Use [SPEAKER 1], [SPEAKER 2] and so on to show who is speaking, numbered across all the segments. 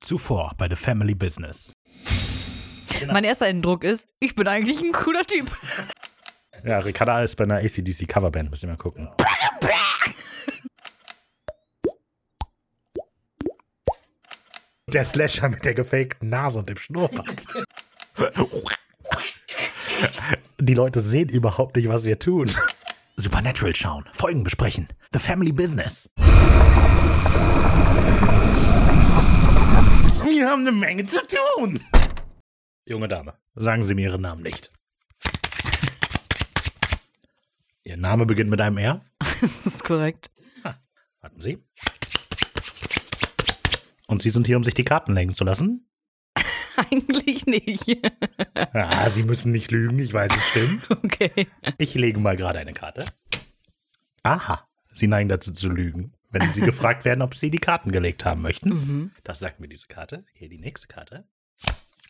[SPEAKER 1] Zuvor bei The Family Business. Genau.
[SPEAKER 2] Mein erster Eindruck ist, ich bin eigentlich ein cooler Typ.
[SPEAKER 1] Ja, Ricarda ist bei einer ACDC Coverband, müsst ihr mal gucken. Der Slasher mit der gefakten Nase und dem Schnurrbart. Die Leute sehen überhaupt nicht, was wir tun. Supernatural schauen, Folgen besprechen. The Family Business. Wir haben eine Menge zu tun. Junge Dame, sagen Sie mir Ihren Namen nicht. Ihr Name beginnt mit einem R.
[SPEAKER 2] Das ist korrekt.
[SPEAKER 1] Warten Sie. Und Sie sind hier, um sich die Karten lenken zu lassen?
[SPEAKER 2] Eigentlich nicht.
[SPEAKER 1] Ah, Sie müssen nicht lügen, ich weiß, es stimmt.
[SPEAKER 2] Okay.
[SPEAKER 1] Ich lege mal gerade eine Karte. Aha, Sie neigen dazu zu lügen, wenn Sie gefragt werden, ob Sie die Karten gelegt haben möchten.
[SPEAKER 2] Mhm.
[SPEAKER 1] Das sagt mir diese Karte. Hier die nächste Karte.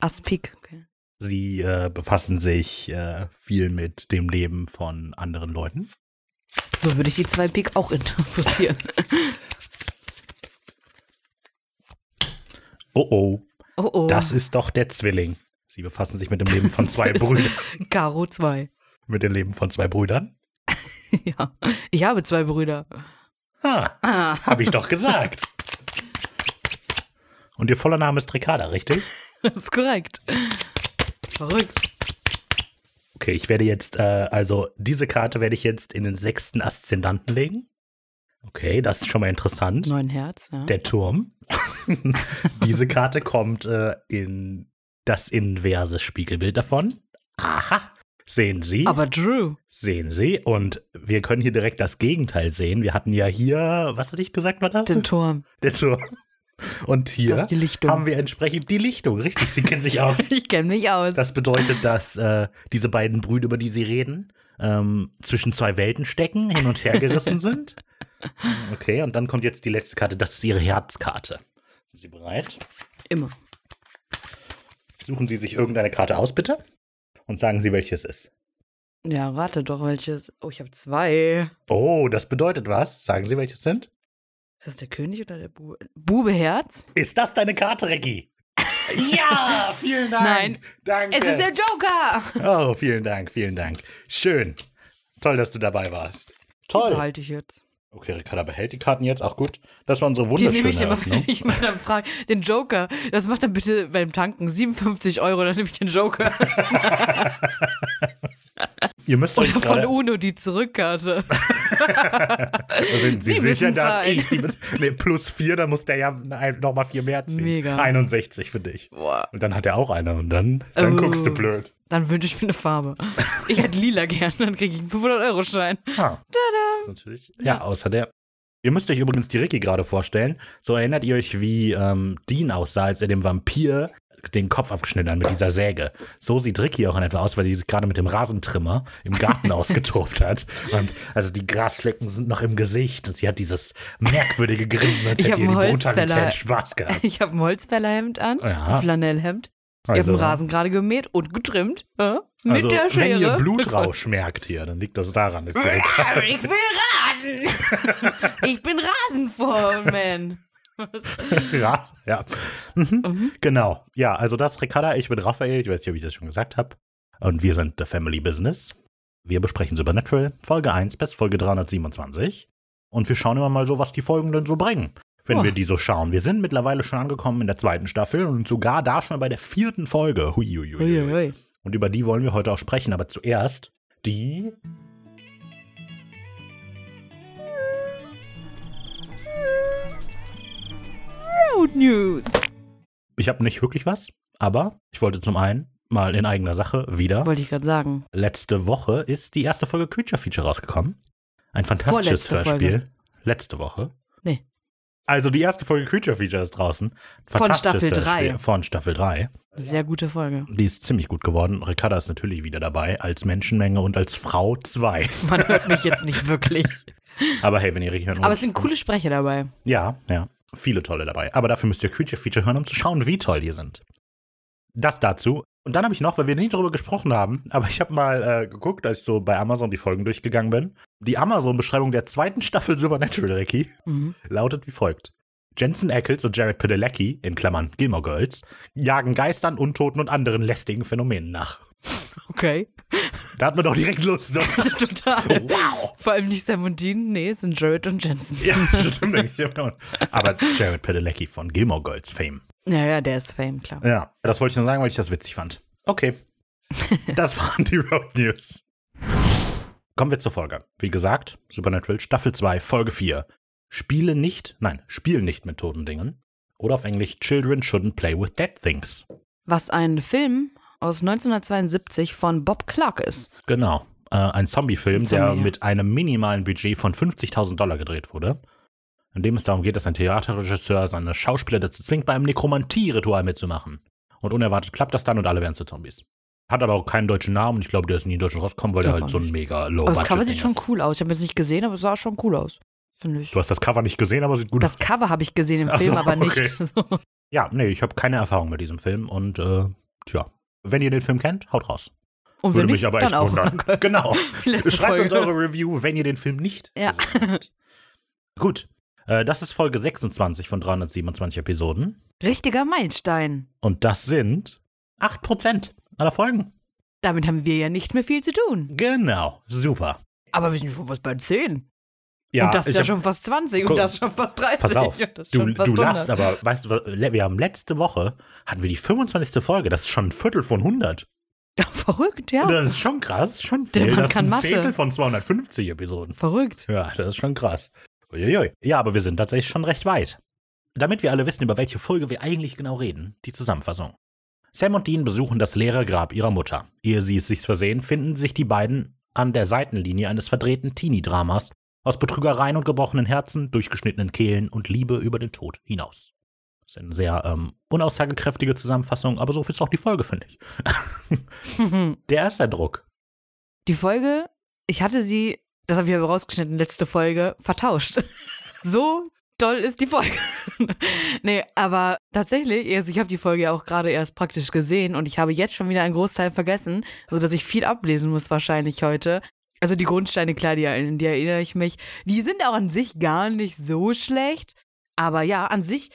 [SPEAKER 2] Aspik. Okay.
[SPEAKER 1] Sie äh, befassen sich äh, viel mit dem Leben von anderen Leuten.
[SPEAKER 2] So würde ich die zwei Pik auch interpretieren.
[SPEAKER 1] Oh oh,
[SPEAKER 2] Oh oh.
[SPEAKER 1] das ist doch der Zwilling. Sie befassen sich mit dem Leben von zwei Brüdern.
[SPEAKER 2] Karo 2.
[SPEAKER 1] Mit dem Leben von zwei Brüdern?
[SPEAKER 2] Ja. Ich habe zwei Brüder.
[SPEAKER 1] Ah,
[SPEAKER 2] Ah.
[SPEAKER 1] habe ich doch gesagt. Und ihr voller Name ist Ricarda, richtig?
[SPEAKER 2] Das ist korrekt. Verrückt.
[SPEAKER 1] Okay, ich werde jetzt, äh, also diese Karte werde ich jetzt in den sechsten Aszendanten legen. Okay, das ist schon mal interessant.
[SPEAKER 2] Neun Herz, ja.
[SPEAKER 1] Der Turm. Diese Karte kommt äh, in das inverse Spiegelbild davon. Aha. Sehen Sie?
[SPEAKER 2] Aber Drew.
[SPEAKER 1] sehen Sie? Und wir können hier direkt das Gegenteil sehen. Wir hatten ja hier, was hatte ich gesagt, war das?
[SPEAKER 2] Den Turm.
[SPEAKER 1] Der Turm. Und hier
[SPEAKER 2] Das ist die Lichtung.
[SPEAKER 1] haben wir entsprechend die Lichtung. Richtig, Sie kennen sich aus.
[SPEAKER 2] Ich kenne mich aus.
[SPEAKER 1] Das bedeutet, dass äh, diese beiden Brüder, über die Sie reden, ähm, zwischen zwei Welten stecken, hin und her gerissen sind. Okay, und dann kommt jetzt die letzte Karte. Das ist Ihre Herzkarte. Sind Sie bereit?
[SPEAKER 2] Immer.
[SPEAKER 1] Suchen Sie sich irgendeine Karte aus, bitte. Und sagen Sie, welche es ist.
[SPEAKER 2] Ja, rate doch welches. Oh, ich habe zwei.
[SPEAKER 1] Oh, das bedeutet was? Sagen Sie, welche es sind?
[SPEAKER 2] Ist das der König oder der Bube? Bube Herz?
[SPEAKER 1] Ist das deine Karte, Ricky? ja, vielen Dank.
[SPEAKER 2] Nein.
[SPEAKER 1] Danke.
[SPEAKER 2] Es ist der Joker!
[SPEAKER 1] oh, vielen Dank, vielen Dank. Schön. Toll, dass du dabei warst. Toll.
[SPEAKER 2] Behalte ich jetzt.
[SPEAKER 1] Okay, Ricarda behält die Karten jetzt. Auch gut. Das war unsere
[SPEAKER 2] Die
[SPEAKER 1] wunderschöne
[SPEAKER 2] nehme ich dann mal,
[SPEAKER 1] Eröffnung.
[SPEAKER 2] wenn ich mal dann frage. Den Joker, das macht dann bitte beim Tanken 57 Euro, dann nehme ich den Joker.
[SPEAKER 1] Ihr müsst euch
[SPEAKER 2] Oder von
[SPEAKER 1] gerade...
[SPEAKER 2] UNO die Zurückkarte.
[SPEAKER 1] Sind Also, Sie,
[SPEAKER 2] Sie
[SPEAKER 1] sicher,
[SPEAKER 2] müssen
[SPEAKER 1] dass
[SPEAKER 2] zahlen.
[SPEAKER 1] ich die... Nee, plus vier, da muss der ja nochmal vier mehr ziehen.
[SPEAKER 2] Mega.
[SPEAKER 1] 61 für dich.
[SPEAKER 2] Boah.
[SPEAKER 1] Und dann hat er auch eine und dann, dann
[SPEAKER 2] Oh.
[SPEAKER 1] guckst du blöd.
[SPEAKER 2] Dann wünsche ich mir eine Farbe. Ich hätte lila gern, dann kriege ich einen 500-Euro-Schein.
[SPEAKER 1] Ah. Das ist natürlich. Ja, außer der. Ihr müsst euch übrigens die Ricky gerade vorstellen. So erinnert ihr euch, wie ähm, Dean aussah, als er dem Vampir den Kopf abgeschnitten hat mit dieser Säge. So sieht Ricky auch in etwa aus, weil die sich gerade mit dem Rasentrimmer im Garten ausgetobt hat. Und also die Grasflecken sind noch im Gesicht. Und sie hat dieses merkwürdige Grinsen, als
[SPEAKER 2] Ich
[SPEAKER 1] hätte
[SPEAKER 2] hab
[SPEAKER 1] ihr die
[SPEAKER 2] einen
[SPEAKER 1] Brutalität
[SPEAKER 2] Holzfäller.
[SPEAKER 1] Spaß gehabt.
[SPEAKER 2] Ich habe ein Holzfällerhemd an,
[SPEAKER 1] Ja.
[SPEAKER 2] ein Flanellhemd. Ich habe den Rasen gerade gemäht und getrimmt. Äh? Mit
[SPEAKER 1] also,
[SPEAKER 2] der Schere.
[SPEAKER 1] wenn ihr Blutrausch merkt hier, dann liegt das daran. Ist ja egal.
[SPEAKER 2] Ich will Rasen. Ich bin Rasenforeman.
[SPEAKER 1] Ja, ja. Mhm. Genau. Ja, also das ist Ricarda, ich bin Raphael, ich weiß nicht, ob ich das schon gesagt habe. Und wir sind The Family Business. Wir besprechen Supernatural, Folge 1 bis Folge 327. Und wir schauen immer mal so, was die Folgen denn so bringen, wenn
[SPEAKER 2] Boah.
[SPEAKER 1] wir die so schauen. Wir sind mittlerweile schon angekommen in der zweiten Staffel und sogar da schon bei der vierten Folge. Hui, hui, hui, hui.
[SPEAKER 2] Uiuiui.
[SPEAKER 1] Und über die wollen wir heute auch sprechen, aber zuerst die.
[SPEAKER 2] Road News.
[SPEAKER 1] Ich habe nicht wirklich was, aber ich wollte zum einen mal in eigener Sache wieder
[SPEAKER 2] Wollte ich gerade sagen.
[SPEAKER 1] Letzte Woche ist die erste Folge Creature Feature rausgekommen. Ein fantastisches
[SPEAKER 2] Vorletzte
[SPEAKER 1] Hörspiel.
[SPEAKER 2] Folge.
[SPEAKER 1] Letzte Woche.
[SPEAKER 2] Nee.
[SPEAKER 1] Also die erste Folge Creature Feature ist draußen.
[SPEAKER 2] Von
[SPEAKER 1] Fantastisches
[SPEAKER 2] Staffel
[SPEAKER 1] Hörspiel.
[SPEAKER 2] drei.
[SPEAKER 1] Von Staffel 3.
[SPEAKER 2] Sehr gute Folge.
[SPEAKER 1] Die ist ziemlich gut geworden. Ricarda ist natürlich wieder dabei, als Menschenmenge und als Frau 2.
[SPEAKER 2] Man hört mich jetzt nicht wirklich.
[SPEAKER 1] Aber hey, wenn ihr richtig hören
[SPEAKER 2] Aber
[SPEAKER 1] wollt-
[SPEAKER 2] es sind coole Sprecher dabei.
[SPEAKER 1] Ja, ja. Viele tolle dabei. Aber dafür müsst ihr Creature Feature hören, um zu schauen, wie toll die sind. Das dazu. Und dann habe ich noch, weil wir nicht drüber gesprochen haben, aber ich habe mal äh, geguckt, als ich so bei Amazon die Folgen durchgegangen bin. Die Amazon-Beschreibung der zweiten Staffel Supernatural Ricky
[SPEAKER 2] Mhm.
[SPEAKER 1] lautet wie folgt. Jensen Ackles und Jared Padalecki, in Klammern Gilmore Girls, jagen Geistern, Untoten und anderen lästigen Phänomenen nach.
[SPEAKER 2] Okay.
[SPEAKER 1] Da hat man doch direkt Lust. Ne?
[SPEAKER 2] Total.
[SPEAKER 1] wow.
[SPEAKER 2] Vor allem nicht Sam und Dean, nee, es sind Jared und Jensen.
[SPEAKER 1] Ja, stimmt. denke ich mir auch. Aber Jared Padalecki von Gilmore Girls Fame.
[SPEAKER 2] Ja, ja, der ist Fame, klar.
[SPEAKER 1] Ja, das wollte ich nur sagen, weil ich das witzig fand. Okay. Das waren die Road News. Kommen wir zur Folge. Wie gesagt, Supernatural Staffel 2, Folge 4. Spiele nicht, nein, spiel nicht mit toten Dingen. Oder auf Englisch Children shouldn't play with dead things.
[SPEAKER 2] Was ein Film aus 1972 von Bob Clark ist.
[SPEAKER 1] Genau. Äh, ein Zombie-Film,
[SPEAKER 2] Ein Zombie,
[SPEAKER 1] der
[SPEAKER 2] ja.
[SPEAKER 1] mit einem minimalen Budget von 50.000 Dollar gedreht wurde. In dem es darum geht, dass ein Theaterregisseur seine Schauspieler dazu zwingt, bei einem Nekromantie-Ritual mitzumachen. Und unerwartet klappt das dann und alle werden zu Zombies. Hat aber auch keinen deutschen Namen und ich glaube, der ist nie in Deutschland rausgekommen, weil der
[SPEAKER 2] Glaub
[SPEAKER 1] halt
[SPEAKER 2] auch
[SPEAKER 1] so ein mega low
[SPEAKER 2] Aber das Cover
[SPEAKER 1] budget
[SPEAKER 2] sieht
[SPEAKER 1] Ding
[SPEAKER 2] schon
[SPEAKER 1] ist.
[SPEAKER 2] cool aus. Ich habe es nicht gesehen, aber es sah schon cool aus. Finde ich.
[SPEAKER 1] Du hast das Cover nicht gesehen, aber sieht gut aus.
[SPEAKER 2] Das Cover habe ich gesehen im
[SPEAKER 1] Ach so,
[SPEAKER 2] Film, aber nicht.
[SPEAKER 1] okay.
[SPEAKER 2] So.
[SPEAKER 1] Ja, nee, ich habe keine Erfahrung mit diesem Film und äh, tja, wenn ihr den Film kennt, haut raus.
[SPEAKER 2] Und wenn
[SPEAKER 1] Würde
[SPEAKER 2] nicht,
[SPEAKER 1] mich aber
[SPEAKER 2] dann
[SPEAKER 1] echt
[SPEAKER 2] auch.
[SPEAKER 1] wundern. Genau.
[SPEAKER 2] Die letzte
[SPEAKER 1] Schreibt uns
[SPEAKER 2] Folge.
[SPEAKER 1] eure Review, wenn ihr den Film nicht
[SPEAKER 2] Ja.
[SPEAKER 1] gesehen habt. Gut. Äh, das ist Folge 26 von 327 Episoden.
[SPEAKER 2] Richtiger Meilenstein.
[SPEAKER 1] Und das sind 8% aller Folgen.
[SPEAKER 2] Damit haben wir ja nicht mehr viel zu tun.
[SPEAKER 1] Genau. Super.
[SPEAKER 2] Aber wir sind schon fast bei 10.
[SPEAKER 1] Ja,
[SPEAKER 2] und das ist
[SPEAKER 1] ich
[SPEAKER 2] ja
[SPEAKER 1] hab-
[SPEAKER 2] schon fast 20 und
[SPEAKER 1] Guck,
[SPEAKER 2] das ist schon fast 30.
[SPEAKER 1] Pass auf,
[SPEAKER 2] und das ist
[SPEAKER 1] du,
[SPEAKER 2] schon fast
[SPEAKER 1] du lachst,
[SPEAKER 2] 100.
[SPEAKER 1] aber weißt du, was- le- wir haben letzte Woche, hatten wir die 25. Folge, das ist schon ein Viertel von 100.
[SPEAKER 2] Verrückt, ja.
[SPEAKER 1] Das ist schon krass, schon
[SPEAKER 2] Der
[SPEAKER 1] viel.
[SPEAKER 2] Mann
[SPEAKER 1] Das ist
[SPEAKER 2] kann
[SPEAKER 1] ein
[SPEAKER 2] Mathe.
[SPEAKER 1] Zehntel von 250 Episoden.
[SPEAKER 2] Verrückt.
[SPEAKER 1] Ja, das ist schon krass. Uiuiui. Ja, aber wir sind tatsächlich schon recht weit. Damit wir alle wissen, über welche Folge wir eigentlich genau reden, die Zusammenfassung. Sam und Dean besuchen das leere Grab ihrer Mutter. Ehe sie es sich versehen, finden sich die beiden an der Seitenlinie eines verdrehten Teenie-Dramas aus Betrügereien und gebrochenen Herzen, durchgeschnittenen Kehlen und Liebe über den Tod hinaus. Das ist eine sehr ähm, unaussagekräftige Zusammenfassung, aber so ist auch die Folge, finde ich. der erste Druck.
[SPEAKER 2] Die Folge, ich hatte sie, das habe ich aber rausgeschnitten, letzte Folge, vertauscht. so toll ist die Folge. nee, aber tatsächlich, also ich habe die Folge ja auch gerade erst praktisch gesehen und ich habe jetzt schon wieder einen Großteil vergessen, sodass ich viel ablesen muss wahrscheinlich heute. Also die Grundsteine, klar, die, an die erinnere ich mich. Die sind auch an sich gar nicht so schlecht. Aber ja, an sich,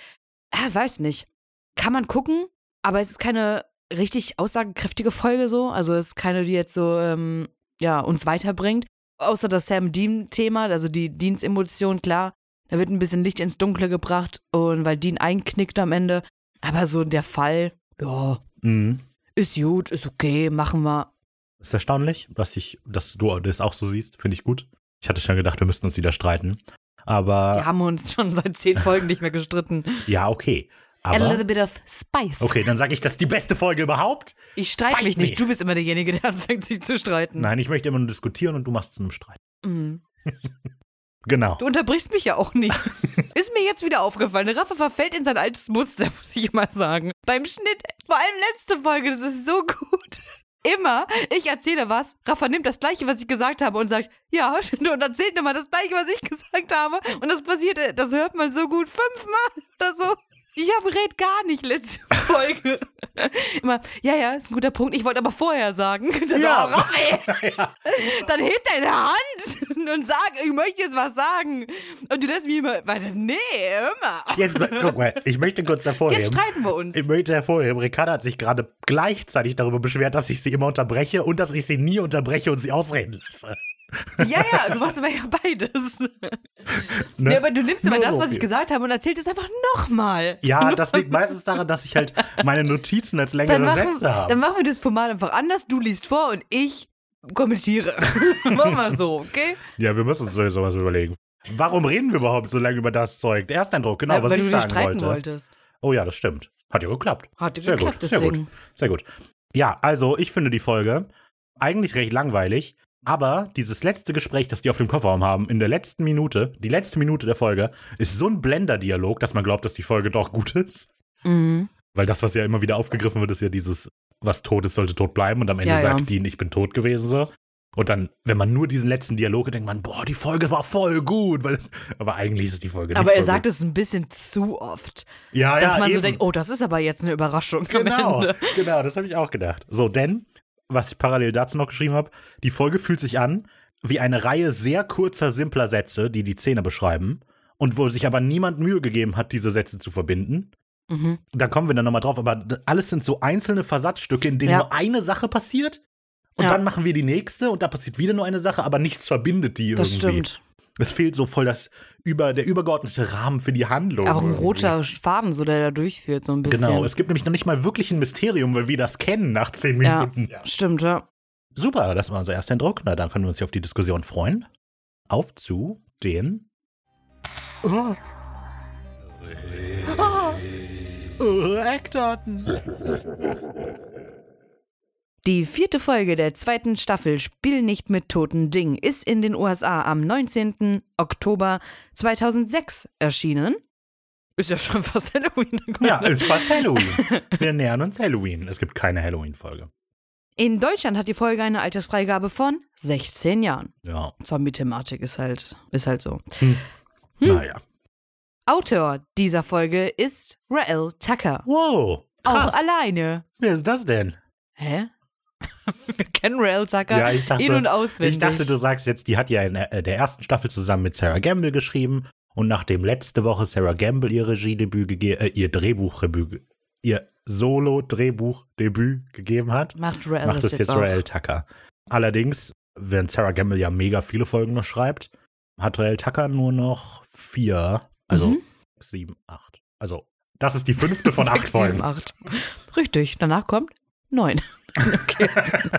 [SPEAKER 2] ah, weiß nicht. Kann man gucken, aber es ist keine richtig aussagekräftige Folge so. Also es ist keine, die jetzt so, ähm, ja, uns weiterbringt. Außer das Sam Dean-Thema, also die Deans-Emotion, klar. Da wird ein bisschen Licht ins Dunkle gebracht und weil Dean einknickt am Ende. Aber so der Fall, ja,
[SPEAKER 1] Mhm.
[SPEAKER 2] ist gut, ist okay, machen wir.
[SPEAKER 1] Ist erstaunlich, dass ich, dass du das auch so siehst. Finde ich gut. Ich hatte schon gedacht, wir müssten uns wieder streiten.
[SPEAKER 2] Wir
[SPEAKER 1] Aber
[SPEAKER 2] haben uns schon seit zehn Folgen nicht mehr gestritten.
[SPEAKER 1] ja, okay.
[SPEAKER 2] A little
[SPEAKER 1] Aber
[SPEAKER 2] bit of spice.
[SPEAKER 1] okay, dann sage ich, das ist die beste Folge überhaupt.
[SPEAKER 2] Ich streite
[SPEAKER 1] Fight
[SPEAKER 2] mich
[SPEAKER 1] me.
[SPEAKER 2] nicht. Du bist immer derjenige, der anfängt, sich zu streiten.
[SPEAKER 1] Nein, ich möchte immer nur diskutieren und du machst es einem Streit.
[SPEAKER 2] Mhm.
[SPEAKER 1] Genau.
[SPEAKER 2] Du unterbrichst mich ja auch nie. Ist mir jetzt wieder aufgefallen. Rafa verfällt in sein altes Muster, muss ich immer sagen. Beim Schnitt, vor allem letzte Folge, das ist so gut. Immer, ich erzähle was, Rafa nimmt das Gleiche, was ich gesagt habe und sagt, ja, und erzählt nochmal das Gleiche, was ich gesagt habe. Und das passiert, äh, das hört man so gut fünfmal oder so. Ich habe red gar nicht letzte Folge. Immer, ja, ja, ist ein guter Punkt. Ich wollte aber vorher sagen. Das
[SPEAKER 1] Ja.
[SPEAKER 2] ja. Auch, Rafa, ey
[SPEAKER 1] ja.
[SPEAKER 2] dann heb deine Hand und sag, ich möchte jetzt was sagen. Und du lässt mich immer weiter. Nee, immer.
[SPEAKER 1] Jetzt, guck mal, ich möchte kurz
[SPEAKER 2] Jetzt
[SPEAKER 1] hervorheben.
[SPEAKER 2] streiten wir uns.
[SPEAKER 1] Ich möchte hervorheben, Ricarda hat sich gerade gleichzeitig darüber beschwert, dass ich sie immer unterbreche und dass ich sie nie unterbreche und sie ausreden lasse.
[SPEAKER 2] Ja, ja, du machst aber ja beides.
[SPEAKER 1] Ne?
[SPEAKER 2] Ja, aber du nimmst immer
[SPEAKER 1] Nur
[SPEAKER 2] das,
[SPEAKER 1] so
[SPEAKER 2] was ich
[SPEAKER 1] viel.
[SPEAKER 2] gesagt habe und erzählst es einfach nochmal.
[SPEAKER 1] Ja, das liegt meistens daran, dass ich halt meine Notizen als
[SPEAKER 2] Dann
[SPEAKER 1] längere
[SPEAKER 2] machen,
[SPEAKER 1] Sätze habe.
[SPEAKER 2] dann machen wir das Format einfach anders. Du liest vor und ich kommentiere. machen wir so, okay?
[SPEAKER 1] Ja, wir müssen uns sowieso was überlegen. Warum reden wir überhaupt so lange über das Zeug? Der Ersteindruck, genau,
[SPEAKER 2] Weil
[SPEAKER 1] was
[SPEAKER 2] du
[SPEAKER 1] ich
[SPEAKER 2] nicht
[SPEAKER 1] sagen
[SPEAKER 2] streiten
[SPEAKER 1] wollte.
[SPEAKER 2] wolltest.
[SPEAKER 1] Oh ja, das stimmt. Hat ja geklappt.
[SPEAKER 2] Hat dir
[SPEAKER 1] Sehr
[SPEAKER 2] geklappt,
[SPEAKER 1] gut, sehr
[SPEAKER 2] deswegen.
[SPEAKER 1] gut. Sehr gut. Ja, also ich finde die Folge eigentlich recht langweilig, aber dieses letzte Gespräch, das die auf dem Kofferraum haben, in der letzten Minute, die letzte Minute der Folge, ist so ein Blender-Dialog, dass man glaubt, dass die Folge doch gut ist.
[SPEAKER 2] Mhm.
[SPEAKER 1] Weil das, was ja immer wieder aufgegriffen wird, ist ja dieses, was tot ist, sollte tot bleiben. Und am Ende
[SPEAKER 2] Ja, ja.
[SPEAKER 1] sagt Dean, ich bin tot gewesen. So. Und dann, wenn man nur diesen letzten Dialog hat, denkt man, boah, die Folge war voll gut. Weil es, aber eigentlich ist die Folge nicht
[SPEAKER 2] Aber er
[SPEAKER 1] voll
[SPEAKER 2] sagt
[SPEAKER 1] gut.
[SPEAKER 2] es ein bisschen zu oft.
[SPEAKER 1] ja,
[SPEAKER 2] Dass
[SPEAKER 1] ja,
[SPEAKER 2] man so
[SPEAKER 1] eben.
[SPEAKER 2] denkt, oh, das ist aber jetzt eine Überraschung am
[SPEAKER 1] Genau,
[SPEAKER 2] Ende.
[SPEAKER 1] genau, das habe ich auch gedacht. So, denn, was ich parallel dazu noch geschrieben habe, die Folge fühlt sich an wie eine Reihe sehr kurzer, simpler Sätze, die die Szene beschreiben. und wo sich aber niemand Mühe gegeben hat, diese Sätze zu verbinden.
[SPEAKER 2] Mhm.
[SPEAKER 1] Da kommen wir dann nochmal drauf, aber d- alles sind so einzelne Versatzstücke, in denen
[SPEAKER 2] Ja.
[SPEAKER 1] nur eine Sache passiert und
[SPEAKER 2] Ja.
[SPEAKER 1] dann machen wir die nächste und da passiert wieder nur eine Sache, aber nichts verbindet die
[SPEAKER 2] Das
[SPEAKER 1] irgendwie.
[SPEAKER 2] stimmt.
[SPEAKER 1] Es fehlt so voll das über, der übergeordnete Rahmen für die Handlung.
[SPEAKER 2] Auch ein
[SPEAKER 1] irgendwie.
[SPEAKER 2] roter Faden, so der da durchführt, so ein bisschen.
[SPEAKER 1] Genau, es gibt nämlich noch nicht mal wirklich ein Mysterium, weil wir das kennen nach zehn
[SPEAKER 2] Ja.
[SPEAKER 1] Minuten.
[SPEAKER 2] Stimmt, ja.
[SPEAKER 1] Super, das war unser erster Eindruck. Na, dann können wir uns hier auf die Diskussion freuen. Auf zu den. Oh. Eckdaten.
[SPEAKER 2] Die vierte Folge der zweiten Staffel Spiel nicht mit toten Ding ist in den USA am 19. Oktober 2006 erschienen. Ist ja schon fast Halloween.
[SPEAKER 1] Ja, also es war Halloween. Wir nähern uns Halloween. Es gibt keine Halloween-Folge.
[SPEAKER 2] In Deutschland hat die Folge eine Altersfreigabe von 16 Jahren.
[SPEAKER 1] Ja,
[SPEAKER 2] Zombie-Thematik ist halt, ist halt so.
[SPEAKER 1] naja.
[SPEAKER 2] Autor dieser Folge ist Rael Tucker.
[SPEAKER 1] Wow. Krass.
[SPEAKER 2] Auch alleine.
[SPEAKER 1] Wer ist das denn?
[SPEAKER 2] Hä? Wir kennen Rael Tucker
[SPEAKER 1] Ja, ich dachte-
[SPEAKER 2] in- und auswendig.
[SPEAKER 1] Ich dachte, du sagst jetzt, die hat ja in äh, der ersten Staffel zusammen mit Sarah Gamble geschrieben und nachdem letzte Woche Sarah Gamble ihr Regiedebüt gegeben, äh, ihr Drehbuchdebüt, ge- ihr Solo-Drehbuchdebüt gegeben hat,
[SPEAKER 2] macht Rael
[SPEAKER 1] macht
[SPEAKER 2] Also das
[SPEAKER 1] es
[SPEAKER 2] jetzt,
[SPEAKER 1] jetzt
[SPEAKER 2] auch.
[SPEAKER 1] Rael Tucker. Allerdings, während Sarah Gamble ja mega viele Folgen noch schreibt, hat Rael Tucker nur noch vier, also
[SPEAKER 2] Mhm.
[SPEAKER 1] sieben, acht. Also, das ist die fünfte von acht
[SPEAKER 2] Sechs, sieben,
[SPEAKER 1] Folgen.
[SPEAKER 2] acht. Richtig, danach kommt neun. Okay.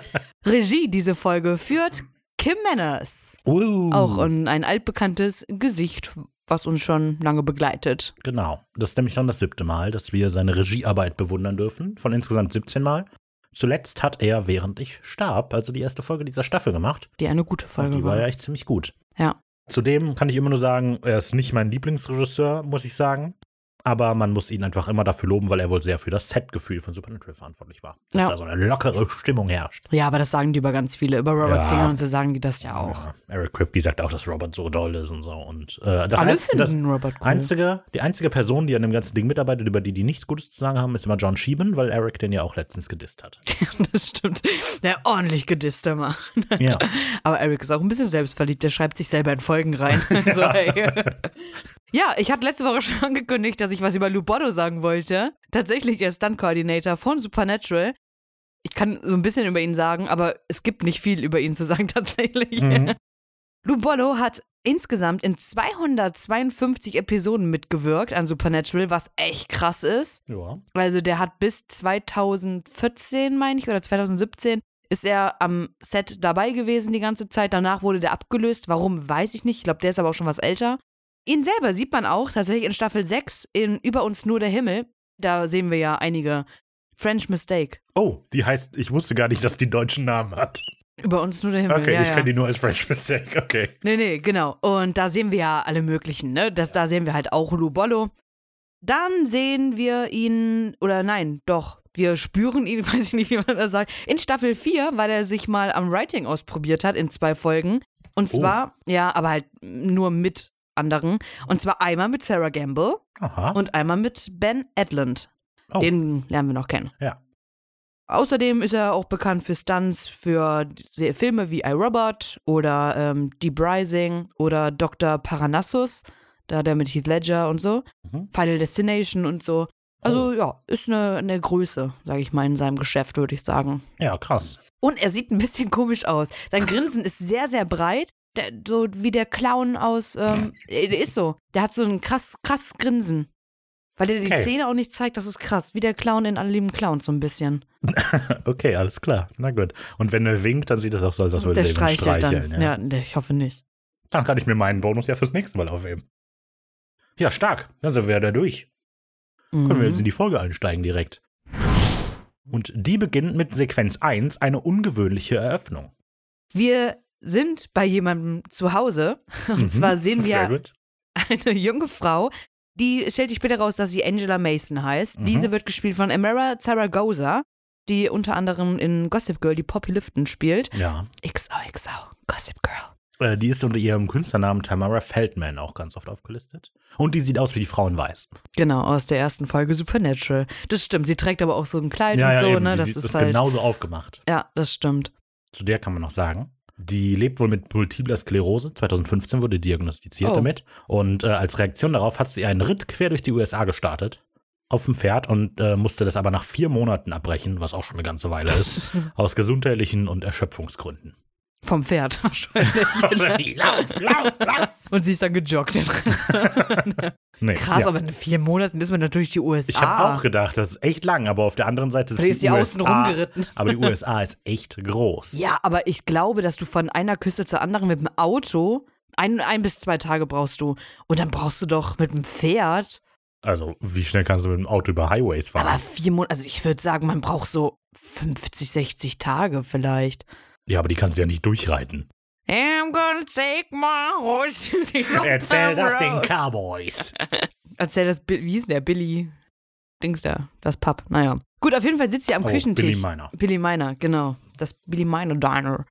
[SPEAKER 2] Regie diese Folge führt Kim Manners.
[SPEAKER 1] Uh.
[SPEAKER 2] Auch ein, ein altbekanntes Gesicht, was uns schon lange begleitet.
[SPEAKER 1] Genau. Das ist nämlich schon das siebte Mal, dass wir seine Regiearbeit bewundern dürfen. Von insgesamt 17 Mal. Zuletzt hat er, während ich starb, also die erste Folge dieser Staffel gemacht.
[SPEAKER 2] Die eine gute
[SPEAKER 1] Und
[SPEAKER 2] Folge
[SPEAKER 1] die war ja echt ziemlich gut.
[SPEAKER 2] Ja.
[SPEAKER 1] Zudem kann ich immer nur sagen, er ist nicht mein Lieblingsregisseur, muss ich sagen. Aber man muss ihn einfach immer dafür loben, weil er wohl sehr für das Setgefühl von Supernatural verantwortlich war. Dass
[SPEAKER 2] Ja.
[SPEAKER 1] da so eine lockere Stimmung herrscht.
[SPEAKER 2] Ja, aber das sagen die über ganz viele. Über Robert
[SPEAKER 1] Ja.
[SPEAKER 2] Singer und so sagen die das ja auch.
[SPEAKER 1] Ja, Eric Kripke sagt auch, dass Robert so doll ist und so. Und äh, das,
[SPEAKER 2] Alle
[SPEAKER 1] Einz-
[SPEAKER 2] finden
[SPEAKER 1] das,
[SPEAKER 2] Robert cool.
[SPEAKER 1] Einzige, die einzige Person, die an dem ganzen Ding mitarbeitet, über die die nichts Gutes zu sagen haben, ist immer John Schieben, weil Eric den ja auch letztens gedisst hat.
[SPEAKER 2] Das stimmt. Der ordentlich gedisst immer.
[SPEAKER 1] Ja.
[SPEAKER 2] Aber Eric ist auch ein bisschen selbstverliebt. Der schreibt sich selber in Folgen rein. so, hey. Ja, ich hatte letzte Woche schon angekündigt, dass ich was über Lou Botto sagen wollte. Tatsächlich er ist Stunt-Coordinator von Supernatural. Ich kann so ein bisschen über ihn sagen, aber es gibt nicht viel über ihn zu sagen tatsächlich.
[SPEAKER 1] Mhm.
[SPEAKER 2] Lou Botto hat insgesamt in 252 Episoden mitgewirkt an Supernatural, was echt krass ist.
[SPEAKER 1] ja.
[SPEAKER 2] Also der hat bis 2014, meine ich, oder 2017 ist er am Set dabei gewesen die ganze Zeit. Danach wurde der abgelöst. Warum, weiß ich nicht. Ich glaube, der ist aber auch schon was älter. Ihn selber sieht man auch tatsächlich in Staffel 6 in Über uns nur der Himmel. Da sehen wir ja einige French Mistake.
[SPEAKER 1] Oh, die heißt, ich wusste gar nicht, dass die einen deutschen Namen hat.
[SPEAKER 2] Über uns nur der Himmel.
[SPEAKER 1] Okay,
[SPEAKER 2] ja,
[SPEAKER 1] ich
[SPEAKER 2] ja.
[SPEAKER 1] kenne die nur als French Mistake. Okay.
[SPEAKER 2] Nee, nee, genau. Und da sehen wir ja alle möglichen, ne? Das, da sehen wir halt auch Lubollo. Dann sehen wir ihn, oder nein, doch, wir spüren ihn, weiß ich nicht, wie man das sagt, in Staffel 4, weil er sich mal am Writing ausprobiert hat in zwei Folgen. Und
[SPEAKER 1] Oh.
[SPEAKER 2] zwar, ja, aber halt nur mit anderen. Und zwar einmal mit Sarah Gamble
[SPEAKER 1] Aha.
[SPEAKER 2] und einmal mit Ben Edlund.
[SPEAKER 1] Oh.
[SPEAKER 2] Den lernen wir noch kennen.
[SPEAKER 1] Ja.
[SPEAKER 2] Außerdem ist er auch bekannt für Stunts für Se- Filme wie I, Robot oder ähm, Deep Rising oder Dr. Paranassus, da hat er mit Heath Ledger und so,
[SPEAKER 1] Mhm.
[SPEAKER 2] Final Destination und so. Also
[SPEAKER 1] Oh.
[SPEAKER 2] ja, ist eine, eine Größe, sage ich mal, in seinem Geschäft, würde ich sagen.
[SPEAKER 1] Ja, krass.
[SPEAKER 2] Und er sieht ein bisschen komisch aus. Sein Grinsen ist sehr, sehr breit. Der, so wie der Clown aus, ähm, äh, der ist so. Der hat so ein krass, krass Grinsen. Weil er die
[SPEAKER 1] Okay.
[SPEAKER 2] Zähne auch nicht zeigt, das ist krass. Wie der Clown in Alle lieben Clowns so ein bisschen.
[SPEAKER 1] Okay, alles klar. Na gut. Und wenn er winkt, dann sieht das auch so aus, als würde
[SPEAKER 2] der
[SPEAKER 1] er ihn
[SPEAKER 2] streichelt
[SPEAKER 1] streicheln.
[SPEAKER 2] dann. Ja. nee, ich hoffe nicht.
[SPEAKER 1] Dann kann ich mir meinen Bonus ja fürs nächste Mal aufheben. Ja, stark. Dann sind wir ja da durch. Können
[SPEAKER 2] Mhm.
[SPEAKER 1] wir jetzt in die Folge einsteigen direkt. Und die beginnt mit Sequenz 1, eine ungewöhnliche Eröffnung.
[SPEAKER 2] Wir sind bei jemandem zu Hause. Und
[SPEAKER 1] Mhm.
[SPEAKER 2] zwar sehen
[SPEAKER 1] Sehr
[SPEAKER 2] wir
[SPEAKER 1] gut.
[SPEAKER 2] eine junge Frau, die stellt sich später raus, dass sie Angela Mason heißt.
[SPEAKER 1] Mhm.
[SPEAKER 2] Diese wird gespielt von Amara Zaragoza, die unter anderem in Gossip Girl die Poppy Lifton spielt.
[SPEAKER 1] Ja.
[SPEAKER 2] XOXO, Gossip Girl.
[SPEAKER 1] Äh, Die ist unter ihrem Künstlernamen Tamara Feldman auch ganz oft aufgelistet. Und die sieht aus wie die Frau in Weiß.
[SPEAKER 2] Genau, aus der ersten Folge Supernatural. Das stimmt, sie trägt aber auch so ein Kleid und so,
[SPEAKER 1] eben.
[SPEAKER 2] ne?
[SPEAKER 1] Die
[SPEAKER 2] Das
[SPEAKER 1] sieht- genau
[SPEAKER 2] ist halt.
[SPEAKER 1] genauso aufgemacht.
[SPEAKER 2] Ja, das stimmt.
[SPEAKER 1] Zu der kann man noch sagen, Die lebt wohl mit multipler Sklerose. 2015 wurde diagnostiziert
[SPEAKER 2] Oh.
[SPEAKER 1] damit. Und äh, als Reaktion darauf hat sie einen Ritt quer durch die USA gestartet. Auf dem Pferd und äh, musste das aber nach vier Monaten abbrechen, was auch schon eine ganze Weile ist. Aus gesundheitlichen und Erschöpfungsgründen.
[SPEAKER 2] Vom Pferd wahrscheinlich.
[SPEAKER 1] lauf, lauf, lauf.
[SPEAKER 2] Und sie ist dann gejoggt. den Rest.
[SPEAKER 1] Nee,
[SPEAKER 2] Krass,
[SPEAKER 1] ja.
[SPEAKER 2] aber in vier Monaten ist man natürlich die USA.
[SPEAKER 1] Ich habe auch gedacht, das ist echt lang, aber auf der anderen Seite ist
[SPEAKER 2] Da
[SPEAKER 1] die,
[SPEAKER 2] ist die
[SPEAKER 1] USA,
[SPEAKER 2] außen rumgeritten.
[SPEAKER 1] Aber die USA ist echt groß.
[SPEAKER 2] Ja, aber ich glaube, dass du von einer Küste zur anderen mit dem Auto ein, ein bis zwei Tage brauchst du. Und dann brauchst du doch mit dem Pferd.
[SPEAKER 1] Also, wie schnell kannst du mit dem Auto über Highways fahren?
[SPEAKER 2] Aber vier Monate, also ich würde sagen, man braucht so 50, 60 Tage vielleicht.
[SPEAKER 1] ja, aber die kannst du ja nicht durchreiten.
[SPEAKER 2] I'm gonna take my horse to the
[SPEAKER 1] Erzähl das
[SPEAKER 2] road.
[SPEAKER 1] den Cowboys.
[SPEAKER 2] Erzähl das, Bi- wie ist denn der Billy? Dings da, das Pub, naja. Gut, auf jeden Fall sitzt sie am
[SPEAKER 1] Oh,
[SPEAKER 2] Küchentisch.
[SPEAKER 1] Billy Miner.
[SPEAKER 2] Billy Miner, genau. Das Billy Miner Diner.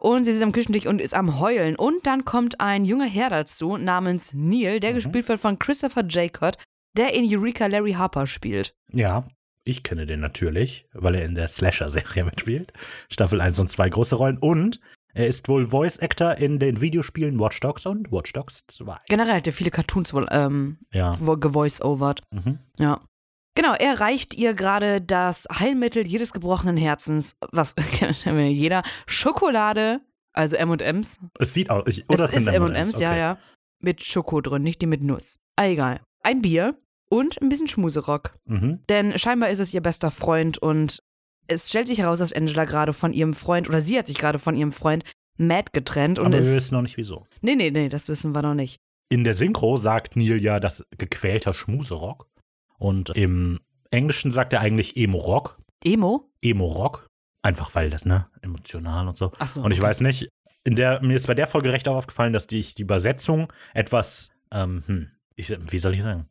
[SPEAKER 2] Und sie sitzt am Küchentisch und ist am Heulen. Und dann kommt ein junger Herr dazu namens Neil,
[SPEAKER 1] Mhm.
[SPEAKER 2] der gespielt wird von Christopher J. Cott, der in Eureka Larry Harper spielt.
[SPEAKER 1] Ja, ich kenne den natürlich, weil er in der Slasher-Serie mitspielt. Staffel 1 und 2 große Rollen. Und er ist wohl Voice Actor in den Videospielen Watch Dogs und Watch Dogs 2.
[SPEAKER 2] Generell hat er viele Cartoons wohl ähm,
[SPEAKER 1] Ja.
[SPEAKER 2] wo- gevoice-overt.
[SPEAKER 1] Mhm.
[SPEAKER 2] Ja. Genau, er reicht ihr gerade das Heilmittel jedes gebrochenen Herzens, was kennt ja jeder, Schokolade, also M&M's,
[SPEAKER 1] Es sieht aus. Ich, oder
[SPEAKER 2] es ist
[SPEAKER 1] sind
[SPEAKER 2] M&M's, ja,
[SPEAKER 1] okay.
[SPEAKER 2] ja. Mit Schoko drin, nicht die mit Nuss. Ah, egal. Ein Bier und ein bisschen Schmuserock.
[SPEAKER 1] Mhm.
[SPEAKER 2] Denn scheinbar ist es ihr bester Freund und es stellt sich heraus, dass Angela gerade von ihrem Freund, oder sie hat sich gerade von ihrem Freund Matt getrennt und
[SPEAKER 1] Aber wir
[SPEAKER 2] ist.
[SPEAKER 1] wissen noch nicht wieso.
[SPEAKER 2] Nee, nee, nee, das wissen wir noch nicht.
[SPEAKER 1] In der Synchro sagt Neil ja das gequälter Schmuserock. Und im Englischen sagt er eigentlich Emo-Rock.
[SPEAKER 2] Emo?
[SPEAKER 1] Emo-Rock. Einfach weil das, ne? Emotional und so.
[SPEAKER 2] Achso.
[SPEAKER 1] Und ich weiß nicht, in der, mir ist bei der Folge recht aufgefallen, dass die, die Übersetzung etwas, ähm, hm, ich, wie soll ich sagen?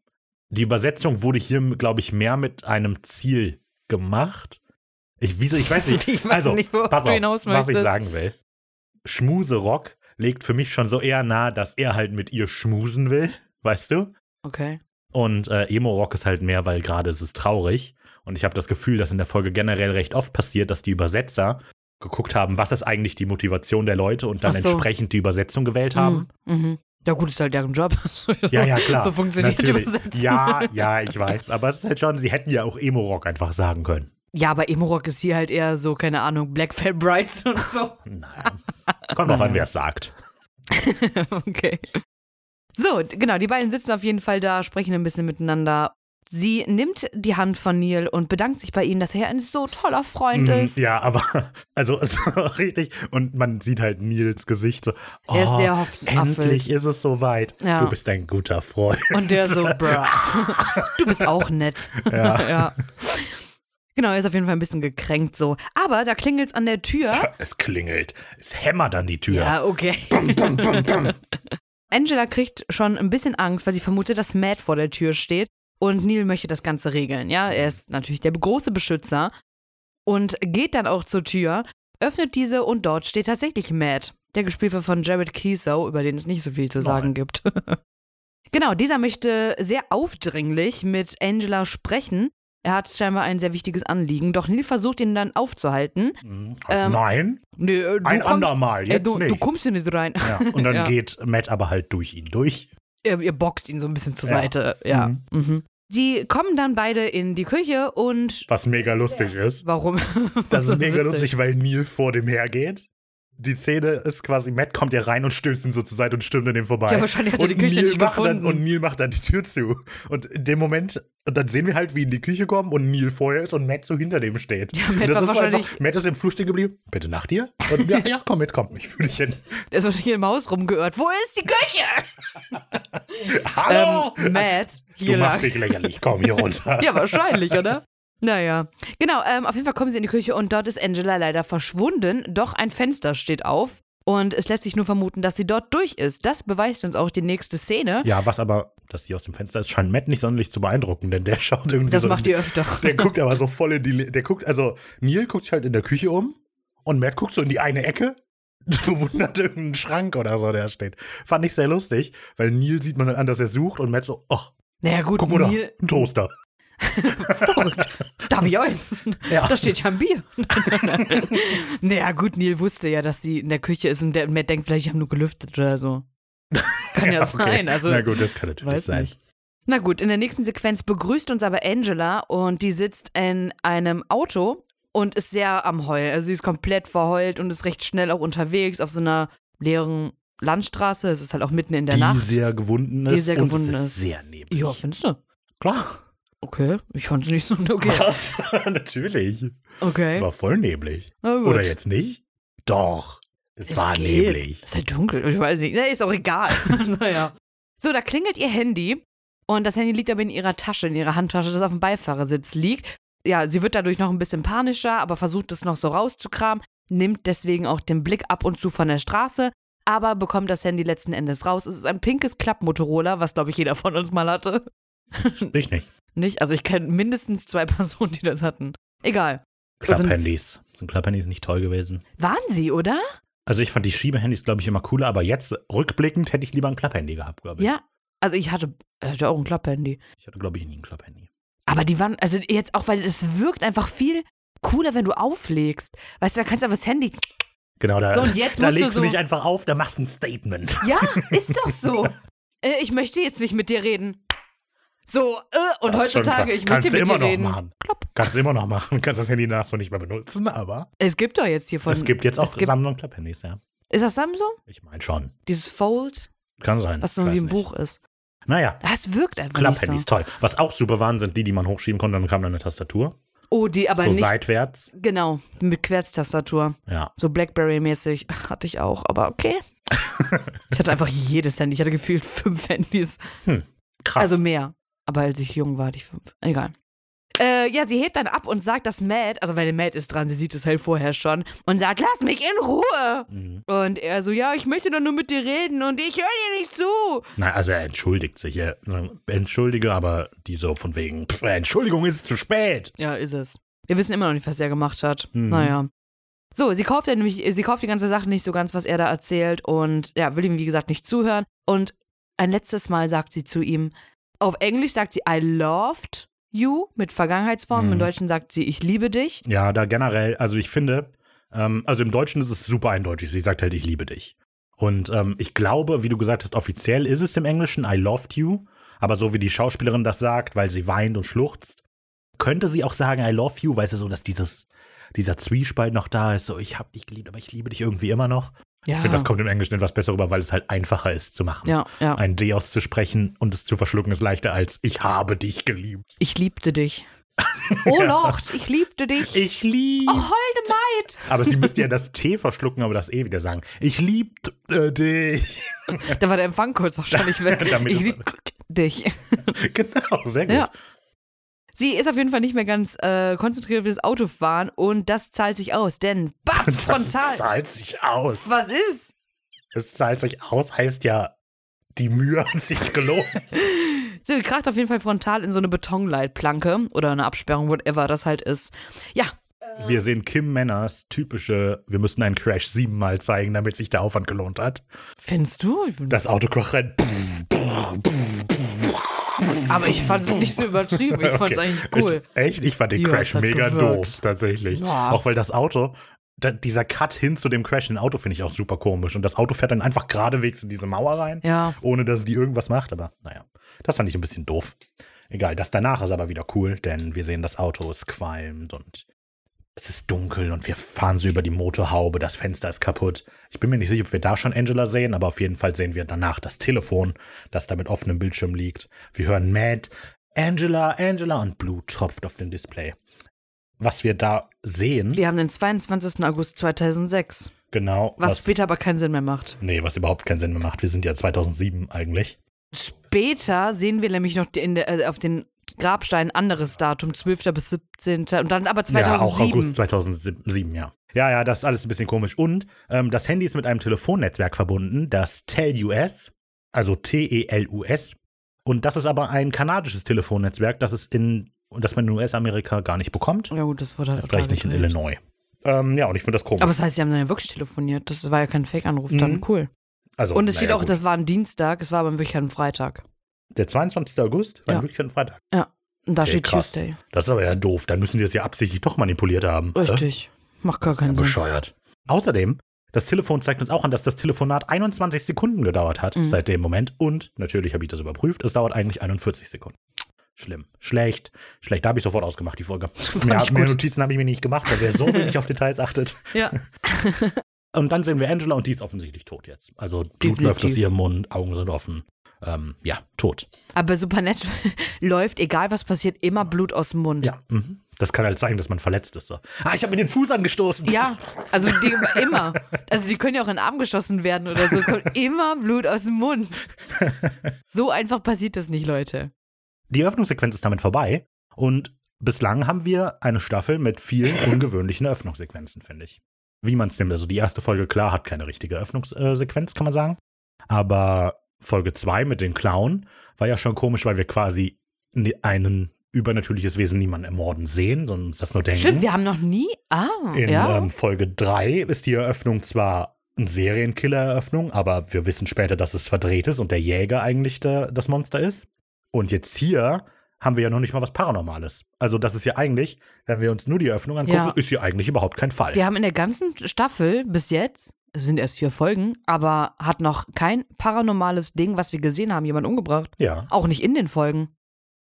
[SPEAKER 1] Die Übersetzung wurde hier, glaube ich, mehr mit einem Ziel gemacht. Ich, wieso, ich weiß nicht.
[SPEAKER 2] Ich weiß
[SPEAKER 1] also,
[SPEAKER 2] nicht, worauf
[SPEAKER 1] pass
[SPEAKER 2] du
[SPEAKER 1] auf,
[SPEAKER 2] hinaus
[SPEAKER 1] was ich
[SPEAKER 2] möchtest.
[SPEAKER 1] sagen will. Schmuserock legt für mich schon so eher nahe, dass er halt mit ihr schmusen will, weißt du?
[SPEAKER 2] Okay.
[SPEAKER 1] Und äh, Emo-Rock ist halt mehr, weil gerade ist es traurig. Und ich habe das Gefühl, dass in der Folge generell recht oft passiert, dass die Übersetzer geguckt haben, was ist eigentlich die Motivation der Leute und dann
[SPEAKER 2] Ach so.
[SPEAKER 1] entsprechend die Übersetzung gewählt haben.
[SPEAKER 2] Mhm. Mhm. Ja, gut, ist halt deren Job.
[SPEAKER 1] Ja, ja, klar.
[SPEAKER 2] So funktioniert
[SPEAKER 1] Natürlich.
[SPEAKER 2] Übersetzen.
[SPEAKER 1] Ja, ja, ich weiß. Aber es ist halt schon, sie hätten ja auch Emo-Rock einfach sagen können.
[SPEAKER 2] Ja, aber Emo-Rock ist hier halt eher so, keine Ahnung, Black Fat Brides und so.
[SPEAKER 1] Nein. Kommt drauf an, wer es sagt.
[SPEAKER 2] okay. So, d- genau, die beiden sitzen auf jeden Fall da, sprechen ein bisschen miteinander. Sie nimmt die Hand von Neil und bedankt sich bei ihm, dass er ein so toller Freund
[SPEAKER 1] Mhm,
[SPEAKER 2] ist.
[SPEAKER 1] Ja, aber, also, es war richtig. Und man sieht halt Nils Gesicht so. Oh,
[SPEAKER 2] Er ist sehr hoffnungsvoll.
[SPEAKER 1] endlich ist es soweit.
[SPEAKER 2] Ja.
[SPEAKER 1] Du bist ein guter Freund.
[SPEAKER 2] Und der so, bruh, du bist auch nett.
[SPEAKER 1] Ja.
[SPEAKER 2] Genau, er ist auf jeden Fall ein bisschen gekränkt so. Aber da klingelt's an der Tür.
[SPEAKER 1] Es klingelt. Es hämmert an die Tür.
[SPEAKER 2] Ja, okay.
[SPEAKER 1] Bum, bum, bum.
[SPEAKER 2] Angela kriegt schon ein bisschen Angst, weil sie vermutet, dass Matt vor der Tür steht und Neil möchte das Ganze regeln. Ja, er ist natürlich der große Beschützer und geht dann auch zur Tür, öffnet diese und dort steht tatsächlich Matt, der gespielt wird von Jared Kiso, über den es nicht so viel zu sagen
[SPEAKER 1] Nein.
[SPEAKER 2] gibt. genau, dieser möchte sehr aufdringlich mit Angela sprechen. Er hat scheinbar ein sehr wichtiges Anliegen, doch Neil versucht ihn dann aufzuhalten. Ähm,
[SPEAKER 1] Mhm. Halt Nein,
[SPEAKER 2] Nee, äh, du
[SPEAKER 1] ein
[SPEAKER 2] kommst,
[SPEAKER 1] andermal,
[SPEAKER 2] äh,
[SPEAKER 1] jetzt
[SPEAKER 2] du,
[SPEAKER 1] nicht.
[SPEAKER 2] du kommst hier nicht rein.
[SPEAKER 1] ja. Und dann
[SPEAKER 2] Ja.
[SPEAKER 1] geht Matt aber halt durch ihn durch.
[SPEAKER 2] ihr, ihr boxt ihn so ein bisschen zur
[SPEAKER 1] Ja.
[SPEAKER 2] Seite. Ja.
[SPEAKER 1] Mhm.
[SPEAKER 2] Mhm. Die kommen dann beide in die Küche und
[SPEAKER 1] Was mega lustig ist.
[SPEAKER 2] warum?
[SPEAKER 1] Das ist mega
[SPEAKER 2] witzig.
[SPEAKER 1] lustig, weil Neil vor dem hergeht. Die Szene ist quasi, Matt kommt ja rein und stößt ihn so zur Seite und stürmt an ihm vorbei.
[SPEAKER 2] Ja, wahrscheinlich hat er
[SPEAKER 1] und
[SPEAKER 2] die Küche
[SPEAKER 1] Neil
[SPEAKER 2] nicht
[SPEAKER 1] macht
[SPEAKER 2] gefunden.
[SPEAKER 1] Dann, und Neil macht dann die Tür zu. Und in dem Moment, und dann sehen wir halt, wie in die Küche kommen und Neil vorher ist und Matt so hinter dem steht.
[SPEAKER 2] Ja, Matt
[SPEAKER 1] Und das
[SPEAKER 2] war
[SPEAKER 1] ist
[SPEAKER 2] wahrscheinlich-
[SPEAKER 1] einfach, Matt ist im Flur stehen geblieben. Bitte nach dir? Und ja, ja, komm mit, komm, ich fühle dich hin.
[SPEAKER 2] Der ist hier im Haus rumgeirrt. Wo ist die Küche?
[SPEAKER 1] Hallo!
[SPEAKER 2] Ähm, Matt, hier
[SPEAKER 1] Oh. du
[SPEAKER 2] lang.
[SPEAKER 1] machst dich lächerlich, komm hier runter.
[SPEAKER 2] Ja, wahrscheinlich, oder? Naja. Genau, ähm, auf jeden Fall kommen sie in die Küche und dort ist Angela leider verschwunden, doch ein Fenster steht auf. Und es lässt sich nur vermuten, dass sie dort durch ist. Das beweist uns auch die nächste Szene.
[SPEAKER 1] Ja, was aber, dass sie aus dem Fenster ist, scheint Matt nicht sonderlich zu beeindrucken, denn der schaut irgendwie
[SPEAKER 2] das
[SPEAKER 1] so.
[SPEAKER 2] macht ihr öfter.
[SPEAKER 1] der guckt aber so voll in die. Le- Der guckt, also Neil guckt sich halt in der Küche um und Matt guckt so in die eine Ecke. Bewundert irgendeinen Schrank oder so, der steht. Fand ich sehr lustig, weil Neil sieht man halt an, dass er sucht und Matt so, ach,
[SPEAKER 2] Naja, gut,
[SPEAKER 1] guck mal da,
[SPEAKER 2] Neil,
[SPEAKER 1] ein Toaster.
[SPEAKER 2] Darf ich eins?
[SPEAKER 1] Ja.
[SPEAKER 2] Da steht ja ein Bier. naja, gut, Neil wusste ja, dass die in der Küche ist und der, der denkt, vielleicht die haben nur gelüftet oder so. Kann ja, sein. Also,
[SPEAKER 1] Na gut, das kann natürlich
[SPEAKER 2] weiß
[SPEAKER 1] sein.
[SPEAKER 2] nicht. Na gut, in der nächsten Sequenz begrüßt uns aber Angela und die sitzt in einem Auto und ist sehr am Heulen. Also sie ist komplett verheult und ist recht schnell auch unterwegs auf so einer leeren Landstraße. Es ist halt auch mitten in der
[SPEAKER 1] die
[SPEAKER 2] Nacht.
[SPEAKER 1] sehr gewunden ist.
[SPEAKER 2] Die sehr
[SPEAKER 1] und
[SPEAKER 2] gewunden
[SPEAKER 1] es
[SPEAKER 2] ist.
[SPEAKER 1] ist sehr neblig.
[SPEAKER 2] ja, findest du?
[SPEAKER 1] klar.
[SPEAKER 2] Okay, ich fand's nicht so okay.
[SPEAKER 1] Was? natürlich.
[SPEAKER 2] Okay,
[SPEAKER 1] War voll neblig.
[SPEAKER 2] na gut.
[SPEAKER 1] Oder jetzt nicht? Doch. Es, war
[SPEAKER 2] geht.
[SPEAKER 1] neblig.
[SPEAKER 2] Ist halt dunkel, ich weiß nicht. Na, ist auch egal. naja. So, da klingelt ihr Handy und das Handy liegt aber in ihrer Tasche, in ihrer Handtasche, das auf dem Beifahrersitz liegt. Ja, sie wird dadurch noch ein bisschen panischer, aber versucht es noch so rauszukramen, nimmt deswegen auch den Blick ab und zu von der Straße, aber bekommt das Handy letzten Endes raus. Es ist ein pinkes Klapp-Motorola, was glaube ich jeder von uns mal hatte.
[SPEAKER 1] Ich nicht.
[SPEAKER 2] Nicht? Also ich kenne mindestens zwei Personen, die das hatten. Egal. Also-
[SPEAKER 1] Klapphandys. Sind Klapphandys nicht toll gewesen?
[SPEAKER 2] Waren sie, oder?
[SPEAKER 1] Also ich fand die Schiebehandys, glaube ich, immer cooler, aber jetzt rückblickend hätte ich lieber ein Klapphandy gehabt, glaube ich.
[SPEAKER 2] Ja. Also ich hatte, hatte auch ein Klapp-Handy.
[SPEAKER 1] Ich hatte, glaube ich, nie ein Klapphandy.
[SPEAKER 2] Aber die waren, also jetzt auch, weil das wirkt einfach viel cooler, wenn du auflegst. Weißt du, da kannst du einfach das Handy.
[SPEAKER 1] Genau, da,
[SPEAKER 2] So, und jetzt
[SPEAKER 1] da
[SPEAKER 2] musst du
[SPEAKER 1] legst
[SPEAKER 2] so.
[SPEAKER 1] du nicht einfach auf, da machst du ein Statement.
[SPEAKER 2] ja, ist doch so. äh, ich möchte jetzt nicht mit dir reden. So, äh, und
[SPEAKER 1] Das ist schon
[SPEAKER 2] heutzutage,
[SPEAKER 1] klar.
[SPEAKER 2] ich
[SPEAKER 1] Kannst du
[SPEAKER 2] möchte mit
[SPEAKER 1] immer
[SPEAKER 2] dir
[SPEAKER 1] noch
[SPEAKER 2] reden.
[SPEAKER 1] machen.
[SPEAKER 2] Klopp.
[SPEAKER 1] Kannst du immer noch machen. Kannst das Handy danach so nicht mehr benutzen, aber
[SPEAKER 2] Es gibt doch jetzt hier von.
[SPEAKER 1] es gibt jetzt auch
[SPEAKER 2] es gibt-
[SPEAKER 1] Samsung Klapphandys, ja.
[SPEAKER 2] Ist das Samsung?
[SPEAKER 1] Ich meine schon.
[SPEAKER 2] Dieses Fold,
[SPEAKER 1] Kann sein.
[SPEAKER 2] was so
[SPEAKER 1] Ich
[SPEAKER 2] wie
[SPEAKER 1] weiß
[SPEAKER 2] ein
[SPEAKER 1] nicht.
[SPEAKER 2] Buch ist.
[SPEAKER 1] Naja,
[SPEAKER 2] Das wirkt einfach
[SPEAKER 1] Klapphandys,
[SPEAKER 2] nicht so.
[SPEAKER 1] toll. Was auch super waren, sind die, die man hochschieben konnte, dann kam dann eine Tastatur.
[SPEAKER 2] Oh, die aber
[SPEAKER 1] so
[SPEAKER 2] nicht.
[SPEAKER 1] seitwärts.
[SPEAKER 2] Genau, mit Querztastatur.
[SPEAKER 1] Ja.
[SPEAKER 2] So Blackberry-mäßig. Hatte ich auch, aber okay. ich hatte einfach jedes Handy. Ich hatte gefühlt fünf Handys.
[SPEAKER 1] Krass.
[SPEAKER 2] Also mehr. Aber als ich jung war, hatte ich fünf. Egal. Äh, ja, sie hebt dann ab und sagt, dass Matt, also weil Matt ist dran, sie sieht es halt vorher schon, und sagt, lass mich in Ruhe.
[SPEAKER 1] Mhm.
[SPEAKER 2] Und er so, ja, ich möchte doch nur mit dir reden und ich höre dir nicht zu.
[SPEAKER 1] Nein, also er entschuldigt sich. Er äh, entschuldige, aber die so von wegen, pff, Entschuldigung, ist zu spät.
[SPEAKER 2] Ja, ist es. Wir wissen immer noch nicht, was er gemacht hat.
[SPEAKER 1] Mhm.
[SPEAKER 2] Naja. So, sie kauft ja nämlich, sie kauft die ganze Sache nicht so ganz, was er da erzählt und ja, will ihm, wie gesagt, nicht zuhören. Und ein letztes Mal sagt sie zu ihm, auf Englisch sagt sie, I loved you mit Vergangenheitsform,
[SPEAKER 1] Mhm.
[SPEAKER 2] im Deutschen sagt sie, ich liebe dich.
[SPEAKER 1] Ja, da generell, also ich finde, ähm, also im Deutschen ist es super eindeutig. Sie sagt halt, ich liebe dich. Und ähm, ich glaube, wie du gesagt hast, offiziell ist es im Englischen I loved you. Aber so wie die Schauspielerin das sagt, weil sie weint und schluchzt, könnte sie auch sagen I love you, weißt du, so dass dieses, dieser Zwiespalt noch da ist. So, ich hab dich geliebt, aber ich liebe dich irgendwie immer noch.
[SPEAKER 2] Ja.
[SPEAKER 1] Ich finde, das kommt im Englischen etwas besser rüber, weil es halt einfacher ist zu machen.
[SPEAKER 2] Ah. Ja, ja.
[SPEAKER 1] Ein D auszusprechen und es zu verschlucken ist leichter als ich habe dich geliebt.
[SPEAKER 2] Ich liebte dich. Oh Lord, ich liebte dich.
[SPEAKER 1] Ich lieb.
[SPEAKER 2] Oh, holde Maid.
[SPEAKER 1] Aber sie müsste ja das T verschlucken, aber das E wieder sagen. Ich lieb äh, dich.
[SPEAKER 2] Da war der Empfang kurz wahrscheinlich weg.
[SPEAKER 1] Damit
[SPEAKER 2] ich
[SPEAKER 1] es-
[SPEAKER 2] liebte dich.
[SPEAKER 1] genau, sehr gut.
[SPEAKER 2] Ja. Sie ist auf jeden Fall nicht mehr ganz äh, konzentriert auf das Autofahren und das zahlt sich aus, denn
[SPEAKER 1] Das
[SPEAKER 2] Batz frontal.
[SPEAKER 1] zahlt sich aus.
[SPEAKER 2] Was ist?
[SPEAKER 1] Das zahlt sich aus heißt ja, die Mühe hat sich gelohnt.
[SPEAKER 2] Sie kracht auf jeden Fall frontal in so eine Betonleitplanke oder eine Absperrung, whatever das halt ist. Ja, Äh.
[SPEAKER 1] Wir sehen Kim Manners typische, wir müssen einen Crash siebenmal zeigen, damit sich der Aufwand gelohnt hat.
[SPEAKER 2] findest du? Ich find-
[SPEAKER 1] Das Autokoch rennt.
[SPEAKER 2] Aber ich fand es nicht so übertrieben. Ich fand es
[SPEAKER 1] Okay.
[SPEAKER 2] eigentlich cool.
[SPEAKER 1] Ich, echt? Ich fand den
[SPEAKER 2] Ja,
[SPEAKER 1] Crash
[SPEAKER 2] es hat
[SPEAKER 1] mega
[SPEAKER 2] gewirkt.
[SPEAKER 1] doof, tatsächlich.
[SPEAKER 2] Ja.
[SPEAKER 1] Auch weil das Auto, da, dieser Cut hin zu dem Crash im Auto finde ich auch super komisch. Und das Auto fährt dann einfach geradewegs in diese Mauer rein,
[SPEAKER 2] Ja.
[SPEAKER 1] ohne dass die irgendwas macht. Aber naja, das fand ich ein bisschen doof. Egal, das danach ist aber wieder cool, denn wir sehen das Auto, es qualmt und es ist dunkel und wir fahren so über die Motorhaube, das Fenster ist kaputt. Ich bin mir nicht sicher, ob wir da schon Angela sehen, aber auf jeden Fall sehen wir danach das Telefon, das da mit offenem Bildschirm liegt. Wir hören Matt, Angela, Angela und Blut tropft auf dem Display. Was wir da sehen,
[SPEAKER 2] Wir haben den 22. August 2006,
[SPEAKER 1] genau,
[SPEAKER 2] was, später aber keinen Sinn mehr macht.
[SPEAKER 1] nee, was überhaupt keinen Sinn mehr macht. Wir sind ja 2007 eigentlich.
[SPEAKER 2] Später sehen wir nämlich noch die- in der, äh, auf den Grabstein ein anderes Datum, 12. bis 17. und dann aber 2007.
[SPEAKER 1] Ja, auch August 2007, ja. Ja, ja, das ist alles ein bisschen komisch. Und ähm, das Handy ist mit einem Telefonnetzwerk verbunden, das E TELUS, also T-E-L-U-S. Und das ist aber ein kanadisches Telefonnetzwerk, das es in, das man in US-Amerika gar nicht bekommt.
[SPEAKER 2] Ja gut, das wurde halt
[SPEAKER 1] Vielleicht nicht in
[SPEAKER 2] klar geklärt.
[SPEAKER 1] Illinois. Ähm, ja, und ich finde das komisch.
[SPEAKER 2] Aber das heißt, sie haben dann ja wirklich telefoniert. Das war ja kein Fake-Anruf, dann
[SPEAKER 1] Mhm.
[SPEAKER 2] cool.
[SPEAKER 1] also,
[SPEAKER 2] Und es
[SPEAKER 1] naja,
[SPEAKER 2] steht auch,
[SPEAKER 1] gut.
[SPEAKER 2] das war ein Dienstag, es war aber wirklich ein Freitag.
[SPEAKER 1] der 22. August war
[SPEAKER 2] Ja.
[SPEAKER 1] wirklich ein Freitag.
[SPEAKER 2] Ja. Und da
[SPEAKER 1] Okay,
[SPEAKER 2] steht
[SPEAKER 1] krass.
[SPEAKER 2] Tuesday.
[SPEAKER 1] Das ist aber ja doof. Dann müssen die das ja absichtlich doch manipuliert haben. Äh?
[SPEAKER 2] Richtig. Macht gar keinen Sinn.
[SPEAKER 1] Bescheuert. Außerdem, das Telefon zeigt uns auch an, dass das Telefonat 21 Sekunden gedauert hat
[SPEAKER 2] Mhm.
[SPEAKER 1] seit dem Moment. Und natürlich habe ich das überprüft. Es dauert eigentlich 41 Sekunden. Schlimm. Schlecht. Schlecht. Da habe ich sofort ausgemacht, die Folge. Mehr,
[SPEAKER 2] ich
[SPEAKER 1] mehr
[SPEAKER 2] gut.
[SPEAKER 1] Notizen habe ich mir nicht gemacht, weil wer so wenig auf Details achtet.
[SPEAKER 2] Ja.
[SPEAKER 1] Und dann sehen wir Angela und die ist offensichtlich tot jetzt. Also Blut
[SPEAKER 2] Definitiv.
[SPEAKER 1] läuft aus ihrem Mund, Augen sind offen. Ähm, ja, tot.
[SPEAKER 2] Aber Supernatural läuft, egal was passiert, immer Blut aus dem Mund.
[SPEAKER 1] Ja. Mhm. Das kann halt zeigen, dass man verletzt ist. So. Ah, ich habe mir den Fuß angestoßen.
[SPEAKER 2] Ja, also die, immer. Also die können ja auch in den Arm geschossen werden oder so. Es kommt immer Blut aus dem Mund. So einfach passiert das nicht, Leute.
[SPEAKER 1] Die Eröffnungssequenz ist damit vorbei und bislang haben wir eine Staffel mit vielen ungewöhnlichen Eröffnungssequenzen, finde ich. Wie man es nimmt. Also die erste Folge, klar, hat keine richtige Eröffnungssequenz, kann man sagen. Aber Folge 2 mit den Clown war ja schon komisch, weil wir quasi ni- ein übernatürliches Wesen niemanden ermorden sehen, sondern uns das nur denken.
[SPEAKER 2] Stimmt, wir haben noch nie. Ah,
[SPEAKER 1] Mhm. In
[SPEAKER 2] ja.
[SPEAKER 1] ähm, Folge 3 ist die Eröffnung zwar eine Serienkiller-Eröffnung, aber wir wissen später, dass es verdreht ist und der Jäger eigentlich der, das Monster ist. Und jetzt hier haben wir ja noch nicht mal was Paranormales. Also das ist ja eigentlich, wenn wir uns nur die Eröffnung angucken,
[SPEAKER 2] Ja.
[SPEAKER 1] ist hier eigentlich überhaupt kein Fall.
[SPEAKER 2] wir haben in der ganzen Staffel bis jetzt, es sind erst vier Folgen, aber hat noch kein paranormales Ding, was wir gesehen haben, jemand umgebracht.
[SPEAKER 1] Ja,
[SPEAKER 2] Auch nicht in den Folgen.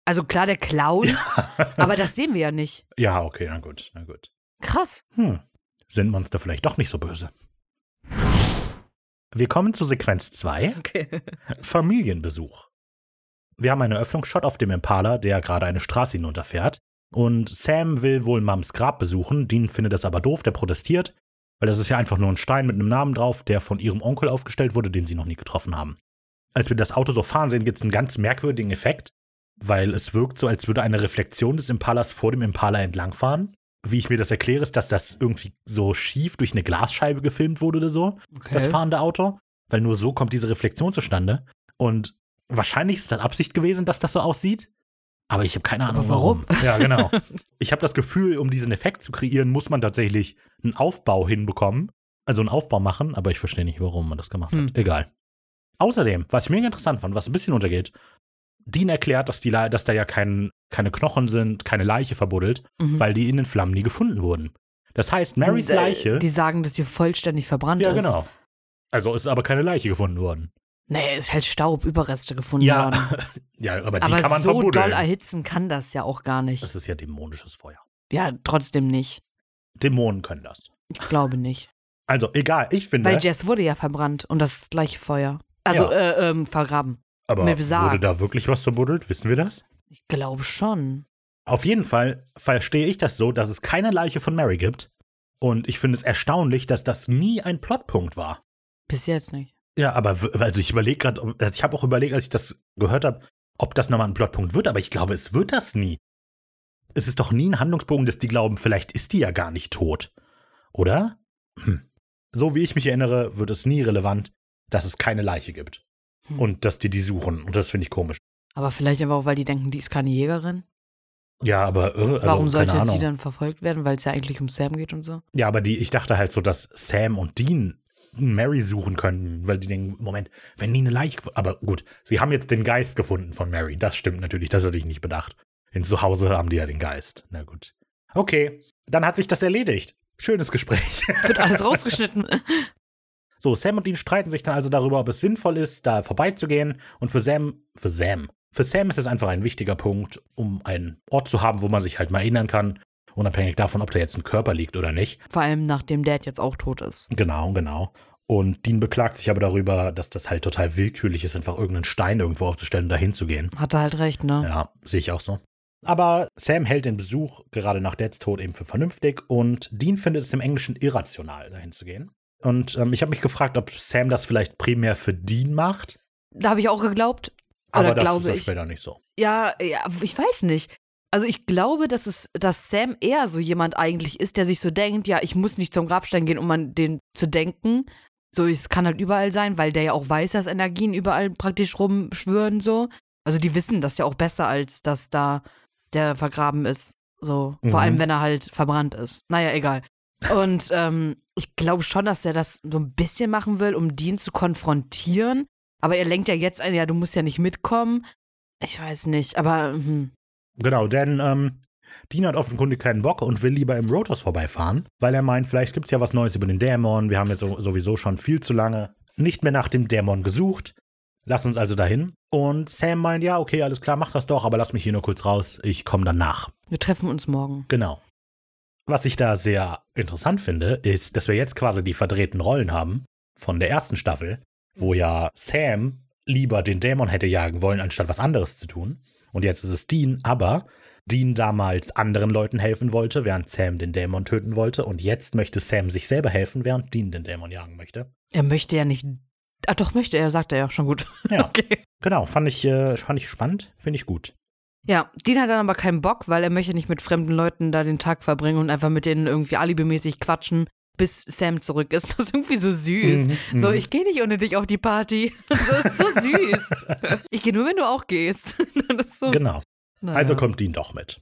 [SPEAKER 2] Also klar, der Clown, aber das sehen wir ja nicht.
[SPEAKER 1] ja, okay, na gut, na gut.
[SPEAKER 2] Krass.
[SPEAKER 1] Hm, sind Monster vielleicht doch nicht so böse. Wir kommen zu Sequenz 2.
[SPEAKER 2] Okay.
[SPEAKER 1] Familienbesuch. Wir haben einen Eröffnungsshot auf dem Impala, der gerade eine Straße hinunterfährt. Und Sam will wohl Mams Grab besuchen. Dean findet das aber doof, der protestiert, weil das ist ja einfach nur ein Stein mit einem Namen drauf, der von ihrem Onkel aufgestellt wurde, den sie noch nie getroffen haben. Als wir das Auto so fahren sehen, gibt es einen ganz merkwürdigen Effekt, weil es wirkt so, als würde eine Reflexion des Impalas vor dem Impala entlangfahren. Wie ich mir das erkläre, ist, dass das irgendwie so schief durch eine Glasscheibe gefilmt wurde oder so das fahrende Auto, weil nur so kommt diese Reflexion zustande. Und wahrscheinlich ist das Absicht gewesen, dass das so aussieht. Aber ich habe keine Ahnung,
[SPEAKER 2] warum?
[SPEAKER 1] Ja, genau. Ich habe das Gefühl, um diesen Effekt zu kreieren, muss man tatsächlich einen Aufbau hinbekommen. Also einen Aufbau machen, aber ich verstehe nicht, warum man das gemacht
[SPEAKER 2] Hm.
[SPEAKER 1] hat. Egal. Außerdem, was ich mega interessant fand, was ein bisschen untergeht, Dean erklärt, dass, die, Le- dass da ja kein, keine Knochen sind, keine Leiche verbuddelt,
[SPEAKER 2] Mhm.
[SPEAKER 1] weil die in den Flammen nie gefunden wurden. Das heißt, Marys
[SPEAKER 2] Und, äh,
[SPEAKER 1] Leiche.
[SPEAKER 2] Die sagen, dass sie vollständig verbrannt
[SPEAKER 1] Ja,
[SPEAKER 2] ist.
[SPEAKER 1] genau. Also ist aber keine Leiche gefunden worden.
[SPEAKER 2] Nee, es ist halt Staub, Überreste gefunden
[SPEAKER 1] Ja,
[SPEAKER 2] worden.
[SPEAKER 1] ja aber die
[SPEAKER 2] Aber
[SPEAKER 1] kann man
[SPEAKER 2] so doll
[SPEAKER 1] verbuddeln.
[SPEAKER 2] erhitzen kann das ja auch gar nicht.
[SPEAKER 1] Das ist ja dämonisches Feuer.
[SPEAKER 2] Ja, trotzdem nicht.
[SPEAKER 1] Dämonen können das.
[SPEAKER 2] Ich glaube nicht.
[SPEAKER 1] Also egal, ich finde,
[SPEAKER 2] Weil Jess wurde ja verbrannt und das gleiche Feuer. Also,
[SPEAKER 1] Ja.
[SPEAKER 2] äh, ähm, vergraben.
[SPEAKER 1] aber
[SPEAKER 2] mit Sarg.
[SPEAKER 1] wurde da wirklich was verbuddelt? Wissen wir das?
[SPEAKER 2] Ich glaube schon.
[SPEAKER 1] Auf jeden Fall verstehe ich das so, dass es keine Leiche von Mary gibt. Und ich finde es erstaunlich, dass das nie ein Plotpunkt war.
[SPEAKER 2] Bis jetzt nicht.
[SPEAKER 1] Ja, aber w- also ich überlege gerade, ob- also ich habe auch überlegt, als ich das gehört habe, ob das nochmal ein Plotpunkt wird, aber ich glaube, es wird das nie. Es ist doch nie ein Handlungsbogen, dass die glauben, vielleicht ist die ja gar nicht tot. Oder? Hm. So wie ich mich erinnere, wird es nie relevant, dass es keine Leiche gibt.
[SPEAKER 2] Hm.
[SPEAKER 1] Und dass die die suchen. Und das finde ich komisch.
[SPEAKER 2] Aber vielleicht aber auch, weil die denken, die ist keine Jägerin.
[SPEAKER 1] Ja, aber irre, also,
[SPEAKER 2] Warum sollte
[SPEAKER 1] keine
[SPEAKER 2] sie
[SPEAKER 1] Ahnung.
[SPEAKER 2] dann verfolgt werden? Weil es ja eigentlich um Sam geht und so.
[SPEAKER 1] Ja, aber die, ich dachte halt so, dass Sam und Dean Mary suchen könnten, weil die denken, Moment, wenn die eine Leiche. gef- Aber gut, sie haben jetzt den Geist gefunden von Mary. Das stimmt natürlich, das hatte ich nicht bedacht. In Zuhause haben die ja den Geist. Na gut. Okay, dann hat sich das erledigt. Schönes Gespräch.
[SPEAKER 2] Wird alles rausgeschnitten.
[SPEAKER 1] So, Sam und Dean streiten sich dann also darüber, ob es sinnvoll ist, da vorbeizugehen. Und für Sam, für Sam, für Sam ist es einfach ein wichtiger Punkt, um einen Ort zu haben, wo man sich halt mal erinnern kann, unabhängig davon, ob da jetzt ein Körper liegt oder nicht.
[SPEAKER 2] Vor allem, nachdem Dad jetzt auch tot ist.
[SPEAKER 1] Genau, genau. Und Dean beklagt sich aber darüber, dass das halt total willkürlich ist, einfach irgendeinen Stein irgendwo aufzustellen und dahin zu gehen.
[SPEAKER 2] Hat er halt recht, ne?
[SPEAKER 1] Ja, sehe ich auch so. Aber Sam hält den Besuch gerade nach Dads Tod eben für vernünftig und Dean findet es im Englischen irrational, dahin zu gehen. Und ähm, ich habe mich gefragt, ob Sam das vielleicht primär für Dean macht,
[SPEAKER 2] Da habe ich auch geglaubt.
[SPEAKER 1] aber
[SPEAKER 2] Oder
[SPEAKER 1] das
[SPEAKER 2] glaube
[SPEAKER 1] ist ja
[SPEAKER 2] ich.
[SPEAKER 1] später nicht so.
[SPEAKER 2] Ja, ja, ich weiß nicht. Also ich glaube, dass es, dass Sam eher so jemand eigentlich ist, der sich so denkt, ja, ich muss nicht zum Grabstein gehen, um an den zu denken. So, es kann halt überall sein, weil der ja auch weiß, dass Energien überall praktisch rumschwören so. Also die wissen das ja auch besser, als dass da der vergraben ist. So, vor
[SPEAKER 1] Mhm.
[SPEAKER 2] allem wenn er halt verbrannt ist. Naja, egal. Und ähm, ich glaube schon, dass er das so ein bisschen machen will, um Dean zu konfrontieren. Aber er lenkt ja jetzt ein, ja, du musst ja nicht mitkommen. Ich weiß nicht, aber hm,
[SPEAKER 1] Genau, denn ähm, Dean hat offenkundig keinen Bock und will lieber im Rotos vorbeifahren, weil er meint, vielleicht gibt es ja was Neues über den Dämon. Wir haben jetzt so- sowieso schon viel zu lange nicht mehr nach dem Dämon gesucht. Lass uns also dahin. Und Sam meint, ja, okay, alles klar, mach das doch, aber lass mich hier nur kurz raus. Ich komme danach.
[SPEAKER 2] Wir treffen uns morgen.
[SPEAKER 1] Genau. Was ich da sehr interessant finde, ist, dass wir jetzt quasi die verdrehten Rollen haben von der ersten Staffel, wo ja Sam lieber den Dämon hätte jagen wollen, anstatt was anderes zu tun. Und jetzt ist es Dean, aber Dean damals anderen Leuten helfen wollte, während Sam den Dämon töten wollte. Und jetzt möchte Sam sich selber helfen, während Dean den Dämon jagen möchte.
[SPEAKER 2] Er möchte ja nicht. Ah, doch, möchte er, sagt er ja schon gut.
[SPEAKER 1] Ja.
[SPEAKER 2] Okay.
[SPEAKER 1] Genau, fand ich, äh, fand ich spannend, finde ich gut.
[SPEAKER 2] Ja, Dean hat dann aber keinen Bock, weil er möchte nicht mit fremden Leuten da den Tag verbringen und einfach mit denen irgendwie alibimäßig quatschen, bis Sam zurück ist. Das ist irgendwie so süß.
[SPEAKER 1] Mhm,
[SPEAKER 2] So,
[SPEAKER 1] mhm.
[SPEAKER 2] ich gehe nicht ohne dich auf die Party. Das ist so süß. Ich gehe nur, wenn du auch gehst. Das ist so,
[SPEAKER 1] Genau.
[SPEAKER 2] naja.
[SPEAKER 1] Also kommt Dean doch mit.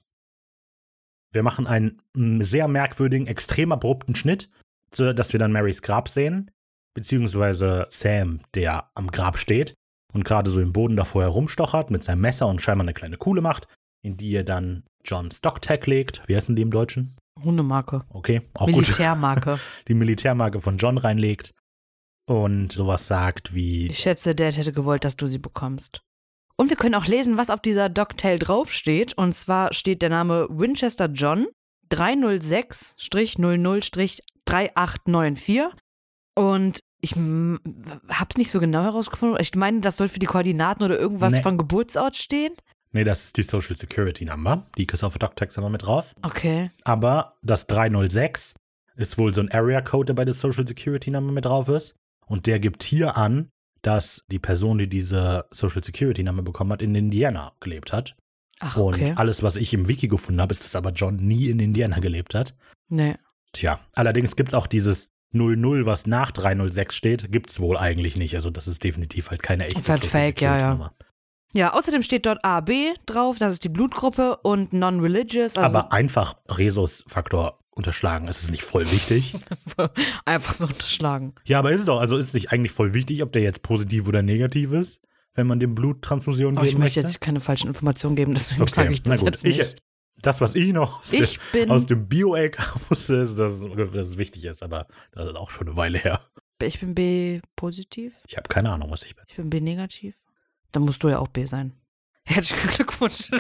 [SPEAKER 1] Wir machen einen mm, sehr merkwürdigen, extrem abrupten Schnitt, so dass wir dann Marys Grab sehen, beziehungsweise Sam, der am Grab steht und gerade so im Boden davor herumstochert mit seinem Messer und scheinbar eine kleine Kuhle macht, in die er dann John Stocktag legt. Wie heißen die im Deutschen?
[SPEAKER 2] Hundemarke.
[SPEAKER 1] Okay, auch gut.
[SPEAKER 2] Militärmarke.
[SPEAKER 1] Die Militärmarke von John reinlegt und sowas sagt wie
[SPEAKER 2] Ich schätze, Dad hätte gewollt, dass du sie bekommst. Und wir können auch lesen, was auf dieser Dogtail draufsteht. Und zwar steht der Name Winchester John 306-00-3894. Und ich habe nicht so genau herausgefunden. Ich meine, das soll für die Koordinaten oder irgendwas
[SPEAKER 1] Nee.
[SPEAKER 2] von Geburtsort stehen.
[SPEAKER 1] Nee, das ist die Social Security Number. Die ist auf Stocktag noch mit drauf.
[SPEAKER 2] Okay.
[SPEAKER 1] Aber das 306 ist wohl so ein Area Code, der bei der Social Security Number mit drauf ist. Und der gibt hier an, dass die Person, die diese Social Security Number bekommen hat, in Indiana gelebt hat.
[SPEAKER 2] Ach,
[SPEAKER 1] Und
[SPEAKER 2] okay.
[SPEAKER 1] alles, was ich im Wiki gefunden habe, ist, dass aber John nie in Indiana gelebt hat.
[SPEAKER 2] Nee.
[SPEAKER 1] Tja, allerdings gibt es auch dieses 00, was nach 306 steht, gibt es wohl eigentlich nicht. Also das ist definitiv halt keine echte
[SPEAKER 2] Ist halt
[SPEAKER 1] Social
[SPEAKER 2] fake, ja,
[SPEAKER 1] Security
[SPEAKER 2] ja.
[SPEAKER 1] Number.
[SPEAKER 2] Ja, außerdem steht dort AB drauf. Das ist die Blutgruppe und Non-Religious. Also
[SPEAKER 1] aber einfach Resus-Faktor unterschlagen. Es ist nicht voll wichtig.
[SPEAKER 2] einfach so unterschlagen.
[SPEAKER 1] Ja, aber ist es doch. Also ist es nicht eigentlich voll wichtig, ob der jetzt positiv oder negativ ist, wenn man dem Bluttransfusion geben
[SPEAKER 2] Aber Oh, ich möchte
[SPEAKER 1] möchte?
[SPEAKER 2] jetzt keine falschen Informationen geben, deswegen
[SPEAKER 1] Okay,
[SPEAKER 2] sage ich
[SPEAKER 1] na
[SPEAKER 2] das
[SPEAKER 1] gut.
[SPEAKER 2] jetzt nicht.
[SPEAKER 1] Ich, das, was ich noch aus,
[SPEAKER 2] Ich bin,
[SPEAKER 1] der, aus dem Bio-Egg wusste, ist, dass, es- dass es wichtig ist, aber das ist auch schon eine Weile her.
[SPEAKER 2] ich bin B positiv,
[SPEAKER 1] Ich habe keine Ahnung, was ich bin.
[SPEAKER 2] ich bin B negativ. Dann musst du ja auch B sein. Herzlichen Glückwunsch.